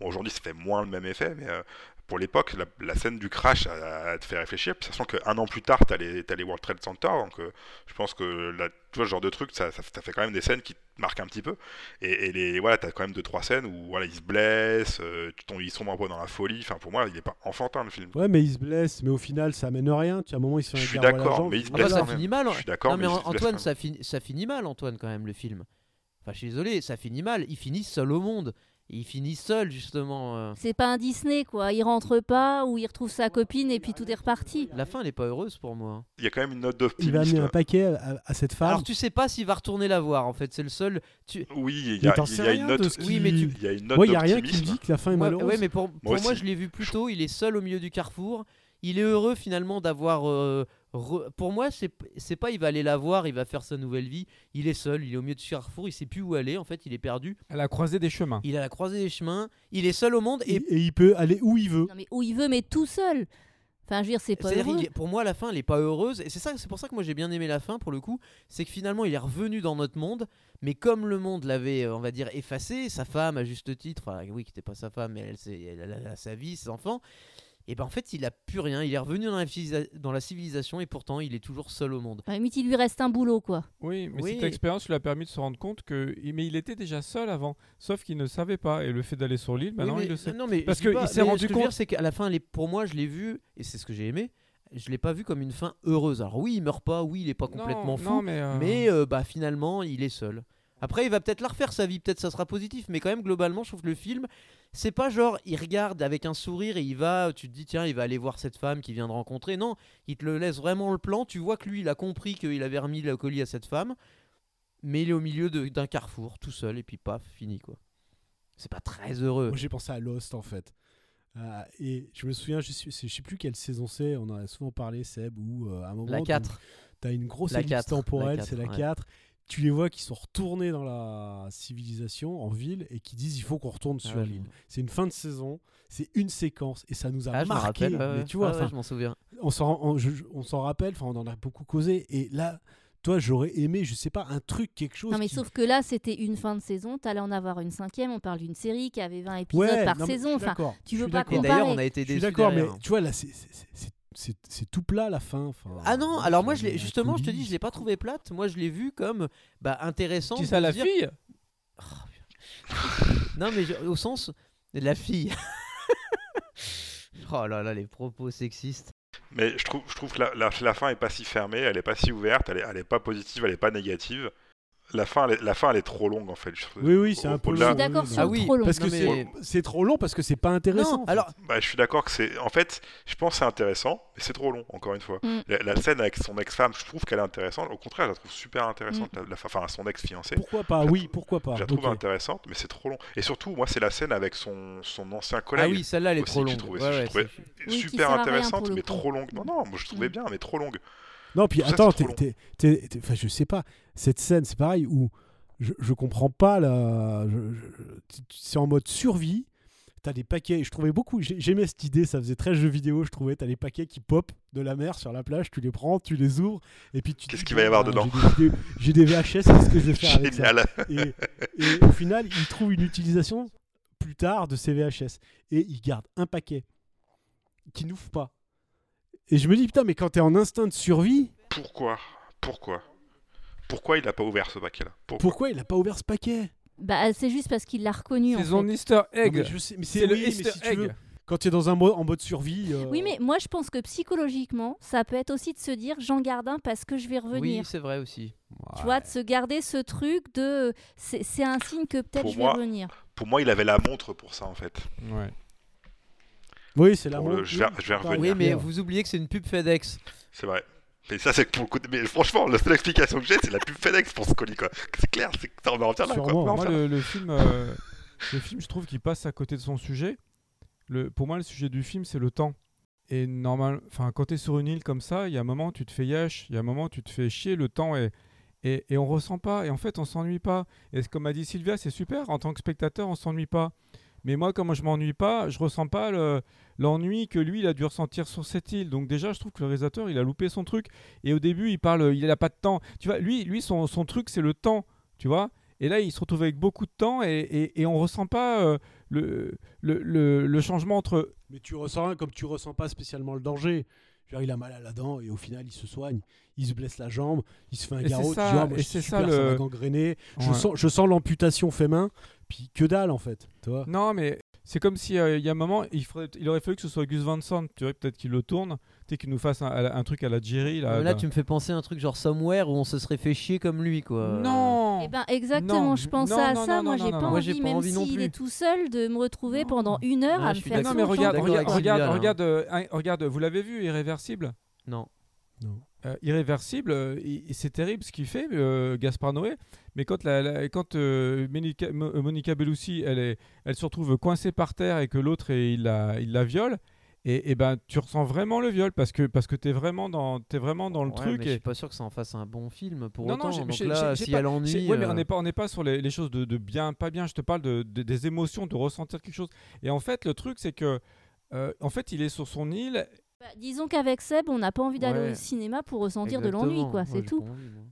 [SPEAKER 6] Bon, aujourd'hui, ça fait moins le même effet, mais euh, pour l'époque, la, la scène du crash a, a te fait réfléchir, sachant qu'un an plus tard, t'as les, t'as les World Trade Center, donc euh, je pense que là, tu vois, ce genre de truc, ça, ça, ça fait quand même des scènes qui te marquent un petit peu. Et, et les, voilà, t'as quand même deux, trois scènes où voilà, ils se blessent, euh, tu tombes- ils sont un peu dans la folie. Enfin, pour moi, il est pas enfantin le film.
[SPEAKER 7] Ouais, mais il se blesse, mais au final, ça amène rien. Tu as un moment, il se fait
[SPEAKER 6] Je
[SPEAKER 7] un
[SPEAKER 6] suis
[SPEAKER 7] garrot à la
[SPEAKER 6] d'accord,
[SPEAKER 7] jambe.
[SPEAKER 6] mais il se
[SPEAKER 4] Ah bah,
[SPEAKER 6] blesse
[SPEAKER 4] ça
[SPEAKER 6] quand même.
[SPEAKER 4] finit mal.
[SPEAKER 6] Je suis d'accord,
[SPEAKER 4] non, mais,
[SPEAKER 6] mais
[SPEAKER 4] An-
[SPEAKER 6] il se blesse
[SPEAKER 4] Antoine,
[SPEAKER 6] quand
[SPEAKER 4] ça finit, ça finit mal, Antoine, quand même, le film. Enfin, je suis désolé, ça finit mal. Il finit seul au monde. Il finit seul, justement. euh.
[SPEAKER 8] C'est pas un Disney, quoi. Il rentre pas ou il retrouve sa copine et puis tout est reparti.
[SPEAKER 4] La fin, elle est pas heureuse pour moi. hein.
[SPEAKER 6] Il y a quand même une note hein.
[SPEAKER 7] Il va
[SPEAKER 6] d'optimisme.
[SPEAKER 7] amener un paquet à, à- à cette femme.
[SPEAKER 4] Alors, tu sais pas s'il va retourner la voir, en fait. C'est le seul. Tu...
[SPEAKER 6] Oui, il y
[SPEAKER 7] Mais
[SPEAKER 6] a,
[SPEAKER 7] t'en
[SPEAKER 6] il
[SPEAKER 7] sais
[SPEAKER 6] y a
[SPEAKER 7] rien
[SPEAKER 6] une
[SPEAKER 7] de
[SPEAKER 6] note.
[SPEAKER 7] ce
[SPEAKER 4] Oui,
[SPEAKER 7] qui-
[SPEAKER 4] mais tu-
[SPEAKER 6] Il y a une note
[SPEAKER 7] Ouais, il y a rien qui me
[SPEAKER 6] d'optimisme.
[SPEAKER 7] dit que la fin est
[SPEAKER 4] Moi,
[SPEAKER 7] malheureuse.
[SPEAKER 4] ouais, mais pour pour moi,
[SPEAKER 6] aussi.
[SPEAKER 4] je l'ai vu plus tôt. Il est seul au milieu du carrefour. Il est heureux, finalement, d'avoir. euh, re- Pour moi, c'est c'est pas il va aller la voir, il va faire sa nouvelle vie. Il est seul, il est au milieu du carrefour, il sait plus où aller, en fait, il est perdu.
[SPEAKER 5] Elle a croisé des chemins.
[SPEAKER 4] Il est à la croisée des chemins, il est seul au monde
[SPEAKER 7] et,
[SPEAKER 4] et
[SPEAKER 7] et il peut aller où il veut.
[SPEAKER 8] Non, mais où il veut, mais tout seul. Enfin, je veux dire, c'est pas
[SPEAKER 4] C'est-à-dire,
[SPEAKER 8] heureux.
[SPEAKER 4] il est- pour moi, la fin, elle est pas heureuse. Et c'est ça, c'est pour ça que moi j'ai bien aimé la fin pour le coup. C'est que finalement, il est revenu dans notre monde, mais comme le monde l'avait, euh, on va dire, effacé, sa femme à juste titre, enfin, oui, qui n'était pas sa femme, mais elle, c'est- elle, elle a sa vie, ses enfants. Et ben en fait, il a plus rien. Il est revenu dans la, civisa- dans la civilisation et pourtant, il est toujours seul au monde.
[SPEAKER 8] À la limite, il lui reste un boulot, quoi.
[SPEAKER 5] Oui, mais
[SPEAKER 4] Oui.
[SPEAKER 5] cette expérience lui a permis de se rendre compte que. Mais il était déjà seul avant, sauf qu'il ne savait pas. Et le fait d'aller sur l'île, maintenant
[SPEAKER 4] Oui, mais-
[SPEAKER 5] Bah il le sait.
[SPEAKER 4] non, mais
[SPEAKER 5] Parce
[SPEAKER 4] je dis
[SPEAKER 5] que
[SPEAKER 4] pas-
[SPEAKER 5] il s'est
[SPEAKER 4] mais
[SPEAKER 5] rendu
[SPEAKER 4] ce que je veux dire,
[SPEAKER 5] compte-
[SPEAKER 4] c'est qu'à la fin, elle est- pour moi, je l'ai vu et c'est ce que j'ai aimé. Je l'ai pas vu comme une fin heureuse. Alors oui, il meurt pas. Oui, il est pas complètement
[SPEAKER 5] Non,
[SPEAKER 4] fou.
[SPEAKER 5] non, mais. euh,
[SPEAKER 4] Mais euh, bah finalement, il est seul. Après, il va peut-être la refaire sa vie, peut-être ça sera positif, mais quand même globalement, je trouve que le film, c'est pas genre il regarde avec un sourire et il va, tu te dis tiens, il va aller voir cette femme qu'il vient de rencontrer. Non, il te le laisse vraiment le plan. Tu vois que lui, il a compris qu'il avait remis le colis à cette femme, mais il est au milieu de- d'un carrefour, tout seul, et puis paf, fini quoi. C'est pas très heureux.
[SPEAKER 7] Moi, j'ai pensé à Lost, en fait. Euh, et je me souviens, je sais, je sais plus quelle saison c'est, on en a souvent parlé, Seb, où euh, à un moment,
[SPEAKER 4] La
[SPEAKER 7] donc,
[SPEAKER 4] 4.
[SPEAKER 7] t'as une grosse
[SPEAKER 4] La
[SPEAKER 7] ellipse
[SPEAKER 4] 4, la
[SPEAKER 7] temporelle,
[SPEAKER 4] 4,
[SPEAKER 7] c'est la
[SPEAKER 4] ouais.
[SPEAKER 7] 4. Tu les vois qui sont retournés dans la civilisation, en ville, et qui disent il faut qu'on retourne sur
[SPEAKER 4] Ah ouais, je
[SPEAKER 7] l'île.
[SPEAKER 4] m'en-
[SPEAKER 7] C'est une fin de saison, c'est une séquence, et ça nous a
[SPEAKER 4] Ah, je m'en
[SPEAKER 7] marqué.
[SPEAKER 4] rappelle. ouais,
[SPEAKER 7] mais
[SPEAKER 4] ouais.
[SPEAKER 7] tu vois,
[SPEAKER 4] Ah, ouais,
[SPEAKER 7] enfin,
[SPEAKER 4] je m'en souviens.
[SPEAKER 7] on s'en on, je- je- on s'en rappelle, enfin, on en a beaucoup causé, et là, toi, j'aurais aimé, je sais pas, un truc, quelque chose.
[SPEAKER 8] Non, mais
[SPEAKER 7] qui-
[SPEAKER 8] sauf que là, c'était une fin de saison. T'allais en avoir une cinquième. On parle d'une série qui avait 20 épisodes
[SPEAKER 7] Ouais,
[SPEAKER 8] par
[SPEAKER 7] non, mais je
[SPEAKER 8] saison.
[SPEAKER 7] suis
[SPEAKER 8] Enfin,
[SPEAKER 7] d'accord,
[SPEAKER 8] tu
[SPEAKER 7] je
[SPEAKER 8] veux
[SPEAKER 7] suis
[SPEAKER 8] pas
[SPEAKER 7] d'accord.
[SPEAKER 4] Et
[SPEAKER 8] comparer.
[SPEAKER 4] d'ailleurs, on a été
[SPEAKER 7] Je suis
[SPEAKER 4] déçus.
[SPEAKER 7] d'accord, mais
[SPEAKER 4] derrière, hein.
[SPEAKER 7] tu vois, là, c'est- c'est- c'est c'est- c'est- c'est tout plat la fin. enfin,
[SPEAKER 4] Ah non,
[SPEAKER 7] voilà,
[SPEAKER 4] alors moi je
[SPEAKER 7] c'est
[SPEAKER 4] l'ai justement, je te dis,
[SPEAKER 7] colis.
[SPEAKER 4] je l'ai pas trouvé plate. Moi je l'ai vu comme bah intéressant.
[SPEAKER 5] Dis
[SPEAKER 4] de
[SPEAKER 5] ça à la
[SPEAKER 4] dire-
[SPEAKER 5] fille
[SPEAKER 4] Non mais je- au sens de la fille. <laughs> oh là là les propos sexistes.
[SPEAKER 6] Mais je trouve, je trouve que la, la- la fin est pas si fermée, elle est pas si ouverte, elle est, elle est pas positive, elle est pas négative. La fin, elle est, la fin, elle est trop longue en fait. Je-
[SPEAKER 7] Oui, oui, c'est un peu
[SPEAKER 8] Je
[SPEAKER 6] au-delà-
[SPEAKER 8] suis
[SPEAKER 7] long,
[SPEAKER 8] d'accord
[SPEAKER 7] oui,
[SPEAKER 8] sur
[SPEAKER 7] non.
[SPEAKER 4] Ah oui,
[SPEAKER 8] trop long.
[SPEAKER 7] Parce
[SPEAKER 4] Non,
[SPEAKER 7] que
[SPEAKER 4] mais-
[SPEAKER 7] c'est- c'est trop long parce que c'est pas intéressant. en
[SPEAKER 4] non,
[SPEAKER 7] fait.
[SPEAKER 4] alors
[SPEAKER 6] Bah, je suis d'accord que c'est. En fait, je pense que c'est intéressant, mais c'est trop long, encore une fois.
[SPEAKER 8] Mm.
[SPEAKER 6] La, la scène avec son ex-femme, je trouve qu'elle est intéressante. Au contraire, je la trouve super intéressante,
[SPEAKER 8] Mm.
[SPEAKER 6] la, la- enfin, son ex-fiancé.
[SPEAKER 7] pourquoi pas
[SPEAKER 6] Je la
[SPEAKER 7] Oui,
[SPEAKER 6] trouve-
[SPEAKER 7] pourquoi pas
[SPEAKER 6] Je la trouve
[SPEAKER 7] ok.
[SPEAKER 6] intéressante, mais c'est trop long. Et surtout, moi, c'est la scène avec son, son ancien collègue.
[SPEAKER 4] ah oui celle-là elle est
[SPEAKER 6] aussi,
[SPEAKER 4] trop
[SPEAKER 6] j'ai
[SPEAKER 4] longue.
[SPEAKER 6] trouvé-
[SPEAKER 4] Ouais,
[SPEAKER 6] j'ai
[SPEAKER 4] ouais,
[SPEAKER 6] trouvé-
[SPEAKER 4] c'est-
[SPEAKER 8] Oui, qui sert
[SPEAKER 6] super
[SPEAKER 8] à rien hein, pour
[SPEAKER 6] intéressante,
[SPEAKER 8] le
[SPEAKER 6] mais
[SPEAKER 8] coup.
[SPEAKER 6] trop longue. Non, non, moi, je trouvais
[SPEAKER 8] Mm.
[SPEAKER 6] bien, mais trop longue.
[SPEAKER 7] Non, puis
[SPEAKER 6] Tout ça,
[SPEAKER 7] attends,
[SPEAKER 6] c'est
[SPEAKER 7] t'es-
[SPEAKER 6] trop
[SPEAKER 7] t'es- t'es- t'es- enfin, je sais pas. Cette scène, c'est pareil où je, je comprends pas la. je- je- C'est en mode survie. T'as des paquets. Je trouvais beaucoup. j'ai- J'aimais cette idée. Ça faisait très jeu vidéo. Je trouvais. T'as des paquets qui pop de la mer sur la plage. Tu les prends, tu les ouvres, et puis tu. te
[SPEAKER 6] Qu'est-ce
[SPEAKER 7] dis,
[SPEAKER 6] qu'il va y avoir
[SPEAKER 7] Ah,
[SPEAKER 6] dedans
[SPEAKER 7] J'ai des, j'ai des VHS. Qu'est-ce que je vais faire
[SPEAKER 6] <laughs>
[SPEAKER 7] avec ça
[SPEAKER 6] Génial.
[SPEAKER 7] et, et au final, il trouve une utilisation plus tard de ces VHS. Et il garde un paquet qui n'ouvre pas. Et je me dis, putain, mais quand t'es en instinct de survie,
[SPEAKER 6] Pourquoi Pourquoi Pourquoi il n'a pas ouvert ce paquet-là Pourquoi
[SPEAKER 7] pourquoi il a pas ouvert ce paquet
[SPEAKER 8] Bah, c'est juste parce qu'il l'a reconnu. en
[SPEAKER 5] C'est son
[SPEAKER 8] fait.
[SPEAKER 5] Easter
[SPEAKER 7] Non, mais
[SPEAKER 5] egg
[SPEAKER 7] je sais- mais
[SPEAKER 5] C'est le
[SPEAKER 7] oui, mais
[SPEAKER 5] Easter
[SPEAKER 7] si tu veux,
[SPEAKER 5] egg
[SPEAKER 7] Quand t'es dans un mode, en mode survie. euh,
[SPEAKER 8] Oui, mais moi, je pense que psychologiquement, ça peut être aussi de se dire j'en garde un parce que je vais
[SPEAKER 4] Oui
[SPEAKER 8] revenir.
[SPEAKER 4] c'est vrai aussi.
[SPEAKER 8] Tu vois, de se garder ce truc de. C'est c'est un signe que peut-être
[SPEAKER 6] Pour
[SPEAKER 8] je vais
[SPEAKER 6] moi-
[SPEAKER 8] revenir.
[SPEAKER 6] Pour moi, il avait la montre pour ça, en fait.
[SPEAKER 5] Ouais.
[SPEAKER 7] Oui, c'est la
[SPEAKER 6] Pour le-
[SPEAKER 7] montre.
[SPEAKER 6] je, vais, je vais
[SPEAKER 7] Oui,
[SPEAKER 6] revenir.
[SPEAKER 4] Oui, mais
[SPEAKER 7] Merde.
[SPEAKER 4] vous oubliez que c'est une pub FedEx.
[SPEAKER 6] C'est vrai. Mais ça, c'est pour le coup de- Mais franchement, la seule explication que j'ai, c'est la pub FedEx pour ce colis, quoi. C'est clair, c'est que ça, on va en faire là, quoi.
[SPEAKER 7] Sûrement,
[SPEAKER 6] On va en
[SPEAKER 5] Moi,
[SPEAKER 6] faire là.
[SPEAKER 5] le, le film, euh, le film, je trouve qu'il passe à côté de son sujet. Le, pour moi, le sujet du film, c'est le temps. Et normal, enfin, quand t'es sur une île comme ça, il y a un moment où tu te fais yesh, il y a un moment où tu te fais chier, le temps est. Et, et on ressent pas, et en fait on s'ennuie pas. Et comme a dit Sylvia, c'est super, en tant que spectateur on s'ennuie pas. Mais moi, comme je m'ennuie pas, je ressens pas le- l'ennui que lui il a dû ressentir sur cette île. Donc déjà, je trouve que le réalisateur il a loupé son truc. Et au début, il parle, il a pas de temps. Tu vois, lui, lui son, son truc c'est le temps, tu vois. Et là, il se retrouve avec beaucoup de temps et, et, et on ressent pas euh, le, le, le, le changement entre.
[SPEAKER 7] Mais tu ressens rien comme tu ressens pas spécialement le danger. Je veux dire, il a mal à la dent et au final il se soigne, il se blesse la jambe, il se fait un
[SPEAKER 5] Et c'est
[SPEAKER 7] garrot,
[SPEAKER 5] ça,
[SPEAKER 7] il dit, Ah, moi,
[SPEAKER 5] et
[SPEAKER 7] je
[SPEAKER 5] c'est
[SPEAKER 7] suis
[SPEAKER 5] ça
[SPEAKER 7] super, ça
[SPEAKER 5] le-
[SPEAKER 7] m'a gangréné. Je
[SPEAKER 5] Ouais.
[SPEAKER 7] sens, je sens l'amputation fait main, puis que dalle en fait, tu vois.
[SPEAKER 5] Non, mais c'est comme si euh, il y a un moment, il, faudrait- il aurait fallu que ce soit Gus Van Sant, tu vois, peut-être qu'il le tourne, tu sais, qu'il nous fasse un, à la- un truc à la Jerry. Là, bah.
[SPEAKER 4] Mais Euh, là,
[SPEAKER 5] d'un-
[SPEAKER 4] tu me fais penser à un truc genre Somewhere où on se serait fait chier comme lui, quoi.
[SPEAKER 5] Non
[SPEAKER 8] Eh ben exactement,
[SPEAKER 5] Non,
[SPEAKER 8] je pensais
[SPEAKER 5] non,
[SPEAKER 8] à
[SPEAKER 5] non,
[SPEAKER 8] ça.
[SPEAKER 5] non,
[SPEAKER 8] moi,
[SPEAKER 5] non, non,
[SPEAKER 8] j'ai pas
[SPEAKER 5] non.
[SPEAKER 4] Moi,
[SPEAKER 8] envie,
[SPEAKER 4] j'ai pas
[SPEAKER 8] même
[SPEAKER 4] envie non
[SPEAKER 8] s'il
[SPEAKER 4] plus.
[SPEAKER 8] est tout seul, de me retrouver
[SPEAKER 4] Non.
[SPEAKER 8] pendant une heure
[SPEAKER 4] Non,
[SPEAKER 8] à
[SPEAKER 4] je
[SPEAKER 8] me
[SPEAKER 4] suis
[SPEAKER 8] faire
[SPEAKER 4] d'accord.
[SPEAKER 5] Non,
[SPEAKER 8] tout
[SPEAKER 5] mais
[SPEAKER 8] le temps
[SPEAKER 5] regarde,
[SPEAKER 8] de
[SPEAKER 4] d'accord
[SPEAKER 5] regarde,
[SPEAKER 4] avec
[SPEAKER 8] quoi.
[SPEAKER 5] regarde,
[SPEAKER 4] Sylvia, là,
[SPEAKER 5] regarde, euh, hein, regarde, vous l'avez vu, Irréversible
[SPEAKER 4] Non.
[SPEAKER 5] Euh, Irréversible, euh, il- il- c'est terrible ce qu'il fait, euh, Gaspard Noé. Mais quand, la, la- quand euh, Monica, Mo- euh, Monica Bellucci, elle, est, elle se retrouve coincée par terre et que l'autre et il la, il la viole, et, et ben tu ressens vraiment le viol parce que parce que t'es vraiment dans t'es vraiment dans le
[SPEAKER 4] Ouais,
[SPEAKER 5] truc.
[SPEAKER 4] mais
[SPEAKER 5] et-
[SPEAKER 4] je suis pas sûr que ça en fasse un bon film pour
[SPEAKER 5] Non, non,
[SPEAKER 4] autant.
[SPEAKER 5] j'ai-
[SPEAKER 4] Donc
[SPEAKER 5] j'ai-
[SPEAKER 4] là,
[SPEAKER 5] j'ai- j'ai
[SPEAKER 4] si
[SPEAKER 5] pas-
[SPEAKER 4] elle
[SPEAKER 5] C'est-
[SPEAKER 4] ennuie.
[SPEAKER 5] ouais, mais on
[SPEAKER 4] euh,
[SPEAKER 5] n'est pas, on n'est pas sur les, les choses de, de bien, pas bien. Je te parle de, de- des émotions, de ressentir quelque chose. Et en fait, le truc, c'est que, euh, en fait, il est sur son île.
[SPEAKER 8] Bah, disons qu'avec Seb, on n'a pas envie d'aller
[SPEAKER 4] Ouais.
[SPEAKER 8] au cinéma pour ressentir
[SPEAKER 4] exactement.
[SPEAKER 8] de l'ennui, quoi.
[SPEAKER 4] Ouais,
[SPEAKER 8] C'est
[SPEAKER 4] j'ai
[SPEAKER 8] tout.
[SPEAKER 4] pas envie, moi.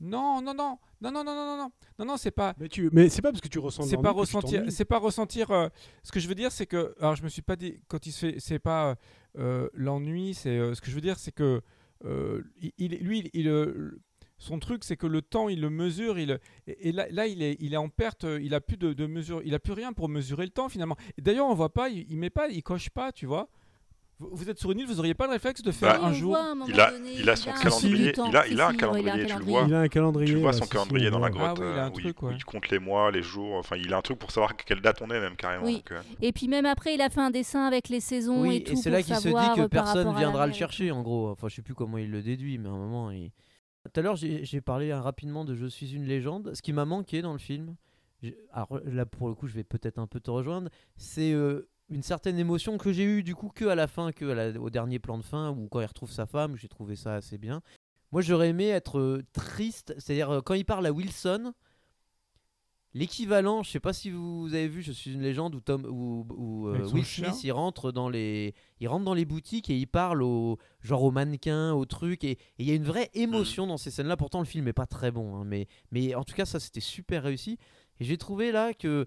[SPEAKER 5] Non, non, non, non, non, non, non, non, non, non, non, c'est pas.
[SPEAKER 7] Mais, tu... mais c'est pas parce que tu ressens de
[SPEAKER 5] C'est
[SPEAKER 7] l'ennui
[SPEAKER 5] pas
[SPEAKER 7] que tu
[SPEAKER 5] ressentir.
[SPEAKER 7] t'ennuies.
[SPEAKER 5] C'est pas ressentir. euh, ce que je veux dire, c'est que, alors, je me suis pas dit quand il se fait, c'est pas euh, euh, l'ennui. C'est euh, ce que je veux dire, c'est que euh, il- il, lui, il, il, euh, son truc, c'est que le temps, il le mesure. Il, et, et là, là, il est, il est en perte. euh, Il a plus de, de mesure. Il a plus rien pour mesurer le temps finalement. Et D'ailleurs, on voit pas. Il, il met pas. Il coche pas. Tu vois. Vous, vous êtes sur une île. Vous auriez pas le réflexe de faire
[SPEAKER 8] Oui,
[SPEAKER 5] un
[SPEAKER 8] on
[SPEAKER 5] jour.
[SPEAKER 8] voit à un moment
[SPEAKER 6] Bah, Il a-
[SPEAKER 8] donné,
[SPEAKER 6] il a son
[SPEAKER 8] un
[SPEAKER 6] calendrier,
[SPEAKER 8] petit temps.
[SPEAKER 6] il a- il a un
[SPEAKER 8] Si, si, ouais,
[SPEAKER 6] calendrier, tu le vois.
[SPEAKER 7] Il a un calendrier.
[SPEAKER 6] Tu vois
[SPEAKER 7] ouais,
[SPEAKER 6] son
[SPEAKER 7] c'est
[SPEAKER 6] calendrier
[SPEAKER 7] ça,
[SPEAKER 6] dans la
[SPEAKER 7] ouais.
[SPEAKER 6] grotte,
[SPEAKER 5] Ah oui, il a un
[SPEAKER 6] euh, où,
[SPEAKER 5] truc,
[SPEAKER 6] il, où
[SPEAKER 5] ouais.
[SPEAKER 6] il compte les mois, les jours, enfin il a un truc pour savoir quelle date on est même carrément.
[SPEAKER 8] Oui.
[SPEAKER 6] donc, euh, <laughs>
[SPEAKER 8] Et puis même après, il a fait un dessin avec les saisons
[SPEAKER 4] Oui,
[SPEAKER 8] et tout.
[SPEAKER 4] et c'est
[SPEAKER 8] pour
[SPEAKER 4] là qu'il se
[SPEAKER 8] savoir,
[SPEAKER 4] dit que
[SPEAKER 8] euh, par rapport
[SPEAKER 4] personne
[SPEAKER 8] à la
[SPEAKER 4] viendra le
[SPEAKER 8] mer et
[SPEAKER 4] chercher, en gros. Enfin, je sais plus comment il le déduit, mais à un moment. il- Tout à l'heure, j'ai j'ai parlé euh, rapidement de Je suis une légende. Ce qui m'a manqué dans le film, j'ai- alors là, pour le coup, je vais peut-être un peu te rejoindre, c'est euh, une certaine émotion que j'ai eue, du coup, que à la fin, que à la- au dernier plan de fin, ou quand il retrouve sa femme, j'ai trouvé ça assez bien. Moi, j'aurais aimé être euh, triste, c'est-à-dire euh, quand il parle à Wilson, l'équivalent, je sais pas si vous avez vu, je suis une légende où Tom ou
[SPEAKER 5] Avec son
[SPEAKER 4] Will
[SPEAKER 5] chien.
[SPEAKER 4] Smith, il rentre dans les, il rentre dans les boutiques et il parle au genre aux mannequins, aux trucs, et et il y a une vraie émotion dans ces scènes-là. Pourtant, le film est pas très bon, hein, mais mais en tout cas, ça c'était super réussi. Et j'ai trouvé là que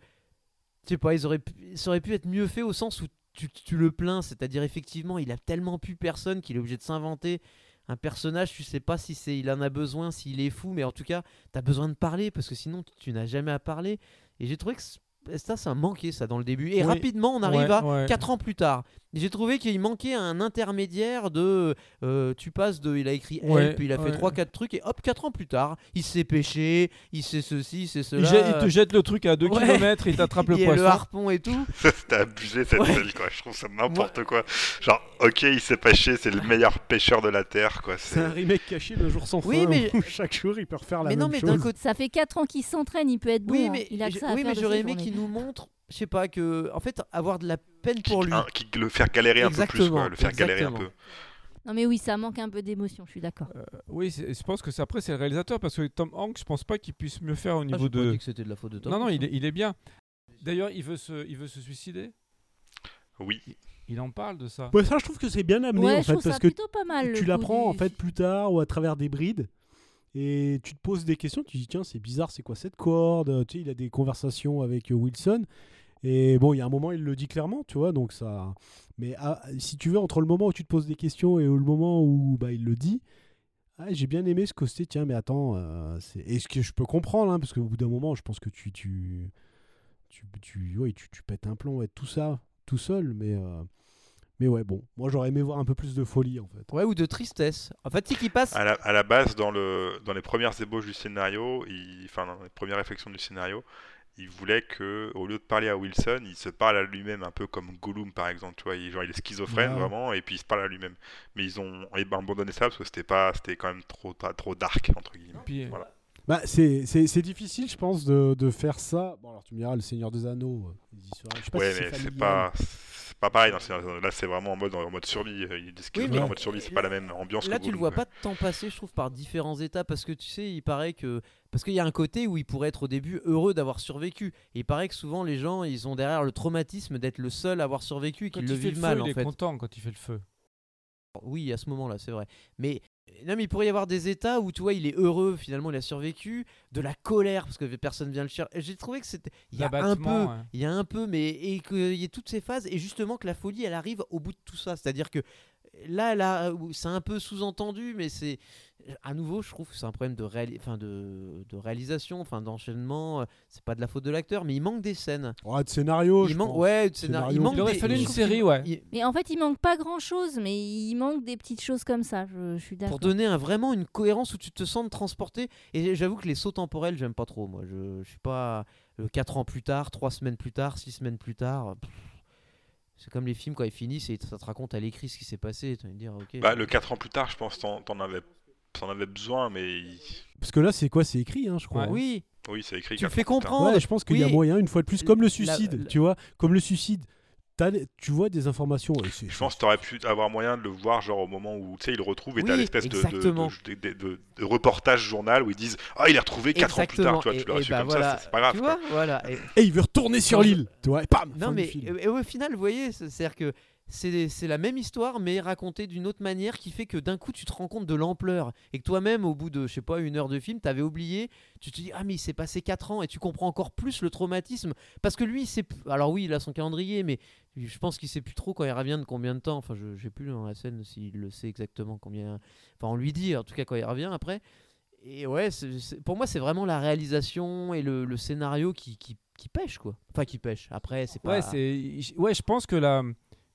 [SPEAKER 4] je sais pas, ils auraient pu- ça aurait pu être mieux fait au sens où tu, tu le plains, c'est-à-dire effectivement, il a tellement plus personne qu'il est obligé de s'inventer un personnage, tu sais pas si c'est il en a besoin, s'il est fou, mais en tout cas, tu as besoin de parler parce que sinon tu, tu n'as jamais à parler. Et j'ai trouvé que c- ça, ça manquait ça dans le début. Et
[SPEAKER 5] Oui.
[SPEAKER 4] rapidement, on arrive
[SPEAKER 5] Ouais,
[SPEAKER 4] à
[SPEAKER 5] ouais.
[SPEAKER 4] 4 ans plus tard. Et J'ai trouvé qu'il manquait un intermédiaire de. euh, tu passes de. Il a écrit help,
[SPEAKER 5] Ouais,
[SPEAKER 4] il a
[SPEAKER 5] ouais.
[SPEAKER 4] fait 3-4 trucs, et hop, 4 ans plus tard, il s'est péché, il sait ceci, il sait
[SPEAKER 5] Il,
[SPEAKER 4] cela.
[SPEAKER 5] jette- il te jette le truc à 2
[SPEAKER 4] Ouais.
[SPEAKER 5] km, il t'attrape le
[SPEAKER 4] <laughs> il y a le
[SPEAKER 5] poisson.
[SPEAKER 4] harpon et tout.
[SPEAKER 6] Ça, C'était abusé cette
[SPEAKER 4] Ouais.
[SPEAKER 6] scène quoi, je trouve ça n'importe quoi. Genre, ok, il s'est pêché, c'est le meilleur pêcheur de la Terre quoi.
[SPEAKER 7] C'est un remake caché d'un jour sans
[SPEAKER 4] Oui,
[SPEAKER 7] fin.
[SPEAKER 4] mais-
[SPEAKER 7] où chaque jour il peut refaire la
[SPEAKER 4] Mais
[SPEAKER 7] même
[SPEAKER 4] non, mais d'un
[SPEAKER 7] chose.
[SPEAKER 4] côté.
[SPEAKER 8] tout. Ça fait 4 ans qu'il s'entraîne, il peut être bon.
[SPEAKER 4] Oui,
[SPEAKER 8] hein.
[SPEAKER 4] mais,
[SPEAKER 8] il a que
[SPEAKER 4] j'ai-
[SPEAKER 8] ça à
[SPEAKER 4] oui,
[SPEAKER 8] faire
[SPEAKER 4] mais
[SPEAKER 8] de
[SPEAKER 4] j'aurais
[SPEAKER 8] ses
[SPEAKER 4] aimé
[SPEAKER 8] journées.
[SPEAKER 4] qu'il nous montre, je sais pas, que. En fait, avoir de la peine pour lui. Ah,
[SPEAKER 6] Un- qui, le faire galérer un peu plus quoi,
[SPEAKER 4] Exactement,
[SPEAKER 6] le faire galérer un peu.
[SPEAKER 4] exactement.
[SPEAKER 8] Non mais oui, ça manque un peu d'émotion, je suis d'accord.
[SPEAKER 5] Oui, c'est- je pense que c'est après, c'est le réalisateur parce que Tom Hanks, je pense pas qu'il puisse mieux faire au
[SPEAKER 4] Ah,
[SPEAKER 5] niveau
[SPEAKER 4] j'ai pas
[SPEAKER 5] de.
[SPEAKER 4] dit que c'était de la faute de Tom. hein.
[SPEAKER 5] Non, non, il est, il est bien. D'ailleurs, il veut se, il veut se suicider.
[SPEAKER 6] Oui,
[SPEAKER 5] Il en parle de ça.
[SPEAKER 7] Ouais, ça, je trouve que c'est bien amené
[SPEAKER 8] ouais,
[SPEAKER 7] en
[SPEAKER 8] je
[SPEAKER 7] fait
[SPEAKER 8] trouve
[SPEAKER 7] parce
[SPEAKER 8] ça
[SPEAKER 7] que
[SPEAKER 8] plutôt pas mal. le
[SPEAKER 7] tu
[SPEAKER 8] coup
[SPEAKER 7] l'apprends en
[SPEAKER 8] du-
[SPEAKER 7] fait plus tard ou à travers des brides et tu te poses des questions tu dis tiens c'est bizarre c'est quoi cette corde Euh, tu sais il a des conversations avec euh, Wilson et bon il y a un moment il le dit clairement tu vois donc ça mais ah, si tu veux entre le moment où tu te poses des questions et le moment où bah, il le dit ah, j'ai bien aimé ce côté tiens mais attends euh, c'est et ce que je peux comprendre hein, parce qu'au bout d'un moment je pense que tu tu tu tu, ouais, tu, tu pètes un plomb et tout ça tout seul mais euh, mais ouais bon moi j'aurais aimé voir un peu plus de folie en fait
[SPEAKER 4] Ouais, ou de tristesse. En fait, c'est qu'il passe.
[SPEAKER 6] à la, à la base, dans, le, dans les premières ébauches du scénario, il- enfin, dans les premières réflexions du scénario, il voulait que, au lieu de parler à Wilson, il se parle à lui-même, un peu comme Gollum par exemple, tu vois, il, genre il est schizophrène
[SPEAKER 4] Ah.
[SPEAKER 7] Ouais.
[SPEAKER 6] vraiment, et puis il se parle à lui-même. Mais ils ont eh ben, abandonné ça parce que c'était pas, c'était quand même trop, pas- trop dark entre guillemets.
[SPEAKER 5] Puis,
[SPEAKER 6] Voilà.
[SPEAKER 7] Bah, c'est, c'est, c'est difficile, je pense, de, de faire ça. Bon, alors tu me diras, le Seigneur des Anneaux, euh, ils y seraient. Je sais pas
[SPEAKER 6] ouais,
[SPEAKER 7] si
[SPEAKER 6] mais c'est
[SPEAKER 7] familial.
[SPEAKER 6] pas, c'est pas pareil. dans Seigneur des Anneaux. Là, c'est vraiment en mode, en mode survie. Il est schizophrène
[SPEAKER 7] mais-
[SPEAKER 6] en mode survie, c'est pas la même ambiance.
[SPEAKER 4] Là,
[SPEAKER 6] que
[SPEAKER 4] tu le
[SPEAKER 6] Gollum,
[SPEAKER 4] vois pas tant passer, je trouve, par différents états. Parce que tu sais, il paraît que. Parce qu'il y a un côté où il pourrait être au début heureux d'avoir survécu. Et il paraît que souvent, les gens, ils ont derrière le traumatisme d'être le seul à avoir survécu et
[SPEAKER 5] quand
[SPEAKER 4] qu'ils
[SPEAKER 5] il
[SPEAKER 4] le vivent
[SPEAKER 5] fait le feu,
[SPEAKER 4] mal,
[SPEAKER 5] il
[SPEAKER 4] en
[SPEAKER 5] est
[SPEAKER 4] fait.
[SPEAKER 5] content quand il fait le feu.
[SPEAKER 4] Oui, à ce moment-là, c'est vrai. Mais. euh, Non, mais il pourrait y avoir des états où, tu vois, il est heureux, finalement, il a survécu. De la colère, parce que personne vient le chercher. J'ai trouvé que c'était. Il y a un peu.
[SPEAKER 5] L'abattement, ouais.
[SPEAKER 4] Il y a un peu, mais et qu'il y ait toutes ces phases, et justement que la folie, elle arrive au bout de tout ça. C'est-à-dire que là, là, où c'est un peu sous-entendu, mais c'est à nouveau, je trouve, que c'est un problème de, réali- enfin, de, de réalisation, enfin d'enchaînement. euh, C'est pas de la faute de l'acteur, mais il manque des scènes.
[SPEAKER 7] Ouais, de
[SPEAKER 4] il
[SPEAKER 7] scénario, Oh, je
[SPEAKER 4] manque,
[SPEAKER 7] pense.
[SPEAKER 4] ouais, de scénar-
[SPEAKER 7] Scénario.
[SPEAKER 4] il manque.
[SPEAKER 5] Il aurait
[SPEAKER 4] des-
[SPEAKER 5] fallu
[SPEAKER 4] je
[SPEAKER 5] une
[SPEAKER 4] trouve
[SPEAKER 5] série,
[SPEAKER 4] qu'il-
[SPEAKER 5] ouais.
[SPEAKER 4] il-
[SPEAKER 8] Mais en fait, il manque pas grand chose, mais il manque des petites choses comme ça. Je, je suis d'accord.
[SPEAKER 4] Pour donner un- vraiment une cohérence où tu te sens transporté. Et j'avoue que les sauts temporels, j'aime pas trop. Moi, je, je suis pas 4 ans plus tard, 3 semaines plus tard, 6 semaines plus tard. Pff. C'est comme les films quand ils finissent et ça te raconte à l'écrit ce qui s'est passé. Et tu vas me dire, ok.
[SPEAKER 6] Bah, le 4 ans plus tard, je pense, t'en, t'en avais, t'en avais besoin, mais il-
[SPEAKER 7] Parce que là, c'est quoi C'est écrit, hein, je crois.
[SPEAKER 5] Ouais.
[SPEAKER 4] Oui,
[SPEAKER 6] oui, c'est écrit.
[SPEAKER 4] tu le
[SPEAKER 6] 4
[SPEAKER 4] fais
[SPEAKER 6] ans plus tard.
[SPEAKER 4] comprendre.
[SPEAKER 7] Ouais, je pense qu'il y a
[SPEAKER 4] Oui.
[SPEAKER 7] moyen, une fois de plus, comme le
[SPEAKER 4] La-
[SPEAKER 7] suicide,
[SPEAKER 4] la-
[SPEAKER 7] tu vois, comme le suicide, t'as les- tu vois des informations. et c'est-
[SPEAKER 6] Je pense que t'aurais pu avoir moyen de le voir, genre au moment où tu sais, il le retrouve et t'as
[SPEAKER 4] Oui,
[SPEAKER 6] l'espèce de, de,
[SPEAKER 4] exactement.
[SPEAKER 6] de- de- de- de reportage journal où ils disent Ah, il est retrouvé 4 ans plus tard, tu vois, tu l'aurais
[SPEAKER 4] et
[SPEAKER 6] su
[SPEAKER 4] bah
[SPEAKER 6] comme
[SPEAKER 4] voilà.
[SPEAKER 6] ça, c'est, c'est pas grave.
[SPEAKER 4] Tu
[SPEAKER 6] quoi.
[SPEAKER 4] vois, voilà. Et-
[SPEAKER 7] Et il veut retourner sur
[SPEAKER 4] Non, je-
[SPEAKER 7] l'île, tu vois, et pam fin
[SPEAKER 4] non,
[SPEAKER 7] du
[SPEAKER 4] mais euh,
[SPEAKER 7] film.
[SPEAKER 4] et- et au final, vous voyez, c'est- c'est-à-dire que c'est c'est la même histoire, mais racontée d'une autre manière qui fait que d'un coup, tu te rends compte de l'ampleur. Et que toi-même, au bout de, je sais pas, une heure de film, t'avais oublié, tu te dis, ah, mais il s'est passé 4 ans, et tu comprends encore plus le traumatisme. Parce que lui, il sait p- Alors oui, il a son calendrier, mais je pense qu'il sait plus trop quand il revient de combien de temps. Enfin, je sais plus dans la scène s'il le sait exactement combien. Enfin, on lui dit, en tout cas, quand il revient après. Et ouais, c'est- c'est- pour moi, c'est vraiment la réalisation et le, le scénario qui, qui, qui pêche, quoi. Enfin, qui pêche. Après, c'est pas.
[SPEAKER 5] Ouais, c'est, j- ouais, je pense que la,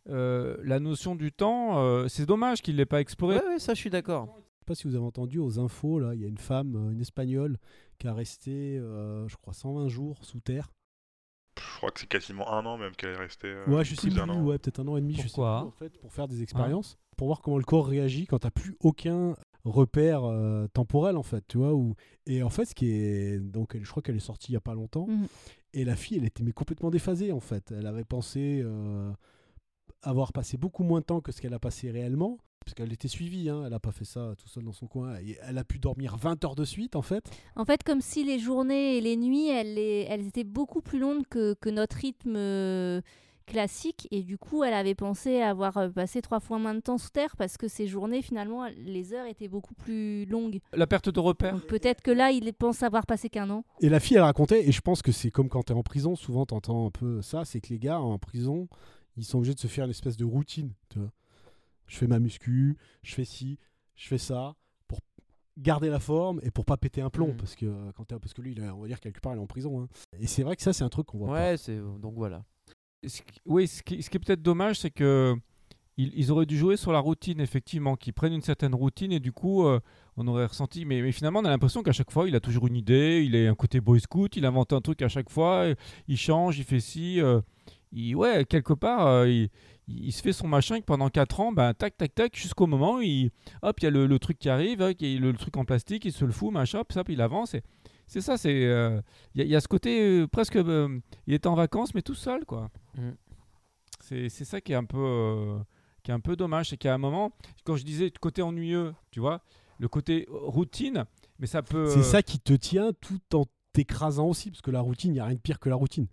[SPEAKER 5] euh, la notion du temps, euh, c'est dommage qu'il l'ait pas exploré.
[SPEAKER 4] Ouais, ouais, ça, je suis d'accord.
[SPEAKER 7] Je sais pas si vous avez entendu aux infos, là, il y a une femme, euh, une espagnole, qui a resté, euh, je crois, 120 jours sous terre.
[SPEAKER 6] Je crois que c'est quasiment un an même qu'elle est restée. euh,
[SPEAKER 7] ouais, je sais
[SPEAKER 6] plus d'un
[SPEAKER 7] plus,
[SPEAKER 6] an.
[SPEAKER 7] ouais, peut-être un an et demi,
[SPEAKER 5] Pourquoi
[SPEAKER 7] je sais plus, en fait, pour faire des expériences, pour voir comment le corps réagit quand t'as plus aucun repère euh, temporel, en fait, tu vois. Ou... Et en fait, ce qui est. Donc, elle- je crois qu'elle est sortie il y a pas longtemps.
[SPEAKER 8] Mhm.
[SPEAKER 7] Et la fille, elle était mais complètement déphasée, en fait. Elle avait pensé euh, avoir passé beaucoup moins de temps que ce qu'elle a passé réellement. Parce qu'elle était suivie, hein, elle n'a pas fait ça tout seul dans son coin. Et Elle a pu dormir 20 heures de suite, en fait.
[SPEAKER 8] En fait, comme si les journées et les nuits, elles, les- elles étaient beaucoup plus longues que, que notre rythme euh, classique. Et du coup, elle avait pensé avoir euh, passé trois fois moins de temps sous terre parce que ces journées, finalement, elles- les heures étaient beaucoup plus longues.
[SPEAKER 5] La perte de repères.
[SPEAKER 8] Donc peut-être que là, il pense avoir passé qu'un an.
[SPEAKER 7] Et la fille, elle racontait, et je pense que c'est comme quand t'es en prison, souvent t'entends un peu ça, c'est que les gars en prison, ils sont obligés de se faire une espèce de routine, tu vois. Je fais ma muscu, je fais ci, je fais ça, pour garder la forme et pour pas péter un plomb,
[SPEAKER 4] Mhm.
[SPEAKER 7] parce que euh, quand t'es- parce que lui, il est- on va dire quelque part, il est en prison. hein. Et c'est vrai que ça, c'est un truc qu'on voit
[SPEAKER 4] Ouais, c'est. Donc voilà.
[SPEAKER 5] Ce qui- oui, ce qui, ce qui est peut-être dommage, c'est que ils, ils auraient dû jouer sur la routine, effectivement, qu'ils prennent une certaine routine et du coup, euh, on aurait ressenti. Mais, mais finalement, on a l'impression qu'à chaque fois, il a toujours une idée, il est un côté boy scout, il invente un truc à chaque fois, et- il change, il fait ci. euh, il- ouais, quelque part, euh, il, il se fait son machin que pendant 4 ans, ben, tac, tac, tac, jusqu'au moment où il, hop, il y a le, le truc qui arrive, hein, qui est le, le truc en plastique, il se le fout, machin, hop, ça, puis il avance. et C'est ça, c'est. euh, Il y, a- il y a ce côté euh, presque. euh, il était en vacances, mais tout seul, quoi.
[SPEAKER 4] Mm.
[SPEAKER 5] C'est c'est ça qui est un peu, euh, qui est un peu dommage, c'est qu'à un moment, quand je disais côté ennuyeux, tu vois, le côté euh, routine, mais ça peut.
[SPEAKER 7] pas.
[SPEAKER 5] euh,
[SPEAKER 7] C'est ça qui te tient tout en t'écrasant aussi, parce que la routine, il n'y a rien de pire que la routine.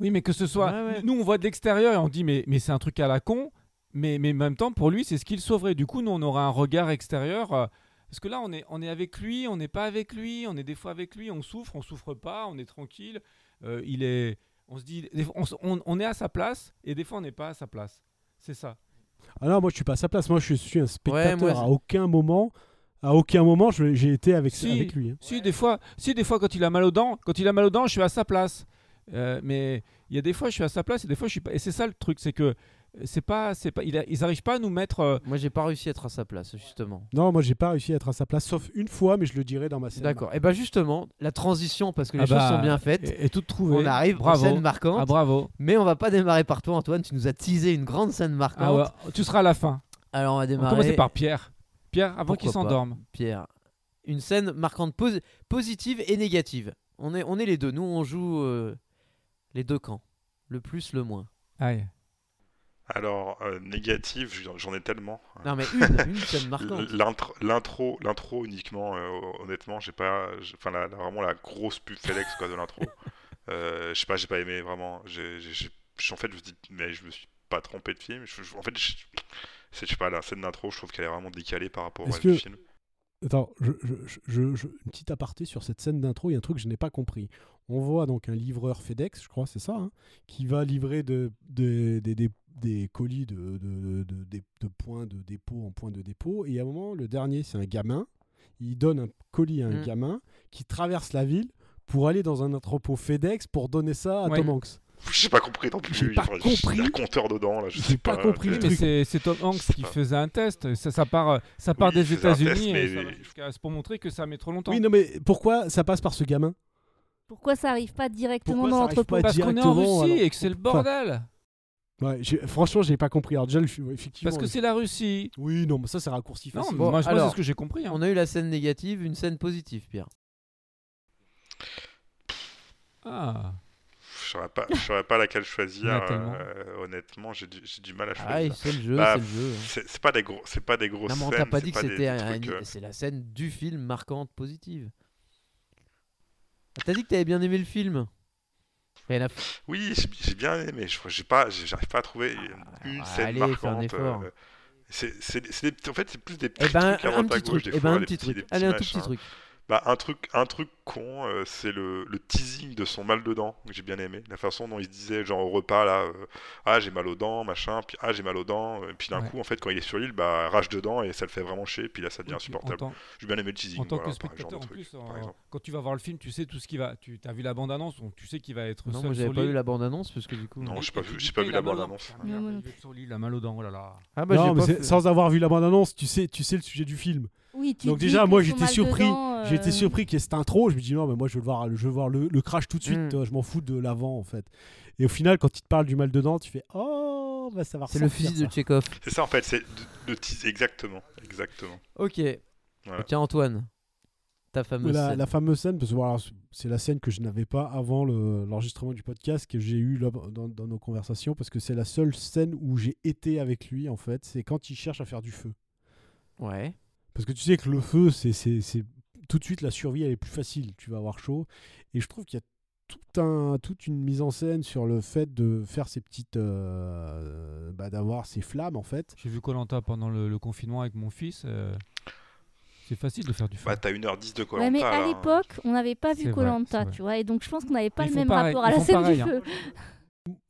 [SPEAKER 5] Oui, mais que ce soit.
[SPEAKER 4] Ouais, ouais.
[SPEAKER 5] Nous, on voit de l'extérieur et on dit, mais, mais c'est un truc à la con. Mais, mais en même temps, pour lui, c'est ce qu'il sauverait. Du coup, nous, on aura un regard extérieur. euh, parce que là, on est, on est avec lui, on n'est pas avec lui, on est des fois avec lui, on souffre, on souffre pas, on est tranquille. euh, il est. On se dit. des fois, On, s- on- on est à sa place et des fois, on n'est pas à sa place. C'est ça.
[SPEAKER 7] Ah non, moi, je suis pas à sa place, moi, je suis un spectateur.
[SPEAKER 4] moi,
[SPEAKER 7] à
[SPEAKER 4] c'est-
[SPEAKER 7] aucun moment, à aucun moment, je- j'ai été avec,
[SPEAKER 5] Si.
[SPEAKER 7] avec lui. hein.
[SPEAKER 5] Si, des fois, si, des fois, quand il a mal aux dents, quand il a mal aux dents, je suis à sa place. Euh, mais il y a des fois, je suis à sa place et des fois, je suis pas. Et c'est ça le truc, c'est que c'est pas, c'est pas, il a- ils arrivent pas à nous mettre. euh,
[SPEAKER 4] Moi, j'ai pas réussi à être à sa place, justement.
[SPEAKER 7] Non, moi j'ai pas réussi à être à sa place, sauf une fois, mais je le dirai dans ma scène.
[SPEAKER 4] D'accord. Et bah justement, la transition, parce que les
[SPEAKER 5] ah
[SPEAKER 4] choses
[SPEAKER 5] bah,
[SPEAKER 4] sont bien faites.
[SPEAKER 5] Et, et tout trouvé.
[SPEAKER 4] On arrive, en
[SPEAKER 5] bravo.
[SPEAKER 4] scène marquante.
[SPEAKER 5] Ah bravo.
[SPEAKER 4] Mais on va pas démarrer par toi, Antoine. Tu nous as teasé une grande scène marquante.
[SPEAKER 5] Ah ouais, Tu seras à la fin.
[SPEAKER 4] Alors on va
[SPEAKER 5] On
[SPEAKER 4] démarrer.
[SPEAKER 5] va commencer par Pierre. Pierre, avant qu'il
[SPEAKER 4] Pourquoi pas.
[SPEAKER 5] s'endorme.
[SPEAKER 4] Pierre. Une scène marquante posi- positive et négative. On est, on est les deux. Nous, on joue euh, les deux camps. Le plus, le moins.
[SPEAKER 5] Aïe.
[SPEAKER 6] Alors, euh, négative, j'en- j'en ai tellement.
[SPEAKER 4] Non, mais
[SPEAKER 6] <laughs>
[SPEAKER 4] une, une scène marquante.
[SPEAKER 6] L'intro, l'intro, l'intro uniquement, euh, honnêtement, j'ai pas, j'ai- enfin la- la- vraiment la grosse pub FedEx quoi de
[SPEAKER 7] <laughs>
[SPEAKER 6] l'intro. Euh, je sais pas, j'ai pas aimé vraiment. J'ai, j'ai- j'ai- je- en fait, je me dis, mais je me suis pas trompé de film. Je- je- en fait, je, c'est- je sais pas, la scène d'intro, je trouve qu'elle est vraiment décalée par rapport au
[SPEAKER 7] Est-ce
[SPEAKER 6] reste du
[SPEAKER 7] que-
[SPEAKER 6] film.
[SPEAKER 7] Attends, je, je, je- je- je- une petite aparté sur cette scène d'intro, il y a un truc que je n'ai pas compris. On voit donc un livreur FedEx, je crois, c'est ça, hein, qui va livrer de, de- des- des- des colis de, de, de, de- de points de dépôt en points de dépôt. Et à un moment, le dernier, c'est un gamin. Il donne un colis à un
[SPEAKER 4] Mm.
[SPEAKER 7] gamin qui traverse la ville pour aller dans un entrepôt FedEx pour donner ça à
[SPEAKER 5] Ouais.
[SPEAKER 7] Tom Hanks.
[SPEAKER 6] J'ai pas compris non plus.
[SPEAKER 7] J'ai pas
[SPEAKER 6] Enfin, je- Il y a
[SPEAKER 7] compris.
[SPEAKER 6] un compteur dedans là. Je
[SPEAKER 7] J'ai
[SPEAKER 6] sais
[SPEAKER 7] pas
[SPEAKER 6] pas
[SPEAKER 7] compris.
[SPEAKER 5] Oui,
[SPEAKER 6] euh,
[SPEAKER 5] mais
[SPEAKER 7] truc.
[SPEAKER 5] c'est c'est Tom Hanks
[SPEAKER 6] C'est
[SPEAKER 5] qui
[SPEAKER 6] pas-
[SPEAKER 5] faisait un test. Ça, ça part, euh, ça part
[SPEAKER 6] Oui, il
[SPEAKER 5] des
[SPEAKER 6] faisait un test,
[SPEAKER 5] États-Unis.
[SPEAKER 6] mais-
[SPEAKER 5] et ça va jusqu'à ce- Pour montrer que ça met trop longtemps.
[SPEAKER 7] Oui, non, mais pourquoi ça passe par ce gamin
[SPEAKER 8] Pourquoi ça arrive pas directement
[SPEAKER 7] Pourquoi
[SPEAKER 8] dans
[SPEAKER 7] ça arrive
[SPEAKER 8] l'entrepôt
[SPEAKER 7] pas
[SPEAKER 5] Parce qu'on est en
[SPEAKER 7] directement,
[SPEAKER 5] Russie
[SPEAKER 7] alors.
[SPEAKER 5] et que c'est le bordel.
[SPEAKER 7] ouais, j'ai- Franchement, j'ai pas compris. Alors, déjà, le- effectivement.
[SPEAKER 5] Parce que
[SPEAKER 7] le-
[SPEAKER 5] c'est la Russie.
[SPEAKER 7] Oui, non, mais ça, c'est raccourci
[SPEAKER 5] Non,
[SPEAKER 7] facile.
[SPEAKER 5] mais
[SPEAKER 4] Bon,
[SPEAKER 5] moi, je- moi,
[SPEAKER 4] alors,
[SPEAKER 5] c'est ce que j'ai compris. hein.
[SPEAKER 4] On a eu la scène négative, une scène positive, Pierre.
[SPEAKER 5] Ah.
[SPEAKER 6] Je saurais pas, je saurais pas laquelle choisir.
[SPEAKER 5] Il y en a tellement.
[SPEAKER 6] euh, honnêtement, j'ai du, j'ai du mal à
[SPEAKER 4] Ah,
[SPEAKER 6] choisir.
[SPEAKER 4] c'est le jeu,
[SPEAKER 6] Bah,
[SPEAKER 4] c'est le jeu. hein.
[SPEAKER 6] c'est, c'est pas des gros, c'est pas des grosses
[SPEAKER 4] Non, mais on
[SPEAKER 6] scènes.
[SPEAKER 4] t'a pas
[SPEAKER 6] c'est
[SPEAKER 4] dit que
[SPEAKER 6] des- des
[SPEAKER 4] c'était un-
[SPEAKER 6] trucs,
[SPEAKER 4] un-
[SPEAKER 6] euh,
[SPEAKER 4] C'est la scène du film marquante positive. Ah, T'as dit que t'avais bien aimé le film. Mais la-
[SPEAKER 6] Oui, j'ai j'ai bien aimé. Je crois- j'ai pas, j'ai- j'arrive pas à trouver une
[SPEAKER 4] Ah,
[SPEAKER 6] scène
[SPEAKER 4] allez, fais un
[SPEAKER 6] marquante.
[SPEAKER 4] effort.
[SPEAKER 6] euh, c'est, c'est- c'est des petits- en fait, c'est plus des petits
[SPEAKER 4] Eh ben,
[SPEAKER 6] trucs à
[SPEAKER 4] un
[SPEAKER 6] droite à
[SPEAKER 4] petit
[SPEAKER 6] gauche,
[SPEAKER 4] truc.
[SPEAKER 6] des
[SPEAKER 4] Eh
[SPEAKER 6] fois,
[SPEAKER 4] ben, un
[SPEAKER 6] des
[SPEAKER 4] petit
[SPEAKER 6] petits- des
[SPEAKER 4] truc.
[SPEAKER 6] petits
[SPEAKER 4] Allez, un tout petit
[SPEAKER 6] machins.
[SPEAKER 4] truc.
[SPEAKER 6] Bah, un truc, un truc con, euh, c'est le, le teasing de son mal de dents que j'ai bien aimé. La façon dont il se disait, genre au repas là, euh, ah j'ai mal aux dents, machin, puis ah j'ai mal aux dents, et puis d'un
[SPEAKER 5] Ouais.
[SPEAKER 6] coup en fait quand il est sur l'île, bah rage de dents et ça le fait vraiment chier, puis là ça devient
[SPEAKER 5] Oui, puis en
[SPEAKER 6] insupportable.
[SPEAKER 5] tant-
[SPEAKER 6] J'ai bien aimé le teasing.
[SPEAKER 5] En tant
[SPEAKER 6] voilà,
[SPEAKER 5] que
[SPEAKER 6] par- genre
[SPEAKER 5] spectateur,
[SPEAKER 6] de
[SPEAKER 5] en
[SPEAKER 6] truc,
[SPEAKER 5] plus,
[SPEAKER 6] par
[SPEAKER 5] en-
[SPEAKER 6] exemple.
[SPEAKER 5] quand tu vas voir le film, tu sais tout ce qui va. Tu as vu la bande-annonce, donc tu sais qu'il va être
[SPEAKER 4] Non,
[SPEAKER 5] seul
[SPEAKER 4] moi j'avais
[SPEAKER 5] sur
[SPEAKER 4] pas
[SPEAKER 5] l'île.
[SPEAKER 4] eu la bande-annonce parce que du coup.
[SPEAKER 6] Non,
[SPEAKER 5] Et-
[SPEAKER 6] j'ai
[SPEAKER 5] et
[SPEAKER 6] pas
[SPEAKER 5] tu
[SPEAKER 6] vu-
[SPEAKER 5] dis,
[SPEAKER 6] j'ai pas
[SPEAKER 5] il
[SPEAKER 6] vu
[SPEAKER 5] a
[SPEAKER 6] la
[SPEAKER 5] mal aux dents.
[SPEAKER 6] bande-annonce.
[SPEAKER 5] Ah, merde,
[SPEAKER 8] Non, moi
[SPEAKER 5] il
[SPEAKER 8] non
[SPEAKER 5] est sur l'île, il a mal aux dents, oh là là.
[SPEAKER 4] Ah bah
[SPEAKER 7] Non,
[SPEAKER 4] j'ai
[SPEAKER 7] mais
[SPEAKER 4] pas
[SPEAKER 7] c'est-
[SPEAKER 4] fait-
[SPEAKER 7] sans avoir vu la bande-annonce, tu sais, tu sais le sujet du film.
[SPEAKER 8] Oui, tu
[SPEAKER 7] Donc
[SPEAKER 8] dis
[SPEAKER 7] déjà,
[SPEAKER 8] que
[SPEAKER 7] moi,
[SPEAKER 8] son
[SPEAKER 7] j'étais
[SPEAKER 8] mal
[SPEAKER 7] surpris.
[SPEAKER 8] dedans,
[SPEAKER 7] J'ai été
[SPEAKER 8] euh,
[SPEAKER 7] surpris qu'il y ait cette intro. Je me dis non, mais moi, je veux le voir, je veux voir le, le crash tout de suite.
[SPEAKER 4] Mm.
[SPEAKER 7] euh, Je m'en fous de l'avant, en fait. Et au final, quand il te parle du mal dedans, tu fais oh, bah ça va.
[SPEAKER 4] C'est le
[SPEAKER 7] ressortir,
[SPEAKER 4] fusil de
[SPEAKER 7] ça.
[SPEAKER 4] Tchekhov.
[SPEAKER 6] C'est ça en fait, c'est de- le teasing, exactement, exactement.
[SPEAKER 4] Ok.
[SPEAKER 6] Voilà.
[SPEAKER 4] Tiens, Antoine. Ta fameuse.
[SPEAKER 7] la,
[SPEAKER 4] scène.
[SPEAKER 7] la fameuse scène, parce que voilà, c'est la scène que je n'avais pas avant le- l'enregistrement du podcast que j'ai eu là, dans, dans nos conversations, parce que c'est la seule scène où j'ai été avec lui, en fait. C'est quand il cherche à faire du feu.
[SPEAKER 4] Ouais.
[SPEAKER 7] Parce que tu sais que le feu, c'est c'est- c'est- tout de suite la survie, elle est plus facile. Tu vas avoir chaud. Et je trouve qu'il y a tout un, toute une mise en scène sur le fait de faire ces petites. euh, bah, d'avoir ces flammes, en fait.
[SPEAKER 5] J'ai vu Colanta pendant le, le confinement avec mon fils. euh, C'est facile de faire du feu.
[SPEAKER 6] Bah t'as 1h10 de
[SPEAKER 8] Ouais,
[SPEAKER 6] Koh-Lanta,
[SPEAKER 8] mais à
[SPEAKER 6] là, hein.
[SPEAKER 8] l'époque, on n'avait pas
[SPEAKER 5] C'est
[SPEAKER 8] vu
[SPEAKER 5] vrai, c'est
[SPEAKER 8] Colanta,
[SPEAKER 5] vrai.
[SPEAKER 8] tu vois, et donc je pense qu'on n'avait pas
[SPEAKER 5] Ils
[SPEAKER 8] le
[SPEAKER 5] font
[SPEAKER 8] même
[SPEAKER 5] pareil,
[SPEAKER 8] rapport
[SPEAKER 5] ils
[SPEAKER 8] à la
[SPEAKER 5] font
[SPEAKER 8] scène
[SPEAKER 5] pareil,
[SPEAKER 8] du
[SPEAKER 5] hein.
[SPEAKER 8] feu.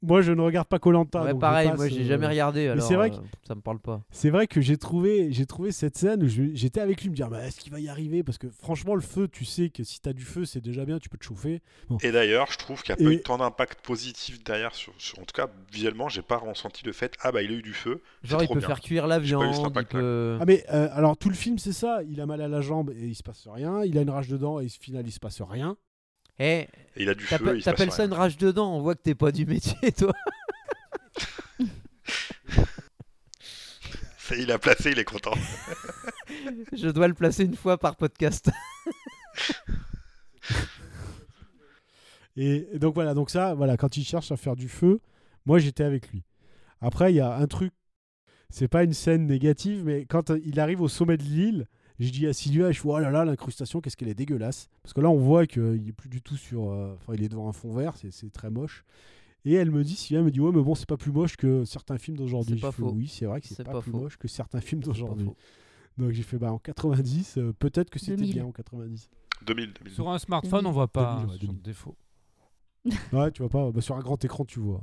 [SPEAKER 7] Moi, je ne regarde pas Colanta.
[SPEAKER 4] Ouais, pareil, moi j'ai jamais regardé. Alors,
[SPEAKER 7] euh, c'est vrai
[SPEAKER 4] euh, ça me parle pas.
[SPEAKER 7] C'est vrai que j'ai trouvé, j'ai trouvé cette scène où je- j'étais avec lui, me dire bah, est-ce qu'il va y arriver Parce que franchement, le feu, tu sais que si t'as du feu, c'est déjà bien, tu peux te chauffer.
[SPEAKER 6] Et d'ailleurs, je trouve qu'il n'y a pas
[SPEAKER 7] Et-
[SPEAKER 6] eu tant d'impact positif derrière. Sur, sur- en tout cas, visuellement, j'ai pas ressenti le fait. Ah bah il a eu du feu. C'est
[SPEAKER 4] Genre, il
[SPEAKER 6] trop
[SPEAKER 4] peut
[SPEAKER 6] bien.
[SPEAKER 4] faire cuire la
[SPEAKER 6] J'ai pas eu cet
[SPEAKER 4] viande. Il
[SPEAKER 6] impact-là.
[SPEAKER 4] peut...
[SPEAKER 7] Ah, mais euh, alors, tout le film, c'est ça il a mal à la jambe et il se passe rien, il a une rage dedans et au final, il se passe rien.
[SPEAKER 4] Eh,
[SPEAKER 6] Et il a du
[SPEAKER 4] t'appe-
[SPEAKER 6] feu. il se passe
[SPEAKER 4] t'appelles ça
[SPEAKER 6] rien.
[SPEAKER 4] une rage dedans. On voit que t'es pas du métier, toi. <laughs>
[SPEAKER 6] Et <laughs> Il a placé, il est content.
[SPEAKER 4] Je dois le placer une fois par podcast.
[SPEAKER 7] Et donc, voilà, donc ça, voilà, quand il cherche à faire du feu, moi, j'étais avec lui. Après, il y a un truc, c'est pas une scène négative, mais quand euh, il arrive au sommet de l'île, je dis à Sylvia, je fais, oh là là, l'incrustation, qu'est-ce qu'elle est dégueulasse. Parce que là, on voit qu'il est plus du tout sur. euh, Enfin, il est devant un fond vert, c'est- c'est très moche. Et elle me dit, Sylvia me dit, ouais, mais bon, c'est pas plus moche que certains films d'aujourd'hui.
[SPEAKER 4] C'est pas
[SPEAKER 7] Je fais,
[SPEAKER 4] faux.
[SPEAKER 7] Oui, c'est vrai que c'est
[SPEAKER 4] C'est
[SPEAKER 7] pas,
[SPEAKER 4] pas
[SPEAKER 7] plus
[SPEAKER 4] faux.
[SPEAKER 7] moche que certains films d'aujourd'hui.
[SPEAKER 4] faux.
[SPEAKER 7] Donc j'ai fait, bah en 90, euh, peut-être que c'était
[SPEAKER 8] 2000.
[SPEAKER 7] bien en 90.
[SPEAKER 6] 2000, 2000.
[SPEAKER 5] Sur un smartphone, on voit pas hein,
[SPEAKER 7] 2000, ouais,
[SPEAKER 5] ce genre
[SPEAKER 7] 2000.
[SPEAKER 5] de défaut.
[SPEAKER 7] Ouais, tu vois pas, bah, sur un grand écran, tu vois.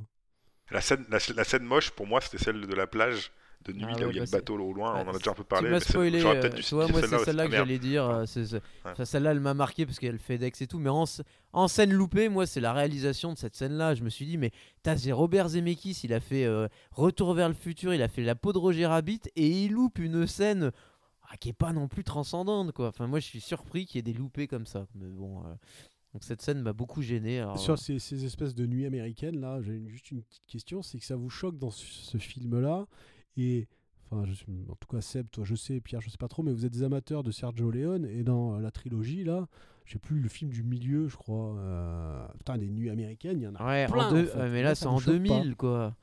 [SPEAKER 6] La, scène, la, la scène moche, pour moi, c'était celle de la plage de nuit,
[SPEAKER 4] Ah
[SPEAKER 6] là
[SPEAKER 4] ouais,
[SPEAKER 6] où il y
[SPEAKER 4] bah
[SPEAKER 6] a le
[SPEAKER 4] c'est-
[SPEAKER 6] bateau au loin,
[SPEAKER 4] Ah,
[SPEAKER 6] on en a
[SPEAKER 4] c'est-
[SPEAKER 6] déjà un peu parlé.
[SPEAKER 4] tu m'as
[SPEAKER 6] mais celle-
[SPEAKER 4] spoilé.
[SPEAKER 6] j'aurais
[SPEAKER 4] euh,
[SPEAKER 6] peut-être dû
[SPEAKER 4] tu vois,
[SPEAKER 6] citer
[SPEAKER 4] moi, c'est
[SPEAKER 6] aussi.
[SPEAKER 4] celle-là
[SPEAKER 6] Ah,
[SPEAKER 4] que
[SPEAKER 6] merde.
[SPEAKER 4] j'allais dire. euh, c'est- c'est- enfin, Celle-là, elle m'a marqué parce qu'elle fait Dex et tout. Mais en, s- en scène loupée, moi, c'est la réalisation de cette scène-là. Je me suis dit, mais t'as c'est Robert Zemeckis, il a fait euh, Retour vers le futur, il a fait La peau de Roger Rabbit et il loupe une scène ah, qui est pas non plus transcendante, quoi. Enfin, moi, je suis surpris qu'il y ait des loupés comme ça. Mais bon. euh, Donc cette scène m'a beaucoup gêné. alors, euh,
[SPEAKER 7] Sur ces, ces espèces de nuits américaines, là, j'ai une- juste une petite question, c'est que ça vous choque dans ce, ce film-là et enfin, je suis- en tout cas, Seb, toi, je sais, Pierre, je sais pas trop, mais vous êtes des amateurs de Sergio Leone et dans euh, la trilogie là, j'ai plus le film du milieu, je crois. euh, putain, des nuits américaines, il y en a.
[SPEAKER 4] Ouais, en
[SPEAKER 7] plein,
[SPEAKER 4] deux-
[SPEAKER 7] en fait.
[SPEAKER 4] ouais, mais
[SPEAKER 7] Moi,
[SPEAKER 4] là,
[SPEAKER 7] ça
[SPEAKER 4] c'est
[SPEAKER 7] me
[SPEAKER 4] en
[SPEAKER 7] choque
[SPEAKER 4] 2000, quoi.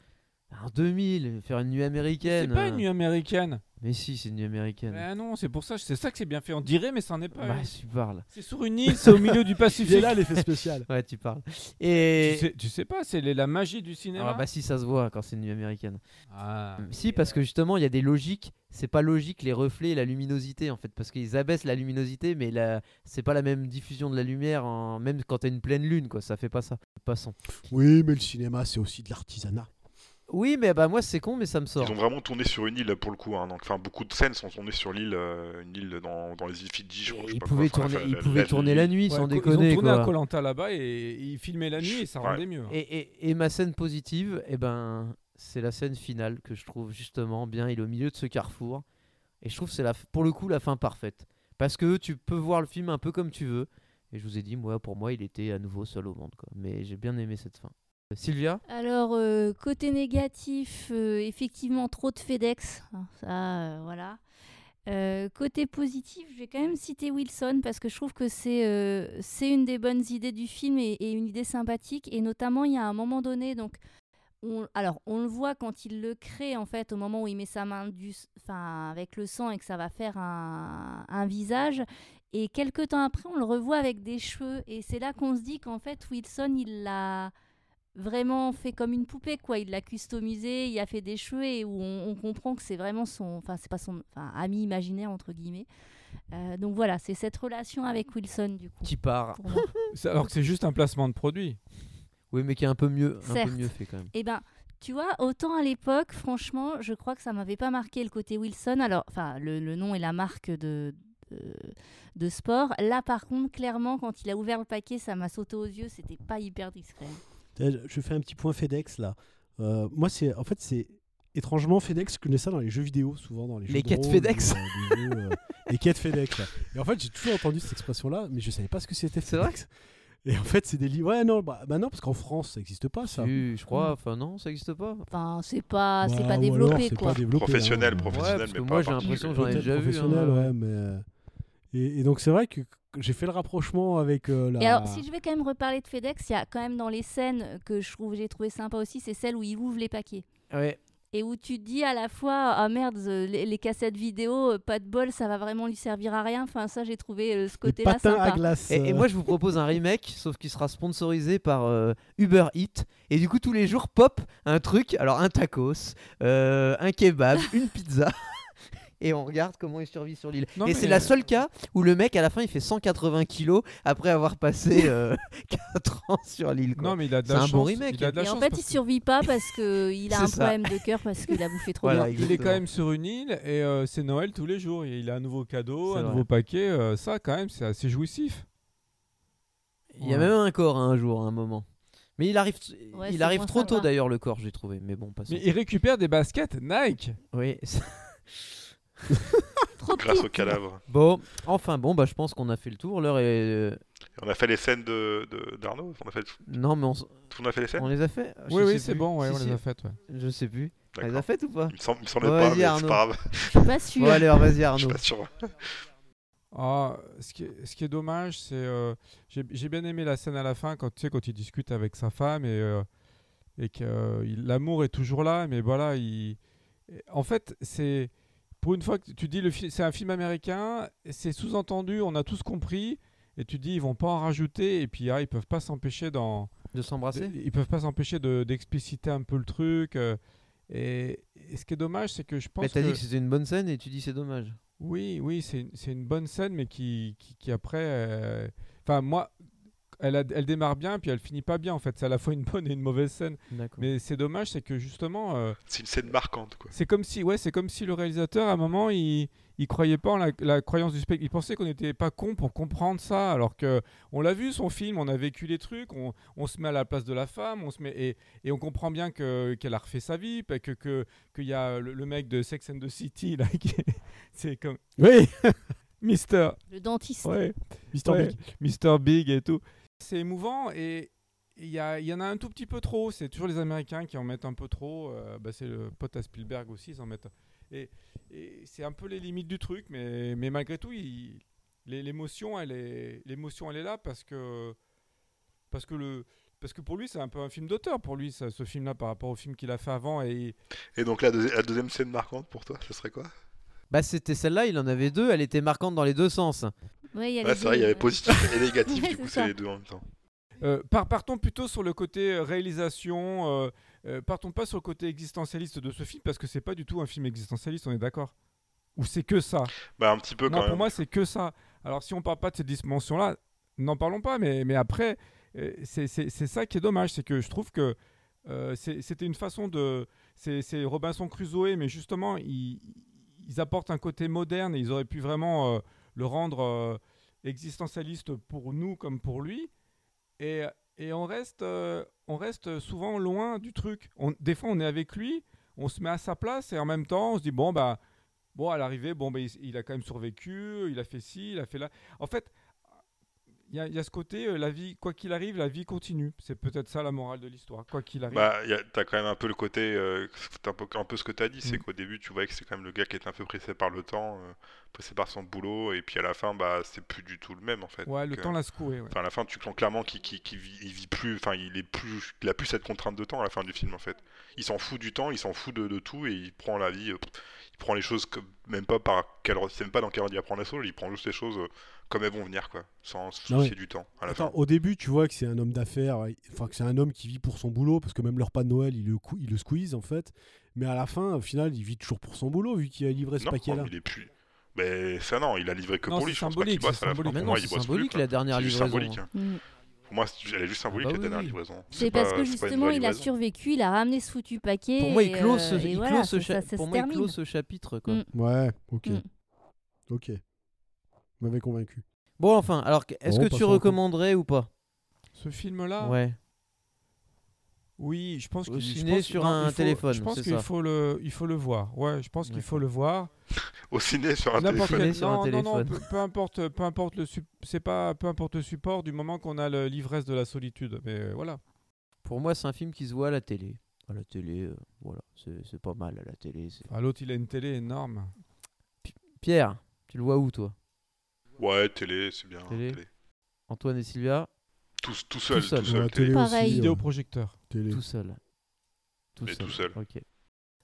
[SPEAKER 4] En 2000, faire une nuit
[SPEAKER 5] C'est
[SPEAKER 4] américaine.
[SPEAKER 5] pas une
[SPEAKER 4] hein.
[SPEAKER 5] nuit américaine.
[SPEAKER 4] Mais si, c'est une nuit américaine.
[SPEAKER 5] Ah non, c'est pour ça, c'est ça que c'est bien fait. On dirait, mais ça n'en est pas.
[SPEAKER 4] Bah,
[SPEAKER 5] une.
[SPEAKER 4] tu parles.
[SPEAKER 5] C'est sur une
[SPEAKER 4] <laughs>
[SPEAKER 5] île, c'est au milieu du Pacifique.
[SPEAKER 7] Il est là l'effet spécial.
[SPEAKER 4] Ouais, tu parles.
[SPEAKER 5] tu,
[SPEAKER 4] Et.
[SPEAKER 5] sais, tu sais pas, c'est les- la magie du cinéma.
[SPEAKER 4] Ah, bah, si, ça se voit quand c'est une nuit américaine.
[SPEAKER 5] Ah.
[SPEAKER 4] Si, parce que justement, il y a des logiques. C'est pas logique les reflets et la luminosité en fait, parce qu'ils abaissent la luminosité, mais la... c'est pas la même diffusion de la lumière, en... même quand t'as une pleine lune, quoi. Ça fait pas ça. Passons.
[SPEAKER 7] <laughs> Oui, mais le cinéma, c'est aussi de l'artisanat.
[SPEAKER 4] Oui, mais bah moi c'est con, mais ça me sort.
[SPEAKER 6] Ils ont vraiment tourné sur une île pour le coup. Hein. Donc, enfin, beaucoup de scènes sont tournées sur l'île, euh, une île dans, dans les îles Fidji. Je crois, je sais
[SPEAKER 4] Ils
[SPEAKER 6] pas
[SPEAKER 4] pouvaient
[SPEAKER 6] quoi. Enfin,
[SPEAKER 4] tourner,
[SPEAKER 6] la-
[SPEAKER 4] ils
[SPEAKER 6] la-
[SPEAKER 4] pouvaient
[SPEAKER 6] la-
[SPEAKER 4] tourner la nuit, sans
[SPEAKER 5] Ouais,
[SPEAKER 4] déconner
[SPEAKER 5] Ils ont tourné à
[SPEAKER 4] quoi.
[SPEAKER 5] Colanta là-bas et ils filmaient la nuit et ça
[SPEAKER 6] Ouais.
[SPEAKER 5] rendait mieux.
[SPEAKER 4] Et, et- et ma scène positive, eh ben, c'est la scène finale que je trouve justement bien. Il est au milieu de ce carrefour. Et je trouve que c'est la, f- pour le coup la fin parfaite. Parce que tu peux voir le film un peu comme tu veux. Et je vous ai dit, moi, pour moi, il était à nouveau seul au monde. Quoi. Mais j'ai bien aimé cette fin. Euh, Sylvia
[SPEAKER 8] Alors, euh, côté négatif, euh, effectivement, trop de FedEx. hein, Ça, euh, voilà. Euh, côté positif, je vais quand même citer Wilson parce que je trouve que c'est euh, c'est une des bonnes idées du film et, et une idée sympathique. Et notamment, il y a un moment donné, donc, on, alors, on le voit quand il le crée, en fait, au moment où il met sa main du, s- enfin, avec le sang et que ça va faire un, un visage. Et quelques temps après, on le revoit avec des cheveux. Et c'est là qu'on se dit qu'en fait, Wilson, il l'a vraiment fait comme une poupée quoi il l'a customisé il a fait des cheveux et où on, on comprend que c'est vraiment son enfin c'est pas son enfin, ami imaginaire entre guillemets Euh, donc voilà c'est cette relation avec Wilson du coup
[SPEAKER 4] qui part.
[SPEAKER 8] pour moi.
[SPEAKER 5] C'est- Alors que c'est juste un placement de produit.
[SPEAKER 4] Oui, mais qui est un peu mieux, un
[SPEAKER 8] Certes.
[SPEAKER 4] peu mieux fait quand même.
[SPEAKER 8] Eh ben, tu vois, autant à l'époque, franchement, je crois que ça m'avait pas marqué le côté Wilson. Alors, enfin, le, le nom et la marque de, de, de sport. Là, par contre, clairement, quand il a ouvert le paquet, ça m'a sauté aux yeux. C'était pas hyper discret.
[SPEAKER 7] Euh, Je fais un petit point FedEx là. Euh, moi, c'est en fait, c'est étrangement FedEx. Je connais ça dans les jeux vidéo, souvent dans les jeux
[SPEAKER 4] Les
[SPEAKER 7] de
[SPEAKER 4] quêtes
[SPEAKER 7] rôle,
[SPEAKER 4] FedEx.
[SPEAKER 7] ou, euh, des jeux, euh, les quêtes FedEx. là. Et en fait, j'ai toujours entendu cette expression-là, mais je savais pas ce que c'était.
[SPEAKER 4] C'est vrai
[SPEAKER 7] FedEx. Et en fait, c'est des livres. Ouais, non, bah, bah non, parce qu'en France, ça n'existe pas ça.
[SPEAKER 4] Tu- je crois, enfin non, ça existe pas.
[SPEAKER 8] Enfin, c'est pas, Ah, c'est
[SPEAKER 7] Bah,
[SPEAKER 8] pas
[SPEAKER 7] ou alors,
[SPEAKER 8] développé
[SPEAKER 7] c'est
[SPEAKER 8] quoi.
[SPEAKER 7] pas développé,
[SPEAKER 6] Professionnel,
[SPEAKER 7] hein.
[SPEAKER 4] Ouais,
[SPEAKER 6] professionnel,
[SPEAKER 4] parce que
[SPEAKER 6] mais pas
[SPEAKER 4] moi j'ai l'impression que j'en ai
[SPEAKER 7] Peut-être
[SPEAKER 4] déjà vu. hein.
[SPEAKER 7] professionnel, ouais, mais. euh, Et, et donc, c'est vrai que j'ai fait le rapprochement avec euh, la.
[SPEAKER 8] Et alors, si je vais quand même reparler de FedEx, il y a quand même dans les scènes que je trouve j'ai trouvé sympa aussi, c'est celle où il ouvre les paquets.
[SPEAKER 4] Ouais,
[SPEAKER 8] Et où tu te dis à la fois, ah merde, euh, les, les cassettes vidéo, euh, pas de bol, ça va vraiment lui servir à rien. Enfin, ça, j'ai trouvé euh, ce
[SPEAKER 7] les
[SPEAKER 8] côté-là
[SPEAKER 7] patins
[SPEAKER 8] sympa.
[SPEAKER 7] à glace.
[SPEAKER 4] Et, et
[SPEAKER 7] euh,
[SPEAKER 4] moi, je vous propose un remake, sauf qu'il sera sponsorisé par euh, Uber Eats. Et du coup, tous les jours, pop un truc. Alors, un tacos, euh, un kebab,
[SPEAKER 5] <laughs>
[SPEAKER 4] une pizza. <laughs> Et on regarde comment il survit sur l'île.
[SPEAKER 5] Non,
[SPEAKER 4] Et
[SPEAKER 5] mais-
[SPEAKER 4] c'est la seule cas où le mec, à la fin, il fait 180 kilos après avoir
[SPEAKER 5] <laughs>
[SPEAKER 4] passé <laughs> 4 ans sur l'île. quoi.
[SPEAKER 5] Non, mais il a de
[SPEAKER 4] C'est
[SPEAKER 5] la
[SPEAKER 4] un
[SPEAKER 5] chance.
[SPEAKER 4] bon remake,
[SPEAKER 5] Il a de la
[SPEAKER 8] Et en
[SPEAKER 5] chance
[SPEAKER 8] fait,
[SPEAKER 5] parce
[SPEAKER 8] il survit pas parce
[SPEAKER 4] <laughs>
[SPEAKER 8] qu'il a
[SPEAKER 4] C'est
[SPEAKER 8] un
[SPEAKER 4] ça.
[SPEAKER 8] problème de cœur, parce qu'il a bouffé trop
[SPEAKER 4] Voilà,
[SPEAKER 8] bien.
[SPEAKER 5] qu'il est
[SPEAKER 4] exactement.
[SPEAKER 5] quand même sur une île et euh, c'est Noël tous les jours. Et il a un nouveau cadeau,
[SPEAKER 4] C'est
[SPEAKER 5] un
[SPEAKER 4] vrai.
[SPEAKER 5] nouveau paquet. euh, ça, quand même, c'est assez jouissif.
[SPEAKER 4] Il y a
[SPEAKER 5] Ouais.
[SPEAKER 4] même un corps à un jour, à un moment. Mais il arrive,
[SPEAKER 8] Ouais,
[SPEAKER 4] il
[SPEAKER 8] c'est
[SPEAKER 4] arrive
[SPEAKER 8] moins
[SPEAKER 4] trop tôt
[SPEAKER 8] sympa.
[SPEAKER 4] d'ailleurs, le corps, j'ai trouvé. Mais bon, passons.
[SPEAKER 5] Mais il récupère des baskets Nike.
[SPEAKER 4] Oui, <laughs> c'est-
[SPEAKER 8] Trop
[SPEAKER 6] Grâce
[SPEAKER 8] petit.
[SPEAKER 6] au cadavre.
[SPEAKER 4] bon, enfin, bon, bah, je pense qu'on a fait le tour. L'heure est. euh,
[SPEAKER 6] Et On a fait les scènes de de- d'Arnaud on, a fait-
[SPEAKER 4] Non, mais on, s-
[SPEAKER 6] on a fait les scènes
[SPEAKER 4] on les a fait Ah, Je
[SPEAKER 5] oui,
[SPEAKER 4] sais
[SPEAKER 5] oui, c'est
[SPEAKER 4] plus.
[SPEAKER 5] bon, ouais,
[SPEAKER 4] Si,
[SPEAKER 5] on
[SPEAKER 4] si.
[SPEAKER 5] les a faites. ouais.
[SPEAKER 4] Je sais plus. Elle les
[SPEAKER 6] D'accord.
[SPEAKER 4] a faites ou pas
[SPEAKER 6] Il me semble- il me semblait
[SPEAKER 4] Bon,
[SPEAKER 6] pas,
[SPEAKER 4] vas-y,
[SPEAKER 6] mais c'est
[SPEAKER 4] Arnaud.
[SPEAKER 6] pas grave.
[SPEAKER 8] Je suis pas sûre.
[SPEAKER 4] Bon, allez, alors, vas-y
[SPEAKER 6] Je suis
[SPEAKER 4] Arnaud.
[SPEAKER 6] pas sûr.
[SPEAKER 5] Ah, ce, qui est, ce qui est dommage, c'est. euh, J'ai j'ai bien aimé la scène à la fin quand, tu sais, quand il discute avec sa femme et, euh, et que euh, il- l'amour est toujours là, mais voilà, il. et En fait, c'est. Pour une fois que tu dis, le fi- c'est un film américain, c'est sous-entendu, on a tous compris, et tu dis, ils vont pas en rajouter, et puis ah, ils peuvent pas s'empêcher d'en.
[SPEAKER 4] De s'embrasser
[SPEAKER 5] de- ils peuvent pas s'empêcher de- d'expliciter un peu le truc. euh, et, et ce qui est dommage, c'est que je pense
[SPEAKER 4] Mais t'as
[SPEAKER 5] que-
[SPEAKER 4] dit que c'était une bonne scène et tu dis c'est dommage.
[SPEAKER 5] oui, oui, c'est une- c'est une bonne scène, mais qui, qui, qui après. euh, Enfin, moi, elle, a- elle démarre bien, puis elle finit pas bien en fait. C'est à la fois une bonne et une mauvaise scène.
[SPEAKER 4] D'accord.
[SPEAKER 5] Mais c'est dommage, c'est que justement, euh,
[SPEAKER 6] C'est une scène marquante, quoi.
[SPEAKER 5] c'est comme si, ouais, c'est comme si le réalisateur à un moment il, il croyait pas en la, la croyance du spectacle. Il pensait qu'on n'était pas con pour comprendre ça, alors que on l'a vu son film, on a vécu les trucs, on, on se met à la place de la femme, on se met et, et on comprend bien que qu'elle a refait sa vie, pa- que que qu'il y a le, le mec de Sex and the City là, <laughs> qui est- c'est comme
[SPEAKER 7] <laughs> Oui,
[SPEAKER 5] Mister.
[SPEAKER 8] Le dentiste.
[SPEAKER 5] Ouais.
[SPEAKER 7] Mister
[SPEAKER 5] Ouais,
[SPEAKER 7] Big.
[SPEAKER 5] Mr. Big et tout. C'est émouvant et il y, a- il y en a un tout petit peu trop. C'est toujours les Américains qui en mettent un peu trop. Euh, bah, c'est le pote à Spielberg aussi, ils en mettent. Et, et c'est un peu les limites du truc, mais, mais malgré tout, il- les- l'émotion, elle est, l'émotion, elle est là parce que, parce que le. Parce que pour lui, c'est un peu un film d'auteur, pour lui, ça, ce film-là, par rapport au film qu'il a fait avant. Et
[SPEAKER 6] Et donc la, deuxi- la deuxième scène marquante pour toi, ce serait quoi
[SPEAKER 4] Bah c'était celle-là, il en avait deux, elle était marquante dans les deux sens.
[SPEAKER 8] Ouais, il y a
[SPEAKER 6] Ouais,
[SPEAKER 8] les
[SPEAKER 6] c'est vrai, il y
[SPEAKER 8] deux,
[SPEAKER 6] avait
[SPEAKER 8] ouais.
[SPEAKER 6] positif et négatif,
[SPEAKER 8] Ouais,
[SPEAKER 6] du coup,
[SPEAKER 8] <laughs> c'est ça.
[SPEAKER 6] c'est les deux en même temps.
[SPEAKER 5] Euh, par- partons plutôt sur le côté euh, réalisation. euh, euh, partons pas sur le côté existentialiste de ce film parce que c'est pas du tout un film existentialiste, on est d'accord Ou c'est que ça
[SPEAKER 6] Bah, un petit peu quand
[SPEAKER 5] Non,
[SPEAKER 6] même.
[SPEAKER 5] pour moi, c'est que ça. Alors, si on parle pas de cette dimension-là, n'en parlons pas. Mais, mais après, euh, c'est c'est- c'est ça qui est dommage, c'est que je trouve que euh, c'est- c'était une façon de. C'est c'est Robinson Crusoe, mais justement, ils, ils apportent un côté moderne et ils auraient pu vraiment euh, le rendre euh, existentialiste pour nous comme pour lui. Et, et on, reste, euh, on reste souvent loin du truc. On, des fois, on est avec lui, on se met à sa place et en même temps, on se dit bon, bah. Bon, à l'arrivée, bon, ben, il, il a quand même survécu, il a fait ci, il a fait là. En fait, il y, a- il y a ce côté, euh, la vie, quoi qu'il arrive, la vie continue. C'est peut-être ça la morale de l'histoire, quoi qu'il arrive.
[SPEAKER 6] Bah, y a- t'as quand même un peu le côté, euh, c'est un peu, un peu ce que t'as dit, c'est
[SPEAKER 5] Mm.
[SPEAKER 6] qu'au début tu voyais que c'est quand même le gars qui était un peu pressé par le temps, euh, pressé par son boulot, et puis à la fin, bah, c'est plus du tout le même en fait.
[SPEAKER 5] ouais, le
[SPEAKER 6] Donc,
[SPEAKER 5] temps
[SPEAKER 6] euh,
[SPEAKER 5] l'a secoué. ouais.
[SPEAKER 6] Enfin, à la fin, tu sens clairement qu'il qu'il- qu'il vit, il vit plus, enfin, il est plus, il a plus cette contrainte de temps à la fin du film en fait. Il s'en fout du temps, il s'en fout de, de tout et il prend la vie, euh, pff, il prend les choses comme, même pas par quel, c'est même pas dans quel ordre il apprend les choses, il prend juste les choses euh, comme elles vont venir quoi, sans se
[SPEAKER 7] Ah ouais.
[SPEAKER 6] soucier du temps. À la
[SPEAKER 7] Attends,
[SPEAKER 6] fin.
[SPEAKER 7] au début, tu vois que c'est un homme d'affaires, ouais, enfin que c'est un homme qui vit pour son boulot, parce que même le repas de Noël, il le, cou- il le squeeze en fait. Mais à la fin, au final, il vit toujours pour son boulot, vu qu'il a livré ce
[SPEAKER 6] Non,
[SPEAKER 7] paquet-là.
[SPEAKER 6] il est plus. Mais ça non, il a livré que
[SPEAKER 5] Non,
[SPEAKER 6] pour
[SPEAKER 5] c'est
[SPEAKER 6] lui, je pense pas qu'il
[SPEAKER 5] symbolique,
[SPEAKER 6] bosse
[SPEAKER 5] c'est
[SPEAKER 6] à la fin.
[SPEAKER 5] symbolique.
[SPEAKER 6] Pour
[SPEAKER 4] Mais non,
[SPEAKER 6] moi,
[SPEAKER 4] c'est
[SPEAKER 6] il bosse plus,
[SPEAKER 4] symbolique
[SPEAKER 6] quoi.
[SPEAKER 4] la dernière
[SPEAKER 6] C'est juste
[SPEAKER 4] livraison.
[SPEAKER 6] symbolique. hein.
[SPEAKER 8] Mm.
[SPEAKER 6] Pour moi, c'est- elle est juste symbolique
[SPEAKER 4] bah
[SPEAKER 6] la
[SPEAKER 4] oui,
[SPEAKER 6] dernière
[SPEAKER 4] oui.
[SPEAKER 6] livraison.
[SPEAKER 8] C'est
[SPEAKER 6] pas-
[SPEAKER 8] parce que
[SPEAKER 6] c'est pas une
[SPEAKER 8] justement,
[SPEAKER 6] vraie
[SPEAKER 8] il a
[SPEAKER 6] livraison.
[SPEAKER 8] survécu, il a ramené ce foutu
[SPEAKER 6] hein.
[SPEAKER 8] paquet.
[SPEAKER 4] Pour moi, il
[SPEAKER 8] et,
[SPEAKER 4] clôt
[SPEAKER 8] euh,
[SPEAKER 4] ce,
[SPEAKER 8] et
[SPEAKER 4] il
[SPEAKER 8] voilà,
[SPEAKER 4] clôt ce
[SPEAKER 8] ça-
[SPEAKER 4] cha-
[SPEAKER 8] ça- ça
[SPEAKER 4] pour
[SPEAKER 8] se
[SPEAKER 4] moi, il clôt
[SPEAKER 8] termine.
[SPEAKER 4] ce chapitre. Quoi.
[SPEAKER 8] Mm.
[SPEAKER 7] Ouais, ok.
[SPEAKER 4] Hmm.
[SPEAKER 8] Mm.
[SPEAKER 7] Ok. M'avait convaincu.
[SPEAKER 4] Bon, enfin, alors qu- est-ce que
[SPEAKER 7] Bon,
[SPEAKER 4] tu
[SPEAKER 7] passons au-
[SPEAKER 4] recommanderais ou pas
[SPEAKER 5] Ce
[SPEAKER 8] Ah.
[SPEAKER 5] film-là,
[SPEAKER 4] Ouais.
[SPEAKER 5] oui, je pense
[SPEAKER 4] Au
[SPEAKER 5] qu'il
[SPEAKER 4] ciné
[SPEAKER 5] je pense-
[SPEAKER 4] sur
[SPEAKER 5] non,
[SPEAKER 4] un
[SPEAKER 5] il faut-
[SPEAKER 4] téléphone,
[SPEAKER 5] Je pense
[SPEAKER 4] c'est
[SPEAKER 5] qu'il
[SPEAKER 4] ça.
[SPEAKER 5] faut le, il faut le voir. Ouais, je pense qu'il faut
[SPEAKER 4] D'accord.
[SPEAKER 5] le voir.
[SPEAKER 6] Au ciné sur un
[SPEAKER 5] N'importe
[SPEAKER 6] téléphone.
[SPEAKER 5] quel-
[SPEAKER 4] Télé sur un
[SPEAKER 5] non, non, non,
[SPEAKER 4] téléphone.
[SPEAKER 5] peu, peu importe, peu importe le, sup- c'est pas, peu importe le support du moment qu'on a le- l'ivresse de la solitude. Mais euh, voilà.
[SPEAKER 4] Pour moi, c'est un film qui se voit à la télé. À la télé, euh, voilà, c'est c'est pas mal à la télé. c'est-
[SPEAKER 5] Enfin, L'autre, il a une télé énorme.
[SPEAKER 4] Pierre, tu le vois où toi
[SPEAKER 6] Ouais, télé, c'est bien.
[SPEAKER 4] Télé.
[SPEAKER 6] télé.
[SPEAKER 4] Antoine et Sylvia,
[SPEAKER 6] Tout, tout seul, tout
[SPEAKER 4] seul.
[SPEAKER 6] seul.
[SPEAKER 7] Ouais,
[SPEAKER 6] télé.
[SPEAKER 8] Pareil.
[SPEAKER 7] aussi, ouais.
[SPEAKER 5] Vidéoprojecteur.
[SPEAKER 7] Télé.
[SPEAKER 4] tout seul. Tout
[SPEAKER 6] Mais
[SPEAKER 4] seul.
[SPEAKER 6] tout seul.
[SPEAKER 4] Ok.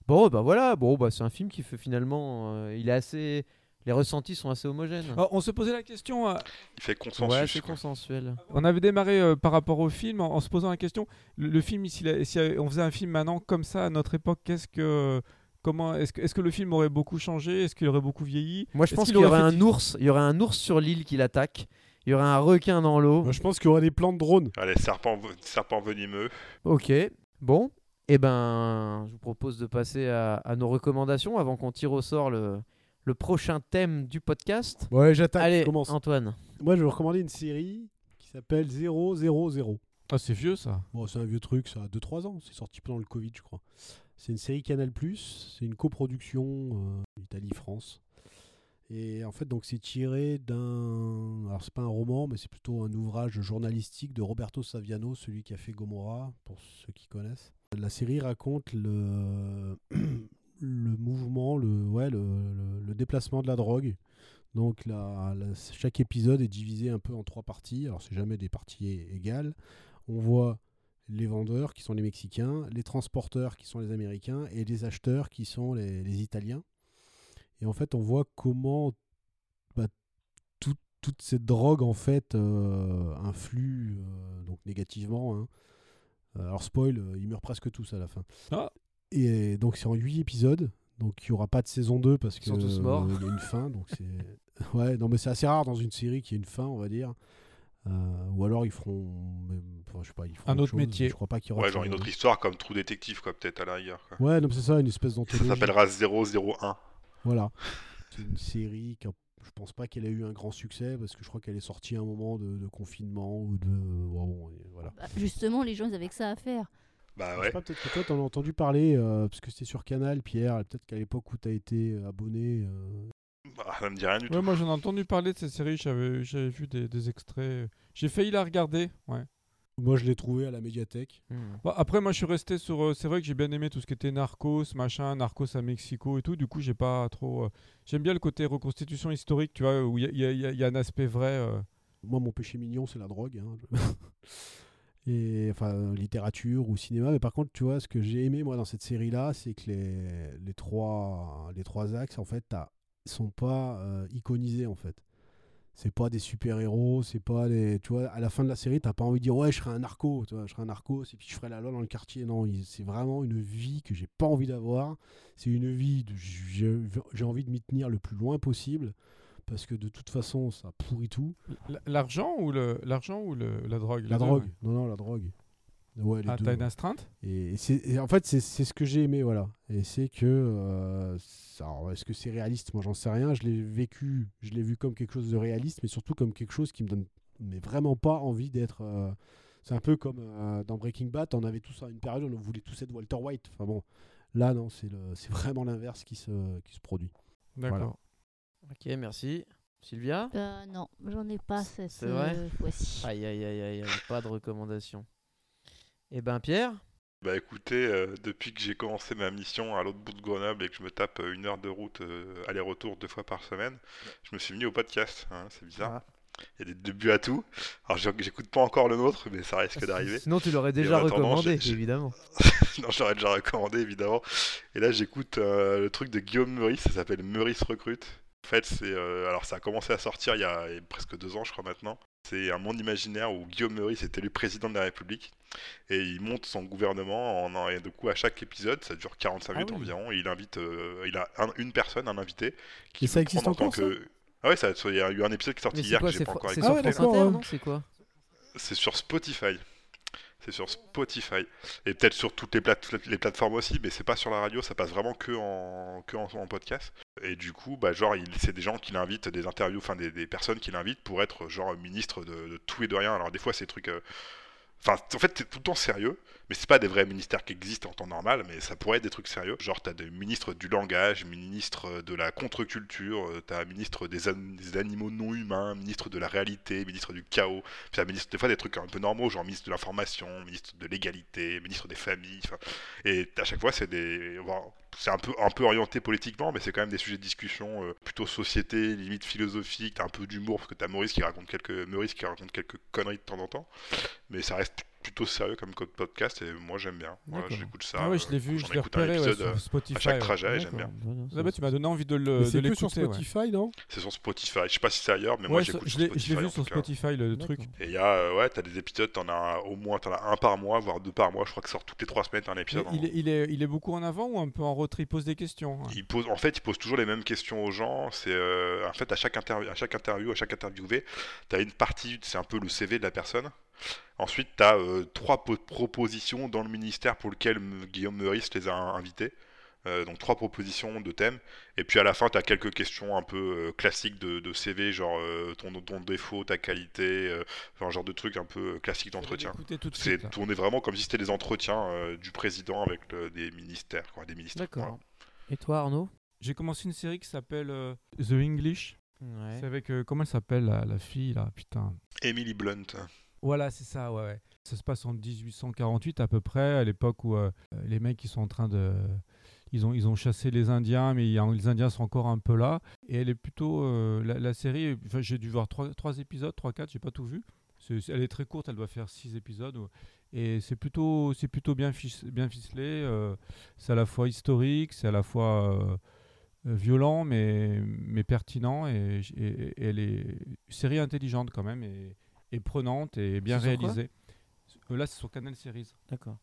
[SPEAKER 4] Bon, bah voilà, bon, bah c'est un film qui fait finalement, euh, il est assez, les ressentis sont assez homogènes.
[SPEAKER 5] Ah, on se posait la question. euh,
[SPEAKER 6] Il fait consensus.
[SPEAKER 4] ouais, c'est
[SPEAKER 6] quoi.
[SPEAKER 4] consensuel.
[SPEAKER 5] on avait démarré euh, par rapport au film en, en se posant la question. Le, le film, si, si on faisait un film maintenant comme ça à notre époque, qu'est-ce que, comment, est-ce que, est-ce que le film aurait beaucoup changé Est-ce qu'il aurait beaucoup vieilli
[SPEAKER 4] Moi, je
[SPEAKER 5] Est-ce
[SPEAKER 4] pense
[SPEAKER 5] qu'il
[SPEAKER 4] qu'il y aurait
[SPEAKER 5] aurait
[SPEAKER 4] un
[SPEAKER 5] fait-
[SPEAKER 4] ours, il y aurait un ours sur l'île qui l'attaque. Il y aurait un requin dans l'eau.
[SPEAKER 7] Moi, je pense qu'il y aura des plans de drone.
[SPEAKER 6] Allez, serpent, ve- serpent venimeux.
[SPEAKER 4] Ok. Bon, eh ben, je vous propose de passer à, à nos recommandations avant qu'on tire au sort le, le prochain thème du podcast.
[SPEAKER 7] Ouais, j'attaque.
[SPEAKER 4] Allez,
[SPEAKER 7] commence.
[SPEAKER 4] Antoine.
[SPEAKER 7] Moi, je vais vous recommander une série qui s'appelle 000.
[SPEAKER 5] Ah, c'est vieux ça.
[SPEAKER 7] Bon, c'est un vieux truc, ça a 2-3 ans. C'est sorti pendant le Covid, je crois. C'est une série Canal+, c'est une coproduction euh, Italie-France. Et en fait, donc c'est tiré d'un... Alors, c'est pas un roman, mais c'est plutôt un ouvrage journalistique de Roberto Saviano, celui qui a fait Gomorra, pour ceux qui connaissent. La série raconte le, <clears throat> le mouvement, le, ouais, le, le- le déplacement de la drogue. Donc, la- la- chaque épisode est divisé un peu en trois parties. Alors, c'est jamais des parties é- égales on voit les vendeurs qui sont les Mexicains, les transporteurs qui sont les Américains et les acheteurs qui sont les, les Italiens. Et en fait, on voit comment bah, tout- toute cette drogue en fait euh, influe euh, donc négativement. hein. Euh, Alors spoil, euh, ils meurent presque tous à la fin.
[SPEAKER 5] Ah.
[SPEAKER 7] Et donc c'est en 8 épisodes, donc il n'y aura pas de saison 2 parce
[SPEAKER 4] Ils
[SPEAKER 7] que
[SPEAKER 4] sont tous morts.
[SPEAKER 7] euh, il y a une fin. Donc c'est ouais, non mais c'est assez rare dans une série qu'il y ait une fin, on va dire. Euh, ou alors ils feront, même- enfin, je sais pas, ils feront
[SPEAKER 5] Un
[SPEAKER 7] autre
[SPEAKER 5] autre
[SPEAKER 7] chose.
[SPEAKER 5] métier.
[SPEAKER 7] Je crois pas qu'ils
[SPEAKER 6] Ouais,
[SPEAKER 7] refont-
[SPEAKER 6] genre une autre histoire comme Trou Détective, quoi, peut-être à la rigueur. Quoi.
[SPEAKER 7] Ouais, non, mais c'est ça, une espèce
[SPEAKER 6] Ça
[SPEAKER 7] d'anthologie.
[SPEAKER 6] s'appellera 001.
[SPEAKER 7] Voilà. C'est une série qui, a- je pense pas qu'elle a eu un grand succès parce que je crois qu'elle est sortie à un moment de, de confinement ou de. bon, bon, et voilà.
[SPEAKER 8] Bah, justement, les gens, ils avaient que ça à faire.
[SPEAKER 6] Bah
[SPEAKER 7] Je sais
[SPEAKER 6] ouais.
[SPEAKER 7] pas, peut-être que toi t'en as entendu parler euh, parce que c'était sur Canal, Pierre. et Peut-être qu'à l'époque où t'as été euh, abonné. euh,
[SPEAKER 6] Bah, ça me dit rien du
[SPEAKER 5] Ouais,
[SPEAKER 6] tout.
[SPEAKER 5] moi j'en ai entendu parler de cette série, j'avais j'avais vu des, des extraits. J'ai failli la regarder, ouais.
[SPEAKER 7] Moi, je l'ai trouvé à la médiathèque.
[SPEAKER 4] Hmm,
[SPEAKER 5] Bon, Bah, après, moi je suis resté sur. euh, c'est vrai que j'ai bien aimé tout ce qui était narcos, machin, narcos à Mexico et tout. Du coup, j'ai pas trop. euh, J'aime bien le côté reconstitution historique, tu vois, où il y a- il y, a- il y a- il y a un aspect vrai. euh.
[SPEAKER 7] Moi, mon péché mignon, c'est la drogue. hein. Je- <laughs> Et enfin, littérature ou cinéma. Mais par contre, tu vois, ce que j'ai aimé, moi, dans cette série-là, c'est que les, les, trois, les trois axes, en fait, t'as- sont pas euh, iconisés, en fait. C'est pas des super-héros, c'est pas les. Tu vois, à la fin de la série, t'as pas envie de dire, ouais, je serai un narco, tu vois, je serai un narco, et puis je ferai la loi dans le quartier. Non, il- c'est vraiment une vie que j'ai pas envie d'avoir. C'est une vie, de- j'ai j'ai envie de m'y tenir le plus loin possible, parce que de toute façon, ça pourrit tout.
[SPEAKER 5] L- L'argent ou, le, l'argent ou le, la drogue les
[SPEAKER 7] La
[SPEAKER 5] deux,
[SPEAKER 7] drogue.
[SPEAKER 5] ouais.
[SPEAKER 7] Non, non, la drogue. Ouais, les
[SPEAKER 5] Ah,
[SPEAKER 7] deux,
[SPEAKER 5] t'as
[SPEAKER 7] ouais.
[SPEAKER 5] une astreinte
[SPEAKER 7] Et, et c'est- et en fait, c'est c'est ce que j'ai aimé, voilà. Et c'est que. euh, ça- alors, Est-ce que c'est réaliste Moi, j'en sais rien. Je l'ai vécu, je l'ai vu comme quelque chose de réaliste, mais surtout comme quelque chose qui me donne mais vraiment pas envie d'être. euh, c'est un peu comme euh, dans Breaking Bad, on avait tous à une période, on voulait tous être Walter White. Enfin bon, là, non, c'est le- c'est vraiment l'inverse qui se, qui se produit.
[SPEAKER 5] D'accord.
[SPEAKER 7] Voilà.
[SPEAKER 4] Ok, merci. Sylvia
[SPEAKER 8] Euh, non, j'en ai pas
[SPEAKER 4] C'est
[SPEAKER 8] cette
[SPEAKER 4] vrai
[SPEAKER 8] euh, fois-ci.
[SPEAKER 4] Aïe, aïe, aïe, aïe, aïe, pas de recommandation. Eh ben, Pierre
[SPEAKER 6] Bah écoutez, euh, depuis que j'ai commencé ma mission à l'autre bout de Grenoble et que je me tape euh, une heure de route euh, aller-retour deux fois par semaine, je me suis mis au podcast. hein, c'est bizarre. Il y a des débuts à tout. Alors j'ai- j'écoute pas encore le nôtre, mais
[SPEAKER 4] <laughs>
[SPEAKER 6] ça risque d'arriver.
[SPEAKER 4] Sinon, tu l'aurais déjà
[SPEAKER 6] en attendant,
[SPEAKER 4] recommandé,
[SPEAKER 6] j'ai- j'ai-
[SPEAKER 4] évidemment.
[SPEAKER 6] <laughs> non, j'aurais déjà recommandé évidemment. Et là, j'écoute euh, le truc de Guillaume Meurice, ça s'appelle Meurice Recrute. En fait, c'est euh, alors ça a commencé à sortir il y a, il y a presque deux ans, je crois maintenant. C'est un monde imaginaire où Guillaume Meurice est élu président de la République et il monte son gouvernement en, en- et du coup à chaque épisode, ça dure 45 minutes
[SPEAKER 7] Ah oui.
[SPEAKER 6] environ. Et il invite, euh, il a un- une personne, un invité qui
[SPEAKER 7] Et ça
[SPEAKER 6] veut
[SPEAKER 7] existe
[SPEAKER 6] prendre en tant
[SPEAKER 7] encore,
[SPEAKER 6] que ah ouais, ça, il y a eu un épisode qui est sorti
[SPEAKER 4] Mais c'est
[SPEAKER 6] hier
[SPEAKER 4] quoi
[SPEAKER 6] que j'ai
[SPEAKER 4] C'est
[SPEAKER 6] pas
[SPEAKER 4] fr-
[SPEAKER 6] encore
[SPEAKER 4] c'est sur
[SPEAKER 6] écouté.
[SPEAKER 7] Ah ouais,
[SPEAKER 4] France
[SPEAKER 7] d'accord,
[SPEAKER 4] Inter,
[SPEAKER 7] ouais.
[SPEAKER 4] non C'est quoi
[SPEAKER 6] C'est sur Spotify. C'est sur Spotify. Et peut-être sur toutes les, plate- les plateformes aussi, mais c'est pas sur la radio, ça passe vraiment que en, que en, en podcast. Et du coup, bah, genre, il- c'est des gens qui l'invitent, des interviews, enfin des, des personnes qui l'invitent pour être genre ministre de, de tout et de rien. Alors des fois, c'est des trucs. euh, Enfin, en fait, c'est tout le temps sérieux, mais c'est pas des vrais ministères qui existent en temps normal, mais ça pourrait être des trucs sérieux. Genre, t'as des ministres du langage, ministres de la contre-culture, euh, t'as un ministre des, an- des animaux non humains, ministre de la réalité, ministre du chaos. Puis t'as ministre, des fois, des trucs un peu normaux, genre ministre de l'information, ministre de l'égalité, ministre des familles. enfin, Et à chaque fois, c'est des. bon, c'est un peu, un peu orienté politiquement, mais c'est quand même des sujets de discussion euh, plutôt société, limite philosophique. T'as un peu d'humour, parce que t'as Maurice qui raconte quelques, Maurice qui raconte quelques conneries de temps en temps. Mais ça reste plutôt sérieux comme code podcast, et moi j'aime bien. Voilà,
[SPEAKER 4] D'accord.
[SPEAKER 6] j'écoute ça.
[SPEAKER 5] Ah ouais, je l'ai
[SPEAKER 6] euh,
[SPEAKER 5] vu,
[SPEAKER 6] j'en
[SPEAKER 5] je l'ai
[SPEAKER 6] écoute un
[SPEAKER 5] repéré ouais,
[SPEAKER 6] épisode, euh,
[SPEAKER 5] sur Spotify.
[SPEAKER 6] à chaque
[SPEAKER 5] ouais.
[SPEAKER 6] trajet, j'aime bien.
[SPEAKER 5] Ah bah, tu m'as donné envie de le de
[SPEAKER 7] Mais c'est que sur
[SPEAKER 5] l'écouter. ouais.
[SPEAKER 7] Spotify, non
[SPEAKER 6] C'est sur Spotify. Je sais pas si c'est ailleurs, mais moi
[SPEAKER 5] Ouais, ça-
[SPEAKER 6] j'écoute
[SPEAKER 5] je
[SPEAKER 6] sur
[SPEAKER 5] l'ai-
[SPEAKER 6] Spotify.
[SPEAKER 5] je l'ai vu
[SPEAKER 6] en
[SPEAKER 5] sur
[SPEAKER 6] tout cas.
[SPEAKER 5] Spotify le truc.
[SPEAKER 7] D'accord.
[SPEAKER 6] Et il y a, euh, ouais, t'as des épisodes, t'en as au moins, t'en as un par mois, voire deux par mois. Je crois que ça sort toutes les trois semaines, t'as un
[SPEAKER 5] Mais
[SPEAKER 6] épisode. en-
[SPEAKER 5] il, est, il, est, il est beaucoup en avant ou un peu en retrait Il pose des questions. hein.
[SPEAKER 6] Il pose, en fait, il pose toujours les mêmes questions aux gens. C'est euh, en fait à chaque interview, à chaque interview, à chaque interviewé, t'as une partie, c'est un peu le CV de la personne. Ensuite, t'as euh, trois po- propositions dans le ministère pour lequel M- Guillaume Meurice les a invités. Euh, donc trois propositions de thèmes. Et puis à la fin, t'as quelques questions un peu euh, classiques de, de CV, genre euh, ton, ton défaut, ta qualité, euh, enfin genre de trucs un peu euh, classiques d'entretien.
[SPEAKER 5] Écoutez tout de
[SPEAKER 6] C'est
[SPEAKER 5] suite. là.
[SPEAKER 6] tourné vraiment comme si c'était des entretiens euh, du président avec le- des ministères, quoi, des ministres.
[SPEAKER 4] D'accord. Et toi, Arnaud
[SPEAKER 5] J'ai commencé une série qui s'appelle euh, The English.
[SPEAKER 4] Ouais.
[SPEAKER 5] C'est avec. euh, comment elle s'appelle la, la fille là Putain.
[SPEAKER 6] Emily Blunt.
[SPEAKER 5] Voilà, c'est ça, ouais, ouais. Ça se passe en 1848 à peu près, à l'époque où euh, les mecs ils sont en train de. Ils ont, ils ont chassé les Indiens, mais il y a- les Indiens sont encore un peu là. Et elle est plutôt. euh, la, la série, enfin, j'ai dû voir 3, épisodes, 3-4, j'ai pas tout vu. C'est- c'est- elle est très courte, elle doit faire 6 épisodes. ou- Et c'est plutôt, c'est plutôt bien, fice- bien ficelé. euh, c'est à la fois historique, c'est à la fois euh, euh, violent, mais, mais pertinent. Et, j- et- et elle est. Série intelligente quand même. Et, et prenante et bien
[SPEAKER 4] C'est sur quoi
[SPEAKER 5] réalisée. Euh, Là, c'est sur Canal Series,
[SPEAKER 4] D'accord.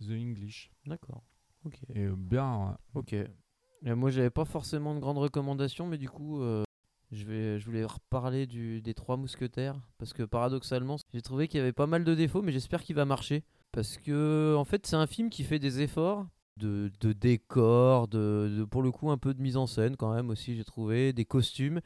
[SPEAKER 5] The English.
[SPEAKER 4] D'accord. Ok.
[SPEAKER 5] Et euh, bien. euh,
[SPEAKER 4] Ok. Euh, moi, j'avais pas forcément de grandes recommandations, mais du coup, euh, Je, vais, je voulais reparler du, des Trois Mousquetaires, parce que paradoxalement, j'ai trouvé qu'il y avait pas mal de défauts, mais j'espère qu'il va marcher. Parce que, en fait, c'est un film qui fait des efforts de, de décor, de, de- pour le coup, un peu de mise en scène quand même aussi, j'ai trouvé, des costumes.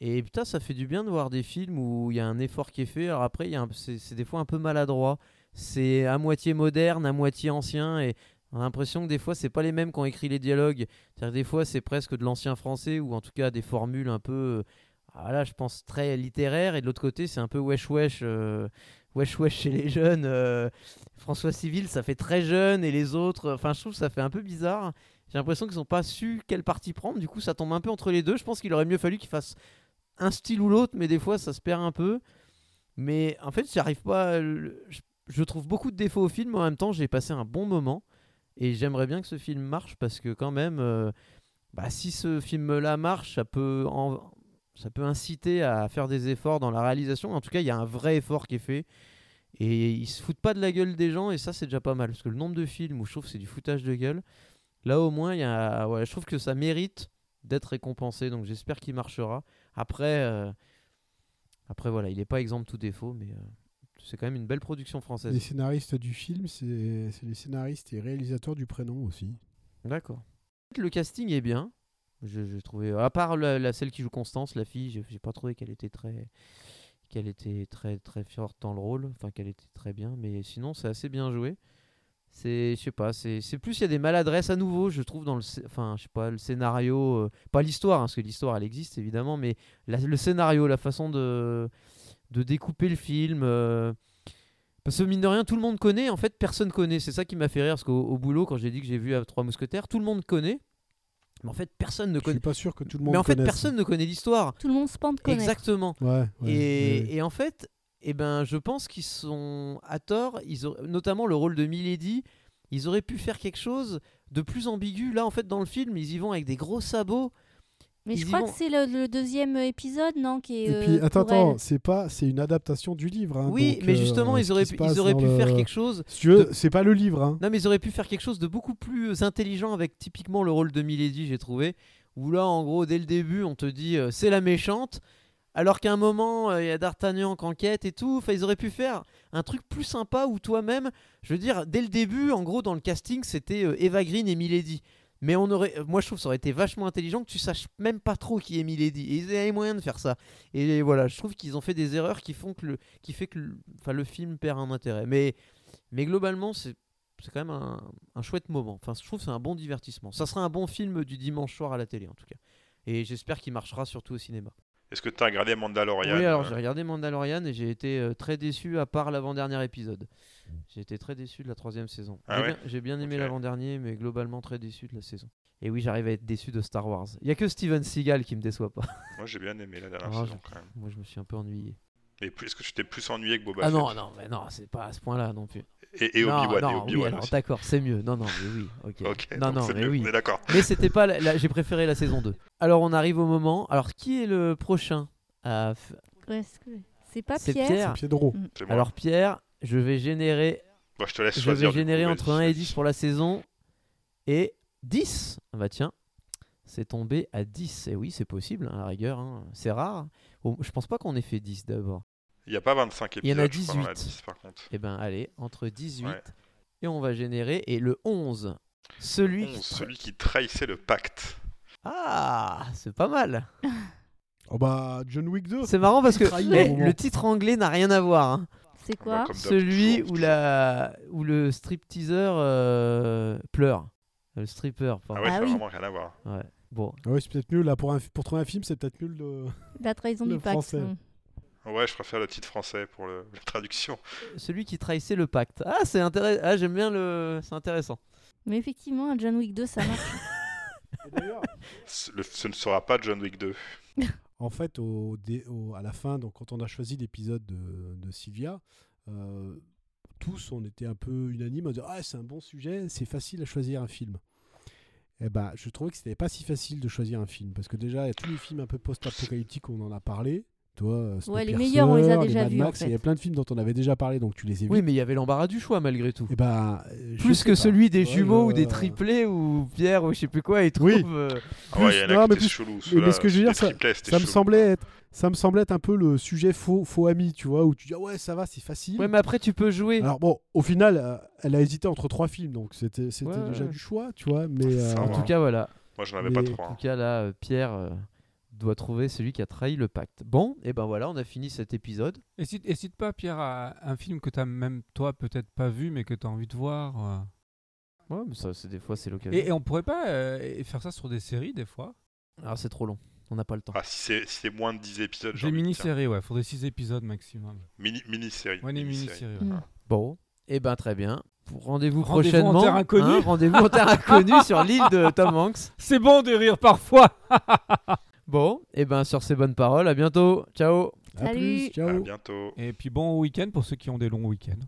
[SPEAKER 4] Et putain, ça fait du bien de voir des films où il y a un effort qui est fait. Alors après, il y a un- c'est c'est des fois un peu maladroit. C'est à moitié moderne, à moitié ancien. Et on a l'impression que des fois, c'est pas les mêmes qui ont écrit les dialogues. C'est-à-dire que des fois, c'est presque de l'ancien français ou en tout cas des formules un peu. ah là, je pense très littéraire. Et de l'autre côté, c'est un peu wesh wesh. euh, Wesh wesh chez les jeunes, euh, François Civil ça fait très jeune et les autres, enfin je trouve que ça fait un peu bizarre. J'ai l'impression qu'ils n'ont pas su quelle partie prendre, du coup ça tombe un peu entre les deux. Je pense qu'il aurait mieux fallu qu'ils fassent un style ou l'autre, mais des fois ça se perd un peu. Mais en fait, j'arrive pas. à le- Je je trouve beaucoup de défauts au film, mais en même temps j'ai passé un bon moment et j'aimerais bien que ce film marche parce que quand même, euh, bah, si ce film-là marche, ça peut en- ça peut inciter à faire des efforts dans la réalisation. En tout cas, il y a un vrai effort qui est fait. Et ils se foutent pas de la gueule des gens, et ça, c'est déjà pas mal. Parce que le nombre de films où je trouve que c'est du foutage de gueule, là au moins, il y a... ouais, je trouve que ça mérite d'être récompensé. Donc j'espère qu'il marchera. Après, euh, Après voilà, il n'est pas exempt de tout défaut, mais euh, c'est quand même une belle production
[SPEAKER 1] Les
[SPEAKER 4] française.
[SPEAKER 1] scénaristes du film, c'est c'est les scénaristes et réalisateurs du prénom aussi.
[SPEAKER 4] D'accord. Le casting est bien. Je, je trouvais, à part la, la- celle qui joue Constance, la fille, j'ai j'ai pas trouvé qu'elle était très, qu'elle était très très forte dans le rôle, enfin qu'elle était très bien, mais sinon c'est assez bien joué. C'est, je sais pas, c'est c'est plus il y a des maladresses à nouveau, je trouve dans le, sc- enfin je sais pas le scénario, euh, pas l'histoire, hein, parce que l'histoire elle existe évidemment, mais la- le scénario, la façon de de découper le film. euh, parce que mine de rien, tout le monde connaît, en fait, personne connaît. C'est ça qui m'a fait rire, parce qu'au au boulot, quand j'ai dit que j'ai vu à Trois Mousquetaires, tout le monde connaît, mais en fait, personne ne
[SPEAKER 1] Je suis
[SPEAKER 4] connaît.
[SPEAKER 1] pas sûr que tout le monde
[SPEAKER 4] Mais en fait,
[SPEAKER 1] connaisse.
[SPEAKER 4] personne ne connaît l'histoire.
[SPEAKER 8] Tout le monde se pente connaître.
[SPEAKER 4] Exactement.
[SPEAKER 1] Ouais, ouais,
[SPEAKER 4] et,
[SPEAKER 1] ouais.
[SPEAKER 4] et en fait, eh ben, je pense qu'ils sont à tort, ils auraient- notamment le rôle de Milady, ils auraient pu faire quelque chose de plus ambigu. Là, en fait, dans le film, ils y vont avec des gros sabots.
[SPEAKER 8] Mais je
[SPEAKER 4] Ils y
[SPEAKER 8] crois
[SPEAKER 4] vont.
[SPEAKER 8] que c'est le, le deuxième épisode, non qui est,
[SPEAKER 1] Et
[SPEAKER 8] euh,
[SPEAKER 1] puis, attends,
[SPEAKER 8] pour elle.
[SPEAKER 1] attends, c'est pas, c'est une adaptation du livre. hein,
[SPEAKER 4] oui,
[SPEAKER 1] donc,
[SPEAKER 4] mais
[SPEAKER 1] euh,
[SPEAKER 4] justement,
[SPEAKER 1] ce
[SPEAKER 4] ils auraient
[SPEAKER 1] qui
[SPEAKER 4] pu,
[SPEAKER 1] se passe
[SPEAKER 4] ils auraient
[SPEAKER 1] dans
[SPEAKER 4] pu
[SPEAKER 1] le-
[SPEAKER 4] faire quelque chose
[SPEAKER 1] Si tu veux, c'est pas le livre. Hein.
[SPEAKER 4] Non, mais ils auraient pu faire quelque chose de beaucoup plus euh, intelligent avec typiquement le rôle de Milady, j'ai trouvé. Où là, en gros, dès le début, on te dit euh, c'est la méchante. Alors qu'à un moment, euh, il y a D'Artagnan qui enquête et tout. Enfin, ils auraient pu faire un truc plus sympa où toi-même, je veux dire, dès le début, en gros, dans le casting, c'était euh, Eva Green et Milady. Mais on aurait, euh, moi je trouve que ça aurait été vachement intelligent que tu saches même pas trop qui est Milady. Et ils avaient moyen de faire ça. Et voilà, je trouve qu'ils ont fait des erreurs qui font que le, qui fait que le, enfin, le film perd un intérêt. Mais, mais globalement, c'est c'est quand même un, un chouette moment. Enfin, je trouve que c'est un bon divertissement. Ça sera un bon film du dimanche soir à la télé, en tout cas. Et j'espère qu'il marchera surtout au cinéma.
[SPEAKER 6] Est-ce que t'as regardé Mandalorian
[SPEAKER 4] Oui, alors j'ai
[SPEAKER 6] euh,
[SPEAKER 4] regardé Mandalorian et j'ai été euh, très déçu à part l'avant-dernier épisode. J'ai été très déçu de la troisième saison.
[SPEAKER 6] Ah
[SPEAKER 4] j'ai,
[SPEAKER 6] ouais
[SPEAKER 4] bien, j'ai bien aimé
[SPEAKER 6] Ok.
[SPEAKER 4] l'avant-dernier, mais globalement très déçu de la saison. Et oui, j'arrive à être déçu de Star Wars. Il y a que Steven Seagal qui me déçoit pas. <laughs>
[SPEAKER 6] Moi j'ai bien aimé la dernière
[SPEAKER 4] Ah,
[SPEAKER 6] saison quand même.
[SPEAKER 4] Moi, je me suis un peu ennuyé.
[SPEAKER 6] Et plus, est-ce que tu t'es plus ennuyé que Boba
[SPEAKER 4] ah non,
[SPEAKER 6] Fett
[SPEAKER 4] non, mais non, c'est pas à ce point-là non plus.
[SPEAKER 6] Et, et
[SPEAKER 4] non,
[SPEAKER 6] Obi-Wan.
[SPEAKER 4] non,
[SPEAKER 6] et
[SPEAKER 4] oui,
[SPEAKER 6] Obi-Wan
[SPEAKER 4] alors,
[SPEAKER 6] aussi.
[SPEAKER 4] d'accord, c'est mieux. Non, non, mais oui, ok.
[SPEAKER 6] Ok,
[SPEAKER 4] non,
[SPEAKER 6] donc
[SPEAKER 4] non,
[SPEAKER 6] c'est
[SPEAKER 4] mais
[SPEAKER 6] mieux,
[SPEAKER 4] oui.
[SPEAKER 6] on est d'accord.
[SPEAKER 4] Mais c'était pas. La, la- j'ai préféré la saison 2. Alors, on arrive au moment. Alors, qui est le prochain à f-
[SPEAKER 8] Ouais, c'est que- C'est pas
[SPEAKER 4] C'est
[SPEAKER 8] Pierre.
[SPEAKER 4] Pierre.
[SPEAKER 1] Pedro.
[SPEAKER 6] C'est bon.
[SPEAKER 4] Alors, Pierre, je vais générer,
[SPEAKER 6] Bon, je te laisse
[SPEAKER 4] je
[SPEAKER 6] choisir.
[SPEAKER 4] vais
[SPEAKER 6] du
[SPEAKER 4] générer
[SPEAKER 6] coup,
[SPEAKER 4] entre
[SPEAKER 6] vas-y.
[SPEAKER 4] 1 et 10 pour la saison. Et 10 Ah Bah, tiens, c'est tombé à 10. Et oui, c'est possible, hein, à la rigueur. hein. C'est rare. Oh, je pense pas qu'on ait fait 10 d'abord.
[SPEAKER 6] Il n'y a pas 25
[SPEAKER 4] Il y
[SPEAKER 6] épisodes.
[SPEAKER 4] en a
[SPEAKER 6] je crois, dans la
[SPEAKER 4] 18.
[SPEAKER 6] 10, par contre.
[SPEAKER 4] Eh ben, allez, entre 18
[SPEAKER 6] Ouais.
[SPEAKER 4] et on va générer. Et le 11. Celui.
[SPEAKER 6] Onze,
[SPEAKER 4] qui tra-
[SPEAKER 6] celui qui trahissait le pacte.
[SPEAKER 4] Ah, c'est pas mal.
[SPEAKER 1] Oh bah, John Wick 2.
[SPEAKER 4] C'est marrant parce que
[SPEAKER 1] Trahi
[SPEAKER 4] eh,
[SPEAKER 1] au moment.
[SPEAKER 4] le titre anglais n'a rien à voir. hein.
[SPEAKER 8] C'est
[SPEAKER 6] Ah bah,
[SPEAKER 8] quoi
[SPEAKER 6] comme d'hab,
[SPEAKER 4] Celui
[SPEAKER 6] toujours,
[SPEAKER 4] où,
[SPEAKER 6] putain.
[SPEAKER 4] la, où le strip teaser pleure. Le stripper,
[SPEAKER 6] Ah
[SPEAKER 4] pardon.
[SPEAKER 6] ouais,
[SPEAKER 8] Ah
[SPEAKER 6] ça a
[SPEAKER 8] oui.
[SPEAKER 6] vraiment rien à voir.
[SPEAKER 4] Ouais. Bon,
[SPEAKER 1] Ah ouais, c'est peut-être nul. Là, pour, un- pour trouver un film, c'est peut-être nul de. <laughs>
[SPEAKER 8] La trahison
[SPEAKER 1] Le
[SPEAKER 8] du pacte.
[SPEAKER 1] français.
[SPEAKER 8] hein.
[SPEAKER 6] Ouais, je préfère le titre français pour le- la traduction.
[SPEAKER 4] celui qui trahissait le pacte. Ah, c'est intéressant. Ah, j'aime bien le. C'est intéressant.
[SPEAKER 8] Mais effectivement, un John Wick 2, ça marche.
[SPEAKER 6] Ce, le- ce ne sera pas John Wick 2.
[SPEAKER 1] En fait, au, dé- au- à la fin, donc, quand on a choisi l'épisode de, de Sylvia, euh, tous, on était un peu unanimes à dire Ah, c'est un bon sujet, c'est facile à choisir un film. Eh ben, je trouvais que c'était pas si facile de choisir un film, parce que déjà, il y a tous les films un peu post-apocalyptiques, on en a parlé.
[SPEAKER 7] Toi, euh,
[SPEAKER 8] Ouais, les meilleurs, on les a déjà
[SPEAKER 7] Mad
[SPEAKER 8] vus, en
[SPEAKER 7] Max,
[SPEAKER 8] fait.
[SPEAKER 7] Il y a plein de films dont on avait déjà parlé, donc tu les as vus.
[SPEAKER 4] Oui, mais il y avait l'embarras du choix malgré tout.
[SPEAKER 7] Eh ben, euh, je
[SPEAKER 4] Plus
[SPEAKER 7] sais
[SPEAKER 4] que
[SPEAKER 7] pas.
[SPEAKER 4] celui des
[SPEAKER 7] Ouais,
[SPEAKER 4] jumeaux
[SPEAKER 7] je-
[SPEAKER 4] ou des triplés ou Pierre ou je sais plus quoi, il trouve.
[SPEAKER 7] Oui.
[SPEAKER 4] euh,
[SPEAKER 6] Ah ouais,
[SPEAKER 7] Plus-
[SPEAKER 6] il y en a
[SPEAKER 7] non,
[SPEAKER 6] qui étaient
[SPEAKER 7] mais plus-
[SPEAKER 6] chelous,
[SPEAKER 7] mais- mais
[SPEAKER 6] ceux-là.
[SPEAKER 7] ce que je veux
[SPEAKER 6] Les
[SPEAKER 7] dire, ça-
[SPEAKER 6] triplets, c'était
[SPEAKER 7] Ça me
[SPEAKER 6] chelou,
[SPEAKER 7] semblait
[SPEAKER 6] hein.
[SPEAKER 7] être, ça me semblait être un peu le sujet faux, faux ami, tu vois, où tu dis ah ouais ça va, c'est facile.
[SPEAKER 4] Ouais, mais après tu peux jouer.
[SPEAKER 7] Alors bon, au final, euh, elle a hésité entre trois films, donc c'était c'était
[SPEAKER 4] Ouais,
[SPEAKER 7] déjà
[SPEAKER 4] ouais.
[SPEAKER 7] du choix, tu vois. Mais
[SPEAKER 6] Ça
[SPEAKER 7] euh,
[SPEAKER 4] En
[SPEAKER 6] va.
[SPEAKER 4] tout cas, voilà.
[SPEAKER 6] Moi, j'en avais pas
[SPEAKER 7] mais-
[SPEAKER 6] trois.
[SPEAKER 4] En tout
[SPEAKER 6] hein.
[SPEAKER 4] cas, là, euh, Pierre euh, doit trouver celui qui a trahi le pacte. Bon, et ben voilà, on a fini cet épisode.
[SPEAKER 5] Et si- et cite pas, Pierre, à un film que t'as même toi peut-être pas vu, mais que t'as envie de voir. euh.
[SPEAKER 4] Ouais, mais ça, c'est des fois, c'est l'occasion.
[SPEAKER 5] Et, et on pourrait pas euh, faire ça sur des séries, des fois
[SPEAKER 4] Alors Ah, c'est trop long, on n'a pas le temps.
[SPEAKER 6] Ah, si c'est si c'est moins de 10 épisodes, Euh,
[SPEAKER 5] Des
[SPEAKER 6] j'ai envie de dire.
[SPEAKER 5] mini-séries, ouais, faudrait 6 épisodes maximum.
[SPEAKER 6] Mini- Mini-série.
[SPEAKER 5] Ouais, des
[SPEAKER 6] mini-série.
[SPEAKER 5] mini-séries. ouais.
[SPEAKER 8] Mm.
[SPEAKER 4] Bon, et ben très bien. Pour Rendez-vous
[SPEAKER 5] Rendez-vous en
[SPEAKER 4] prochainement.
[SPEAKER 5] terre inconnue.
[SPEAKER 4] hein, <laughs> Rendez-vous en terre inconnue sur l'île
[SPEAKER 5] <laughs>
[SPEAKER 4] de Tom Hanks.
[SPEAKER 5] C'est bon de rire parfois
[SPEAKER 4] Bon, et ben sur ces bonnes paroles, à bientôt. Ciao.
[SPEAKER 7] à
[SPEAKER 8] Salut.
[SPEAKER 7] plus, ciao.
[SPEAKER 6] À bientôt.
[SPEAKER 5] Et puis bon week-end pour ceux qui ont des longs week-ends.